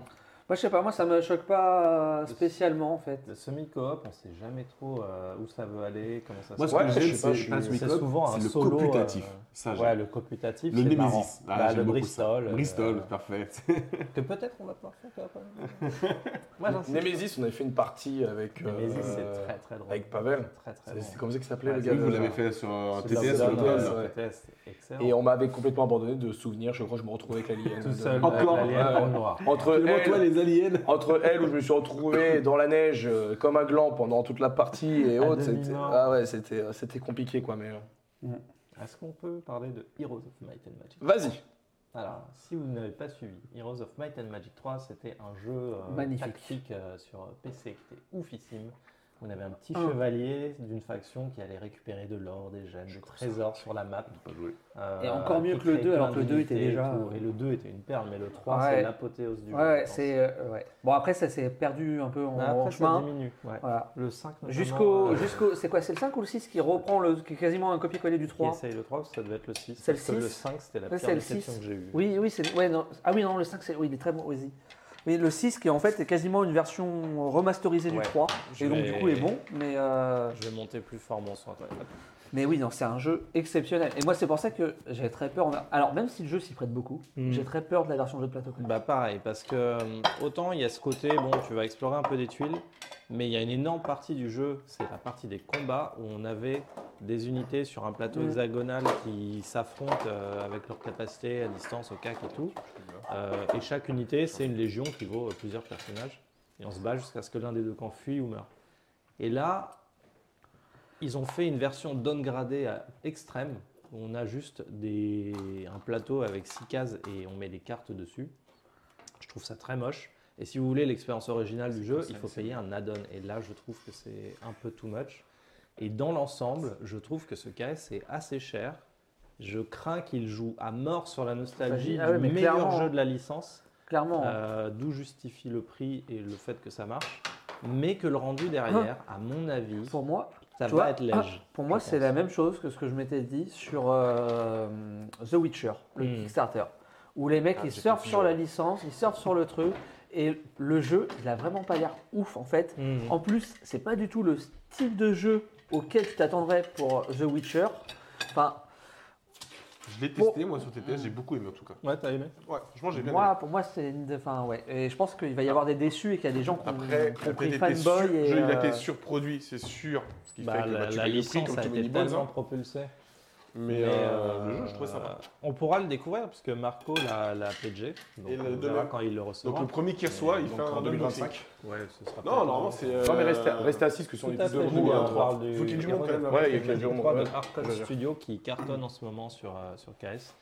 C: Moi, je sais pas, moi, ça me choque pas euh, spécialement, en fait.
E: Le semi-coop, on sait jamais trop euh, où ça veut aller, comment ça
B: moi,
E: se
B: ce
A: ouais,
B: que
A: je
B: j'aime,
A: sais pas, je
B: c'est
A: suis-
B: pas ce
E: c'est
B: mix-up,
E: souvent un
B: c'est le
E: solo,
B: coputatif.
E: euh,
B: Ça,
E: Ouais,
B: j'aime.
E: le coputatif,
B: Le
E: c'est marrant.
B: Nemesis. Ah,
E: Bah,
B: j'aime
E: le
B: beaucoup ça.
E: Bristol. euh,
B: Bristol, parfait.
E: que peut-être on va pouvoir faire quand même. Moi, j'en sais pas.
A: Nemesis, on avait fait une partie avec. euh,
E: Nemesis, c'est très très drôle.
A: avec Pavel.
E: Très très
A: C'est
E: drôle. euh,
A: c'est comme ça qu'il s'appelait
E: Ah,
A: le
E: c'est
A: gars.
B: Oui, vous
A: de-
B: l'avez fait sur euh, un
E: C'est
B: TTS,
E: la-
A: sur
B: sur le
A: le
E: la-
A: Blast,
B: Blast.
A: ouais.
E: TTS, excellent.
A: Et on m'avait complètement abandonné de souvenirs, je crois que je me retrouvais avec l'alien.
E: tout seul,
A: Entre-
E: la- l'alien
A: ouais,
E: dans le
A: ouais.
E: noir.
A: Entre
B: Tellement, toi,
A: elle-
B: les aliens.
A: Entre elle où je me suis retrouvé dans la neige euh, comme un gland pendant toute la partie et
E: À
A: autres, c'était
E: demi-mort.
A: ah ouais, c'était euh, c'était compliqué quoi mais euh,
E: Est-ce qu'on peut parler de Heroes of Might and Magic
A: vas-y.
E: Alors, si vous n'avez pas suivi, Heroes of Might and Magic 3, c'était un jeu euh,
C: Magnifique.
E: tactique euh, sur PC qui était oufissime. On avait un petit chevalier d'une faction qui allait récupérer de l'or, des gemmes, des trésors sur la map. Euh,
C: Et encore
E: qui
C: mieux que le
E: créait
C: 2,
E: plein
C: alors que le 2 était
E: d'unités et
C: déjà-
E: tout. Et, le 2 était une perle, mais le 3,
C: Ouais.
E: c'est l'apothéose du
C: Ouais,
E: jeu. je
C: ouais,
E: pense.
C: c'est. euh, ouais. Bon, après, ça s'est perdu un peu en,
E: Mais
C: en
E: Bah, Après, ça
C: chemin.
E: diminue. ouais.
C: Voilà.
E: Le 5, notamment,
C: Jusqu'au.
E: euh,
C: jusqu'au c'est quoi C'est le 5 ou le 6 qui reprend le. qui est quasiment un copier-coller du
E: qui
C: 3
E: essaye le 3, parce que ça devait être le 6.
C: C'est le
E: parce que
C: 6.
E: 5, c'était la
C: Ouais,
E: pire
C: c'est le
E: déception
C: 6.
E: que j'ai eue.
C: Oui, oui, c'est. Ouais, non. Ah oui, non, le 5, c'est. Oui, il est très bon, vas-y. Mais le 6 qui en fait est quasiment une version remasterisée du
E: Ouais.
C: 3
E: Je
C: et donc
E: vais-
C: du coup est bon mais euh,
E: Je vais monter plus fort mon son.
C: mais oui non c'est un jeu exceptionnel et moi c'est pour ça que j'ai très peur alors même si le jeu s'y prête beaucoup
E: Mm.
C: j'ai très peur de la version jeu de plateau quand même.
E: Bah pareil, parce que euh, autant il y a ce côté, bon, tu vas explorer un peu des tuiles, mais il y a une énorme partie du jeu, c'est la partie des combats, où on avait des unités sur un plateau
C: Mm.
E: hexagonal qui s'affrontent euh, avec leur capacité à distance, au cac et tout. Euh, et chaque unité, c'est une légion qui vaut euh, plusieurs personnages. Et on se bat jusqu'à ce que l'un des deux camps fuit ou meurt. Et là, ils ont fait une version downgradée à extrême. où On a juste des, un plateau avec six cases et on met des cartes dessus. Je trouve ça très moche. Et si vous voulez l'expérience originale du jeu, il faut payer un add-on. Et là, je trouve que c'est un peu too much. Et dans l'ensemble, je trouve que ce KS est assez cher. Je crains qu'il joue à mort sur la nostalgie
C: Ah ouais,
E: du
C: mais
E: meilleur
C: clairement.
E: jeu de la licence,
C: clairement
E: euh, d'où justifie le prix et le fait que ça marche. Mais que le rendu derrière, à mon avis,
C: Ah. pour Ah. moi
E: ça
C: tu
E: va
C: vois,
E: être léger.
C: Pour moi,
E: je
C: c'est
E: pense.
C: la même chose que ce que je m'étais dit sur euh, The Witcher, le
E: Hmm.
C: Kickstarter, où les mecs
E: Ah,
C: ils
E: j'ai
C: surfent
E: pas
C: sur
E: vu.
C: la licence, ils surfent sur le truc, et le jeu, il a vraiment pas l'air ouf en fait.
E: Mhm.
C: En plus, c'est pas du tout le type de jeu auquel tu t'attendrais pour The Witcher. Enfin,
B: Je l'ai testé, moi, sur TTS, j'ai beaucoup aimé, en tout cas.
E: Ouais, t'as aimé
B: Ouais, franchement, j'ai bien aimé.
C: moi, pour moi, c'est une. Enfin, ouais. Et je pense qu'il va y avoir des déçus et qu'il y a des gens qui ont,
B: Ah. Après,
C: qui ont
B: le
C: pris
B: PTT
C: fanboy.
B: sur-
C: et,
B: jeu, il a
C: euh,
B: été surproduit, c'est sûr. Ce qui
E: Bah,
B: fait que
E: La,
B: bah, tu
E: la
B: payes le prix
E: licence
B: comme
E: a
B: tu
E: été
B: mini balls,
E: tellement
B: hein.
E: propulsée.
B: Mais euh, le jeu, je trouve sympa.
E: On pourra le découvrir parce que Marco l'a l'a pledgé. Donc
B: Et le
E: on verra
B: demain.
E: quand il le recevra.
B: Donc, le premier qui reçoit, il
A: Donc,
B: fait un
A: en
B: 2025.
A: 2025.
E: Ouais, ce sera
B: Non, normalement, c'est. euh,
A: Non mais reste, reste assis parce que si on
E: Tout
A: est
E: à
A: tous
E: fait, je
B: veux
A: debout,
B: bien
A: euh,
B: voir.
E: parle du
B: hein. Faut qu'il y ait du monde, quand même.
E: Heroes
A: Ouais,
E: of
A: il y a
E: Might and
A: du monde,
E: Magic 3
A: ouais.
E: de Arcade
A: Je veux dire.
E: Studio qui cartonne en ce moment sur, euh, sur KS.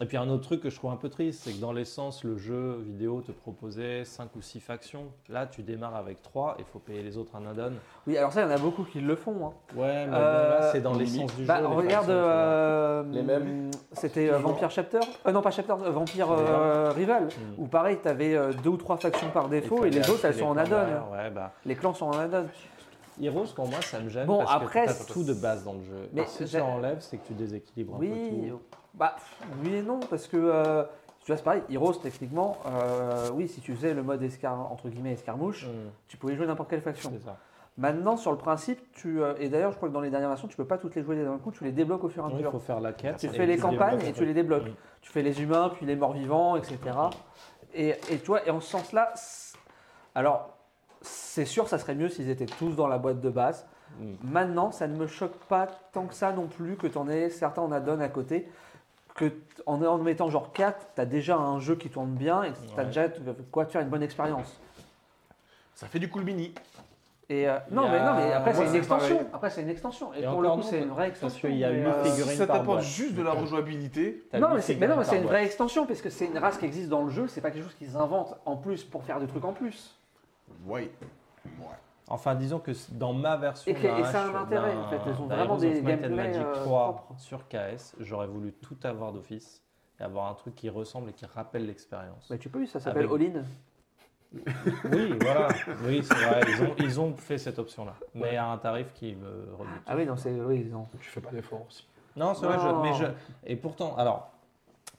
E: Et puis un autre truc que je trouve un peu triste, c'est que dans l'essence, le jeu vidéo te proposait 5 ou 6 factions. Là, tu démarres avec 3 et il faut payer les autres un add-on.
C: Oui, alors ça, il y en a beaucoup qui le font. hein.
E: Ouais, mais bon,
C: Euh,
E: là, c'est dans l'essence du
C: Bah,
E: jeu. les
C: regarde,
E: factions, tu vois.
C: euh,
A: Les mêmes.
C: C'était euh, Vampire Chapter euh, Non, pas Chapter, euh, Vampire euh, Rival.
E: Mm.
C: Où pareil, t'avais euh, deux ou trois factions par
E: Il
C: défaut
E: fallait
C: et, les autres,
E: acheter
C: elles sont en
E: plans
C: add-on.
E: derrière, Ouais, bah.
C: Les clans sont en add-on.
E: Heroes, pour moi, ça me gêne.
C: Bon,
E: parce
C: après,
E: que t'as
C: c'est-
E: tout de base dans le jeu.
C: Mais
E: Mais si
C: j'ai-
E: ça enlève, c'est que tu déséquilibres un peu
C: Oui,
E: tout.
C: bah, pff, oui et non, parce que euh, tu vois, c'est pareil, Heroes, techniquement, euh, oui, si tu faisais le mode escar- entre guillemets escarmouche,
E: Mm,
C: tu pouvais jouer n'importe quelle faction.
E: c'est ça.
C: Maintenant, sur le principe, tu, euh, et d'ailleurs, je crois que dans les dernières versions, tu peux pas toutes les jouer d'un coup, tu les débloques au fur et à
E: Oui, il
C: mesure.
E: faut faire la quête.
C: Tu
E: et
C: fais les
E: tu
C: campagnes
E: développes
C: et tu les débloques.
E: Oui.
C: Tu fais les humains, puis les morts vivants, etc. Et, et tu vois, et en ce sens-là, c'est- alors, c'est sûr, ça serait mieux s'ils étaient tous dans la boîte de base.
E: Mm.
C: Maintenant, ça ne me choque pas tant que ça non plus que t'en aies certains en add-on à côté. Que t- en, en mettant genre 4, t'as déjà un jeu qui tourne bien et t'as
E: Ouais.
C: déjà t- quoi de faire une bonne expérience.
I: Ça fait du cool mini.
C: Et euh, non,
E: Il y
C: mais non,
E: a-
C: mais après
E: Moi,
C: c'est une
E: c'est
C: extension. Après c'est une extension. Et,
E: Et
C: pour
E: encore
C: le coup,
E: non,
C: c'est une vraie
E: parce
C: extension.
E: qu'il y a
C: mais,
E: une
C: euh,
E: figurine
I: ça
E: par
I: t'apporte
E: boîte.
I: juste de la rejouabilité.
E: T'as
C: Non,
E: mis
C: mais
E: tes
C: c'est mais non,
E: gamins
C: mais c'est
E: par
C: une
E: boîte.
C: vraie extension, parce que c'est une race qui existe dans le jeu, c'est pas quelque chose qu'ils inventent en plus pour faire des trucs en plus.
I: Ouais.
E: Enfin, disons que c- dans ma version.
C: Et que- et
E: d'un
C: ça a un
E: H,
C: intérêt,
E: d'un-
C: en fait, elles ont
E: d'un
C: vraiment
E: Heroes
C: des
E: of Might and
C: gameplays,
E: Magic
C: euh,
E: 3
C: propres.
E: sur KS, j'aurais voulu tout avoir d'office et avoir un truc qui ressemble et qui rappelle l'expérience.
C: Mais Bah, tu peux, ça s'appelle
E: Avec-
C: All-in.
E: Oui, voilà. Oui, c'est vrai. Ils ont, ils ont fait cette option-là, mais à un tarif qui me rebute.
C: Ah oui, non, c'est. Oui, non.
A: Tu fais pas d'effort aussi.
E: Non, c'est vrai. je-
C: Non.
E: mais je- et pourtant, alors,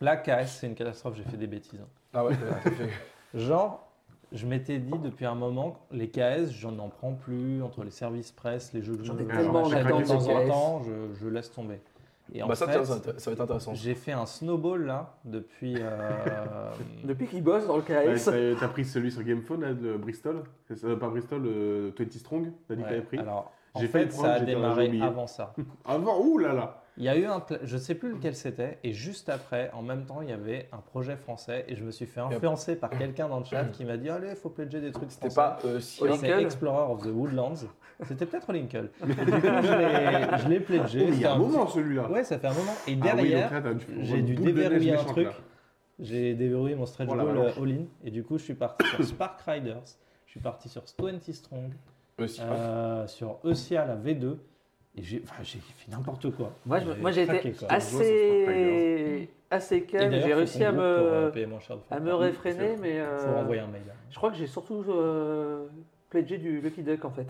E: là, KS, c'est une catastrophe. J'ai fait des bêtises. hein.
A: Ah ouais, t'as fait.
E: Genre, je m'étais dit depuis un moment, les KS, j'en en prends plus, entre les services presse, les jeux de
C: J'en ai
E: jeu,
C: tellement,
E: j'achète
I: j'en ai
E: de temps
C: des
E: en
C: KS.
E: temps, je, je laisse tomber. Et en
A: Bah ça, tiens, ça,
E: fait,
A: va être- ça va être intéressant.
E: j'ai fait un snowball là, depuis... euh,
C: Depuis qu'ils bossent dans le
E: Bah,
B: T'as
C: KS.
B: t'as- t'as pris celui sur GamePhone, là, le Bristol C'est ça, Pas Bristol, le 20 Strong, t'as dit que
E: ouais,
B: t'avais pris
E: Alors, en
B: J'ai
E: fait,
B: failli prendre,
E: ça a
B: j'étais- j'ai
E: démarré
B: oublié.
E: avant ça.
B: Avant, ouh là là
E: Il y a eu un... pla- Je sais plus lequel c'était, et juste après, en même temps, il y avait un projet français, et je me suis fait influencer par quelqu'un dans le chat qui m'a dit « Allez, faut pledger des trucs
A: C'était
E: français ».
A: pas euh, si-
E: C'est
C: Lincoln
E: Explorer of the Woodlands. C'était peut-être Lincoln. Et du coup, je l'ai- je l'ai pledgé.
B: Oh, mais Il y
E: C'était
B: a un
E: un
B: moment celui-là
E: Ouais, ça fait un moment.
B: Ah
E: Et
B: oui, donc
E: derrière,
B: là, t'as du-
E: j'ai
B: une
E: dû
B: boule de neige
E: déverrouiller un
B: méchante,
E: truc.
B: là.
E: J'ai déverrouillé mon stretch
B: Oh, la
E: goal
B: vache.
E: euh, all-in. Et du coup, je suis parti sur Spark Riders. Je suis parti sur 20 Strong.
A: euh, si-
E: euh, sur ECA, la V2. Et j'ai enfin, j'ai fait n'importe quoi.
C: Moi, je- moi, j'ai
E: craqué,
C: été
E: quoi.
C: assez. assez
E: Et
C: calme.
E: d'ailleurs,
C: J'ai
E: faut
C: réussi
E: qu'on
C: à
E: groupe pour, euh,
C: me.
E: payer moins cher de
C: à
E: faire
C: me
E: ça.
C: réfréner, mais. euh,
E: Faut renvoyer un mail.
C: Je crois que j'ai surtout. euh, pledgé du Lucky Duck en fait.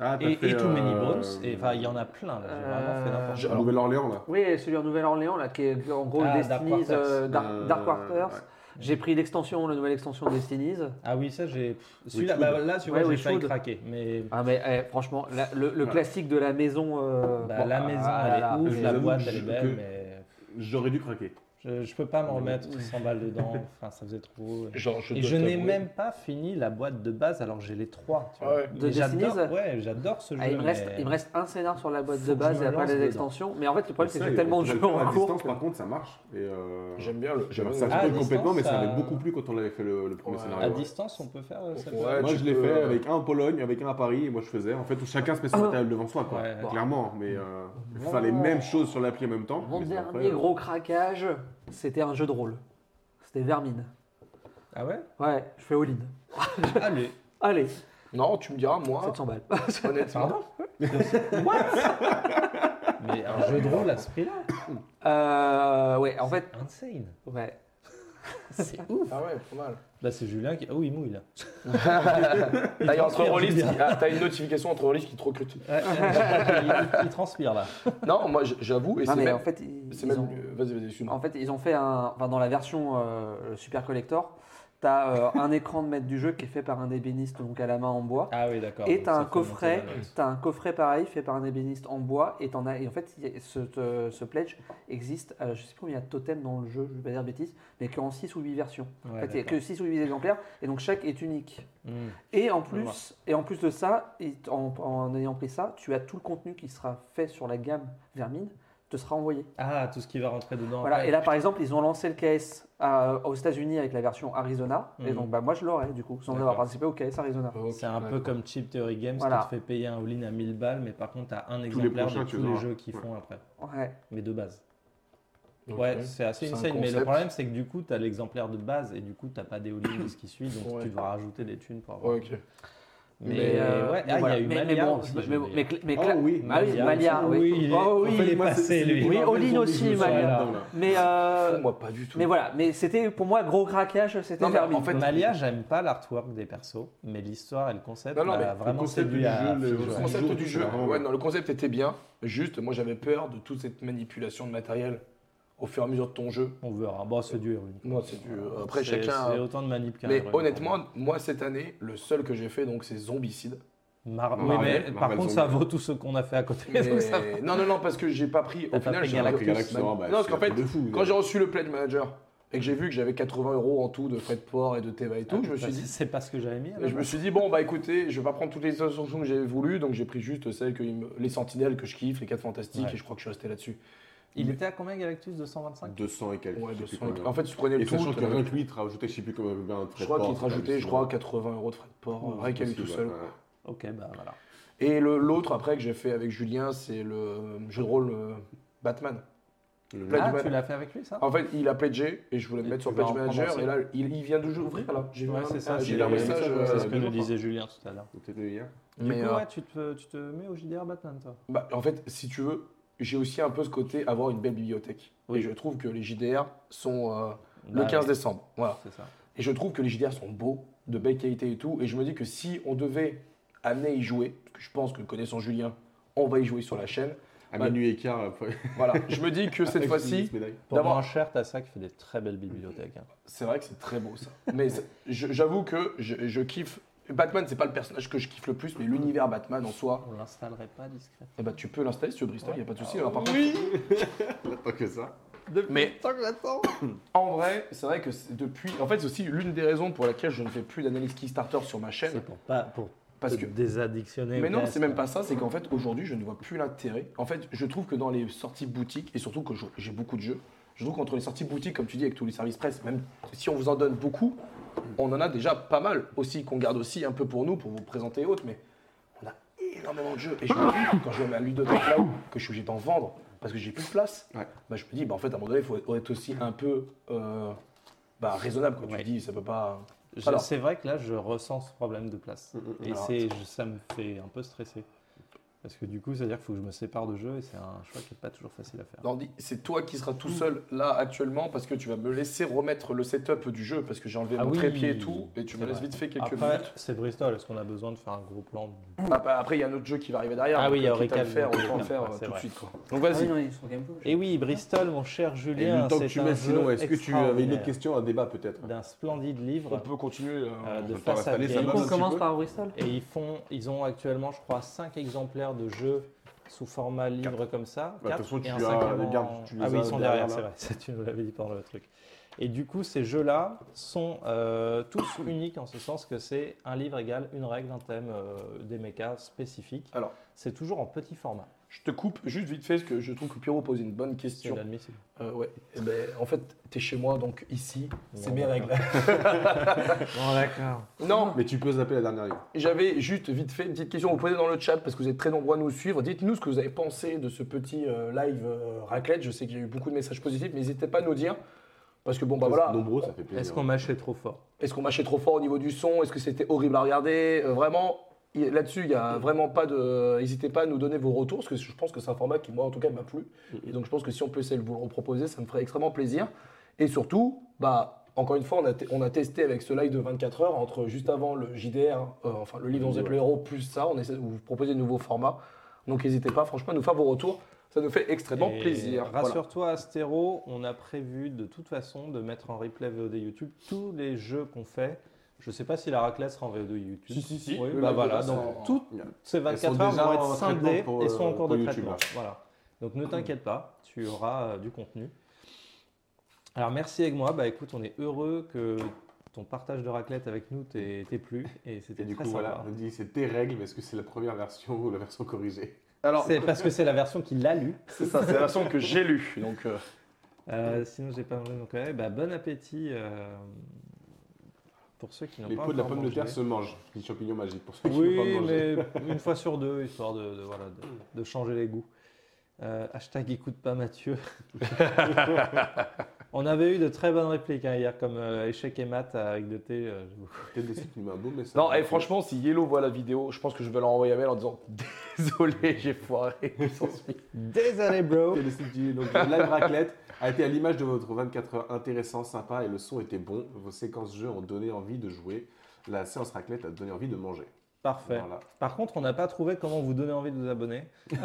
B: Ah, t'as
E: Et,
B: fait,
E: et Too Many
B: euh,
E: Bones. Et enfin, il y en a plein. là. Ah, J'ai vraiment fait n'importe
C: Euh,
E: quoi.
B: à Nouvelle-Orléans là
C: Oui, celui en Nouvelle-Orléans là, qui est en gros
E: Ah,
C: le
E: Dark
C: Destiny's
E: Waters.
C: euh, Dark,
B: Euh,
C: Dark Waters.
B: ouais.
C: J'ai pris l'extension, la nouvelle extension de Destiny's.
E: Ah oui, ça j'ai. pff, Celui-là,
B: Witchwood.
E: bah, là, tu
C: Ouais,
E: vois, j'ai failli
C: Witchwood.
E: craquer. Mais
C: Ah mais eh, franchement, la- le, le
B: Ouais.
C: classique de la maison. euh,
E: bah,
C: bon,
E: la maison,
C: ah,
E: elle
C: là,
E: est ouf,
B: Je
E: la
B: l'avoue,
E: boîte, elle est
B: je-
E: belle,
B: que-
E: mais
B: J'aurais dû craquer.
E: je, je peux pas me remettre 100 balles dedans. Enfin, ça faisait trop.
A: Genre,
E: Ah. Et
A: dois
E: je n'ai
A: t'avouer.
E: même pas fini la boîte de base, alors j'ai les trois. Tu
A: Ah
E: vois.
A: ouais.
E: Mais
C: De
E: j'adore,
C: Destiny's
E: ouais, j'adore ce jeu.
C: Ah, il, me reste,
E: mais-
C: il me reste un scénar sur la boîte
E: Faut
C: de
E: que je
C: base
E: me
C: et après
E: lance
C: les
E: dedans.
C: extensions. Mais en fait, le problème, c'est que
B: Ça,
C: j'ai
B: il-
C: tellement de
B: tu vas
C: jeux
B: le faire
C: en
B: à
C: cours.
B: distance, par contre, ça marche. Et, euh,
A: J'aime bien le.
B: j'aime-
A: j'aime-
B: Ça
E: Ah,
B: se
E: à
B: peut complètement,
E: distance,
B: mais ça
E: ça-
B: avait beaucoup plu quand on l'avait fait le, le premier
A: Ouais.
E: À
B: scénario. ouais.
E: distance, on peut faire euh, ça. peut-
A: Ouais,
B: Moi,
A: tu
B: je l'ai
A: peux-
B: fait avec un en Pologne, avec un à Paris, et moi je faisais. En fait, chacun se met sur la table devant soi, quoi.
E: Ouais.
B: Clairement, mais euh, faire les mêmes choses sur l'appli en même temps.
C: Mon
B: mais c'est
C: dernier
B: après, euh,
C: gros craquage, c'était un jeu de rôle. C'était Vermine.
E: Ah ouais
C: Ouais, je fais all-in.
E: Allez.
C: Allez,
A: Non, tu me diras, moi,
C: 700 balles.
A: honnêtement.
E: Mais un jeu de rôle à ce prix-là
C: Euh, ouais, en fait,
E: Insane.
C: ouais.
A: Ah ouais, pas mal.
E: Là, c'est Julien qui. Oh, il mouille là.
A: Là, il y a entre
E: transpire,
A: Rollis
E: Julien.
A: qui- ah, T'as une notification entre Rollis qui te recrute.
E: Ouais, il, il transpire là.
A: Non, moi, j- j'avoue, et
C: Non,
A: c'est
C: mais
A: même.
C: en fait, ils,
A: c'est
C: ils
A: même-
C: ont-
A: euh, Vas-y, vas-y, excuse-moi.
C: En fait, ils ont fait un. Enfin, dans la version euh, Super Collector, t'as euh, un écran de maître du jeu qui est fait par un ébéniste, donc à la main en bois.
E: Ah oui, d'accord.
C: Et
E: donc
C: t'as
E: ça
C: un
E: fait
C: coffret,
E: monter la note.
C: t'as un coffret pareil fait par un ébéniste en bois et t'en as et en fait il y a- ce, te- ce pledge existe, euh, je sais plus combien de totems dans le jeu, je vais pas dire de bêtises, mais qu'en 6 ou 8 versions.
E: Ouais,
C: en fait, il y a
E: d'accord.
C: que 6 ou 8 exemplaires et donc chaque est unique.
E: Hmm.
C: Et en
E: voir.
C: plus, et en plus de ça, et t- en, en ayant pris ça, tu as tout le contenu qui sera fait sur la gamme Vermine te sera envoyé.
E: Ah, tout ce qui va rentrer dedans.
C: Voilà,
E: après.
C: et là par exemple, ils ont lancé le KS à- aux États-Unis avec la version Arizona et
E: Mhm.
C: donc bah moi je l'aurais du coup sans
E: D'accord.
C: avoir participé au KS Arizona.
E: C'est un peu comme Cheap Theory Games
C: Voilà.
E: qui te fait payer un all-in à 1000 balles, mais par contre, t'as un
B: Tous les
E: exemplaire
B: prochains,
E: de
B: tu
E: tous les
B: auras.
E: jeux qu'ils
B: Ouais.
E: font après,
C: Ouais.
E: mais de base. Ouais, c'est assez
A: C'est un
E: insane, mais le
A: concept.
E: problème c'est que du coup, tu as l'exemplaire de base et du coup, tu pas des Hollywood qui suit, donc
A: Ouais.
E: tu devras rajouter des thunes pour avoir.
A: Ouais, ok.
E: Mais,
C: Mais, euh,
E: ouais, ah, il y a
C: voilà.
E: eu
C: Mais- mais
E: Malia
C: bon,
E: aussi,
C: mais-
E: j'ai
C: mais-
E: oublié.
C: mais Cla- mais
B: Oh
F: Ah
C: Cla-
F: oui,
C: Ah oui, Malia, oui.
E: il est,
C: Oh, oui,
E: en fait,
C: il est
E: moi, c'est-
F: passé,
E: c'est
F: lui.
C: Oui,
F: Marvel
C: Olin
F: Zombie, je
C: aussi,
F: me sens
C: Malia.
F: là-dedans, là.
C: Mais, euh,
A: Moi, pas du tout.
C: mais voilà, mais c'était pour moi gros craquage, c'était
A: Non, mais
C: terminé.
A: en fait,
E: Malia, j'aime pas l'artwork des persos, mais l'histoire et le concept
A: Non, non,
E: m'a
A: mais
E: vraiment
F: concept
E: séduit
F: du
E: à
F: jeu, le-
E: Fujio.
A: Le
F: Ouais.
A: concept
F: Jour,
A: du
F: tu
A: jeu,
F: l'as vraiment.
A: ouais, non, le concept était bien. Juste, moi, j'avais peur de toute cette manipulation de matériel au fur et à mesure de ton jeu.
E: On verra. Bon, c'est dur. une-
A: Moi, c'est du. euh, Après,
E: C'est-
A: chacun.
E: C'est autant de manip qu'un
A: Mais
E: héros,
A: honnêtement, moi, cette année, le seul que j'ai fait, donc, c'est Zombicide.
E: Mar- oui,
F: Marvel,
E: mais par
F: Marvel
E: contre, ça
F: Zombie.
E: vaut tout ce qu'on a fait à côté.
A: Mais-
E: donc ça va.
A: Non, non, non, parce que j'ai pas pris.
E: T'as
A: Au
E: pas
A: final,
E: pris
A: j'ai
E: Galactus.
A: raté-
F: Galactus, non, bah,
A: Non, parce
F: c'est
A: qu'en
F: un
A: fait,
F: truc de fou,
A: quand
F: là.
A: j'ai reçu le Pledge Manager et que j'ai vu que j'avais 80 euros en tout de frais de port et de TVA et
F: Ah,
A: tout, je me suis dit.
E: c'est pas ce que j'avais mis. à la
A: Et je me
E: base.
A: suis dit, bon, bah écoutez, je vais pas prendre toutes les solutions que j'avais voulu, donc j'ai pris juste celles que. il me- Les Sentinelles que je kiffe, les 4 Fantastiques,
E: Ouais.
A: et je crois que je suis resté là-dessus.
E: Il était à combien Galactus 225
F: 200 et quelques.
A: Ouais,
F: je sais plus
A: 200.
F: combien.
A: En fait, tu prenais le
F: et
A: tout.
F: sachant que
A: t'avais-
F: rien que lui, il te rajoutait, je sais plus combien de frais
A: je crois
F: de
A: qu'il
F: port,
A: te rajoutait,
F: c'est
A: je crois, 80 euros de frais de port, rien qu'à lui tout
F: possible,
A: seul.
F: ouais.
E: Ok, bah voilà.
A: Et le- l'autre, après, que j'ai fait avec Julien, c'est le euh, jeu de rôle euh, Batman.
F: Le-
A: Plein
E: Ah,
A: de
E: tu
A: Batman.
E: l'as fait avec lui, ça
A: En fait, il a pledgé et je voulais le
E: Et
A: mettre sur
E: tu vas
A: Pledge
E: en prendre
A: Manager.
E: un
A: Et là, il, il vient de jou- ouvrir, là. J'ai vu
E: Ouais,
A: un-
E: c'est ça,
A: ah,
E: c'est
A: j'ai
F: eu
A: eu un
F: le
A: message.
F: message,
A: euh,
F: ouais.
E: c'est ce que
F: deux
E: me
F: jours,
E: disait Julien tout à l'heure.
F: Peut-être de hier.
E: Du
A: Mais
E: coup,
A: euh,
E: ouais, tu te, tu te mets au JDR Batman, toi.
A: bah, en fait, si tu veux, j'ai aussi un peu ce côté avoir une belle bibliothèque.
E: Oui.
A: Et je trouve que les JDR sont euh, le
E: Bah,
A: 15
E: ouais,
A: décembre. Voilà.
E: C'est ça.
A: Et je trouve que les JDR sont beaux, de belle qualité et tout. Et je me dis que si on devait amener à y jouer, parce que je pense que connaissant Julien, on va y jouer sur la chaîne.
F: À
A: Bah,
F: minuit et quart. euh, après-
A: Voilà, je me dis que cette
F: avec
A: fois-ci,
F: Smith, médaille.
E: Pour
A: D'abord-
E: moins cher, t'as ça qui fait des très belles bibliothèques. hein.
A: c'est vrai que c'est très beau ça. Mais c'est- je- j'avoue que je, je kiffe. Batman, c'est pas le personnage que je kiffe le plus, mais l'univers Batman en soi.
E: On l'installerait pas discrètement.
A: Eh ben, tu peux l'installer si tu veux, Bristol, il a pas de souci. Alors, par
F: Pas que ça.
A: contre, mais en vrai, c'est vrai que c'est depuis. En fait, c'est aussi l'une des raisons pour laquelle je ne fais plus d'analyse Kickstarter sur ma chaîne.
E: C'est pour pas pour
A: Parce
E: te
A: que
E: désaddictionner.
A: Mais
E: au
A: non,
E: reste,
A: c'est même
E: hein.
A: pas ça, c'est qu'en fait aujourd'hui je ne vois plus l'intérêt. En fait, je trouve que dans les sorties boutiques, et surtout que je- j'ai beaucoup de jeux, je trouve qu'entre les sorties boutiques, comme tu dis, avec tous les services presse, même si on vous en donne beaucoup, on en a déjà pas mal aussi, qu'on garde aussi un peu pour nous, pour vous présenter et autres, mais on a énormément de jeux. Et je me dis, quand je me mets à ludothèque là où, que je suis obligé d'en vendre, parce que j'ai plus de place,
F: Ouais.
A: bah, je me dis, bah, en fait, à un moment donné, il faut être aussi un peu euh, bah, raisonnable. Quand
E: Ouais.
A: tu dis, ça peut pas.
E: Je-
A: Alors.
E: C'est vrai que là, je ressens ce problème de place. Et
A: Alors,
E: c'est, je- ça me fait un peu stresser. Parce que du coup, c'est-à-dire qu'il faut que je me sépare de jeu et c'est un choix qui n'est pas toujours facile à faire.
A: Nordi, c'est toi qui seras
E: Mm.
A: tout seul là actuellement parce que tu vas me laisser remettre le setup du jeu parce que j'ai enlevé
E: Ah
A: mon
E: oui,
A: trépied et tout et tu
E: c'est
A: me laisses
E: vrai.
A: vite fait quelques
E: Après,
A: minutes.
E: c'est Bristol. Est-ce qu'on a besoin de faire un gros plan du-
A: Ah bah, après il y a un autre jeu qui va arriver derrière.
E: Ah
A: donc,
E: oui, il y a
A: euh, quitte à le
E: Oricam,
A: faire, on
E: donc,
A: peut en
E: ouais,
A: faire euh,
E: c'est
A: tout de
E: vrai.
A: suite quoi. Donc
J: Ah oui,
A: vas-y.
J: non, ils sont quand même fous.
E: Eh oui, Bristol, mon cher
F: Et
E: Julien.
F: le temps que
E: c'est
F: tu
E: un
F: mets, sinon,
E: jeu
F: est-ce que tu avais une
E: extraordinaire,
F: autre question, un débat peut-être
E: D'un splendide
A: on
E: livre
A: peut continuer. euh,
E: euh, de
F: on va
E: face à
F: installer ça
E: Game.
B: bah,
F: là,
J: On commence par Bristol.
E: Et ils font, ils ont actuellement, je crois, 5 exemplaires de jeux sous format livre comme ça.
F: Bah, de toute façon,
E: Quatre,
F: tu
E: et un
F: as-
E: cinquième
F: les
E: en-
F: gardes, tu les
E: ah oui,
F: as
E: ils sont
F: derrière,
E: derrière, c'est vrai. Ça, tu nous l'avais dit pendant le truc. Et du coup, ces jeux-là sont euh, tous uniques en ce sens que c'est un livre égal une règle, un thème, euh, des mechas spécifiques.
A: Alors.
E: c'est toujours en petit format.
A: Je te coupe juste vite fait parce que je trouve que Pierrot pose une bonne
E: C'est
A: question.
E: inadmissible.
A: Euh, ouais. Eh ben, en fait, t'es chez moi donc ici, c'est
E: Bon,
A: mes
E: d'accord.
A: règles. Non,
F: Mais tu peux zapper la dernière
A: Bah,
F: ligne.
A: J'avais juste vite fait une petite question à vous poser dans le chat parce que vous êtes très nombreux à nous suivre. Dites-nous ce que vous avez pensé de ce petit euh, live euh, raclette. Je sais qu'il y a eu beaucoup de messages positifs, mais n'hésitez pas à nous dire. Parce que bon, bah voilà.
F: Nombreux, ça fait plaisir.
E: Est-ce qu'on mâchait trop fort
A: Est-ce qu'on mâchait trop fort au niveau du son Est-ce que c'était horrible à regarder Euh, Vraiment, il- là-dessus, il n'y a vraiment pas de. N'hésitez pas à nous donner vos retours parce que je pense que c'est un format qui, moi, en tout cas, m'a plu. Et donc, je pense que si on peut essayer de vous le reproposer, ça me ferait extrêmement plaisir. Et surtout, bah. Encore une fois, on a, te- on a testé avec ce live de 24 heures, entre juste avant le JDR, euh, enfin le livre dont vous êtes le héros, plus ça, on essaie de vous proposer de nouveaux formats. Donc n'hésitez pas, franchement, à nous faire vos retours. Ça nous fait extrêmement
E: Et
A: plaisir. Voilà.
E: Rassure-toi, Astéro, on a prévu de toute façon de mettre en replay VOD YouTube tous les jeux qu'on fait. Je ne sais pas si la raclette sera en VOD YouTube.
F: Si, si, si.
E: Oui,
F: Le
E: bah
F: live
E: voilà.
F: de
E: Donc,
F: Vincent.
E: toutes ces
F: Elles
E: 24
F: sont
E: heures
F: déjà
E: vont
F: en
E: être scindées
F: traitement pour,
E: et sont
F: euh,
E: en cours
F: pour
E: de
F: YouTube,
E: traitement.
F: là.
E: Voilà. Donc ne t'inquiète pas, tu auras euh, du contenu. Alors merci avec moi. Bah écoute, on est heureux que ton partage de raclette avec nous t'ait t'ait plu et
F: Et
E: c'était
F: du
E: très
F: coup,
E: sympa.
F: voilà, on dit c'est tes règles, mais est-ce que c'est la première version ou la version corrigée
E: C'est parce que c'est la version qui l'a lu.
A: C'est ça, c'est la version que j'ai lue. Donc, euh,
E: Euh, sinon, j'ai pas mangé mon collègue. Bah, bon appétit euh, pour ceux qui n'ont
F: Les
E: pas
F: pots de la
E: encore
F: pomme de
E: mangé.
F: terre se mangent. Les champignons magiques, pour ceux qui n'ont pas
E: Oui,
F: mangé.
E: mais une fois sur deux, histoire de, de, voilà, de, de changer les goûts. Euh, hashtag écoute pas Mathieu. On avait eu de très bonnes répliques hein, hier, comme euh, échec et mat avec de thé. euh, j'avoue.
F: Peut-être des sites, mais un beau message.
A: Non, et franchement, si Yellow voit la vidéo, je pense que je vais leur envoyer un mail en disant Désolé, j'ai foiré. sans suite.
E: Désolé, bro.
F: Peut-être des sites du- Donc, la live raclette a été à l'image de votre 24 heures intéressant, sympa et le son était bon. Vos séquences jeux ont donné envie de jouer. La séance raclette a donné envie de manger.
E: Parfait.
F: Voilà.
E: Par contre, on n'a pas trouvé comment vous donner envie de vous abonner. Ah,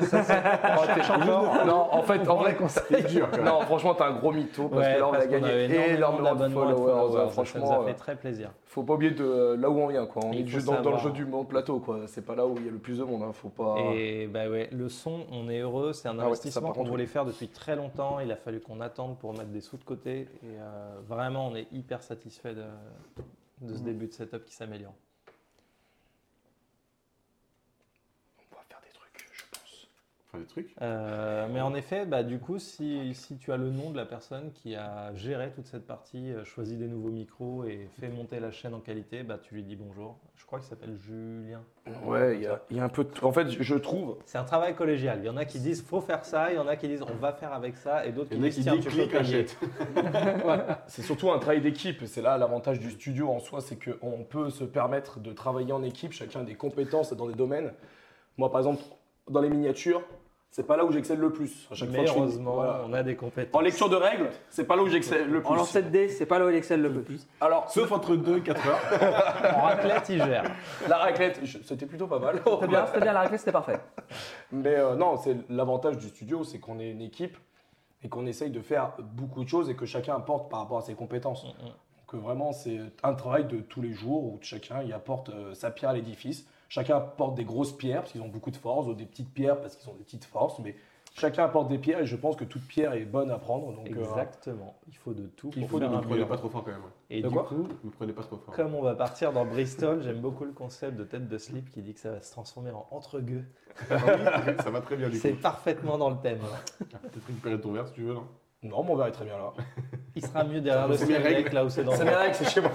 A: Oh, t'es fort. Non, en fait, en vrai,
F: C'est dur. quand même.
A: non, franchement, t'es un gros mytho parce
E: Ouais,
A: que là, on
E: parce
A: a
E: qu'on avait
A: gagné
E: énormément
A: énormément de
E: d'abonnements et de
A: followers.
E: followers,
A: hein,
E: ça,
A: Franchement,
E: ça nous a
A: euh,
E: fait très plaisir.
A: faut pas oublier de euh, là où on vient, quoi. On est
E: Il faut
A: juste dans, dans le
E: savoir.
A: jeu du monde plateau, quoi. C'est pas là où il y a le plus de monde, hein. Faut pas.
F: Oh.
E: Et bah ouais, le son, on est heureux,
F: Ah
E: c'est un
A: ouais, ça,
E: investissement
A: par
E: qu'on
A: contre,
E: voulait faire depuis très longtemps. Il a fallu qu'on attende pour mettre des sous de côté. Et euh, vraiment, on est hyper satisfait de, de ce
F: Mm.
E: début de setup qui s'améliore.
A: On va faire des trucs, je pense.
F: Enfin, des trucs.
E: Euh, mais en effet, bah, du coup, si, si tu as le nom de la personne qui a géré toute cette partie, euh, choisi des nouveaux micros et fait monter la chaîne en qualité, bah, tu lui dis bonjour. Je crois qu'il s'appelle Julien.
A: Ouais, il y, a- il y a un peu de tout. En fait, je trouve.
E: C'est un travail collégial. Il y en a qui disent faut faire ça, il y en a qui disent on va faire avec ça, et d'autres
F: Il
E: qui
F: y en a
E: disent
F: qui
E: tiens,
F: disent
E: tu peux
F: clique,
E: payer.
F: achète.
A: C'est surtout un travail d'équipe. C'est là l'avantage du studio en soi, c'est qu'on peut se permettre de travailler en équipe. Chacun a des compétences dans des domaines. Moi, par exemple, dans les miniatures, c'est pas là où j'excelle le plus. À chaque
E: Mais
A: fois, je suis-
E: heureusement,
A: voilà.
E: on a des compétences.
A: En lecture de règles, c'est pas là où j'excelle le plus.
J: En lancer de dés, c'est pas là où il excelle le plus.
A: Alors,
F: Sauf entre 2 et 4 heures.
E: En raclette, il gère.
A: la raclette, je- c'était plutôt pas mal.
J: C'était bien, c'était bien, la raclette, c'était parfait.
A: Mais euh, non, c'est l'avantage du studio, c'est qu'on est une équipe et qu'on essaye de faire beaucoup de choses et que chacun apporte par rapport à ses compétences. Donc euh, vraiment, c'est un travail de tous les jours où chacun y apporte euh, sa pierre à l'édifice. Chacun apporte des grosses pierres parce qu'ils ont beaucoup de force, ou des petites pierres parce qu'ils ont des petites forces, mais chacun apporte des pierres et je pense que toute pierre est bonne à prendre. Donc, euh,
E: Exactement. Il faut de tout.
A: Il
E: pour
A: faut de
E: faire
F: Ne
E: un
F: me prenez
E: mur.
F: pas trop fort quand même. ouais.
E: Et
A: De
E: du
A: quoi
E: coup,
F: Ne me prenez pas trop fort.
E: comme on va partir dans Bristol, j'aime beaucoup le concept de tête de slip qui dit que ça va se transformer en entre-gueux.
F: Ah ça va très bien du coup.
E: C'est parfaitement dans le thème.
F: Peut-être récupérer ton verre si tu veux. non
A: non, mon verre est très bien là.
E: Il sera mieux derrière le
F: C'est mes
E: slip
F: règles.
E: deck, là où c'est dans
A: C'est
E: le
A: bien là que c'est chez moi.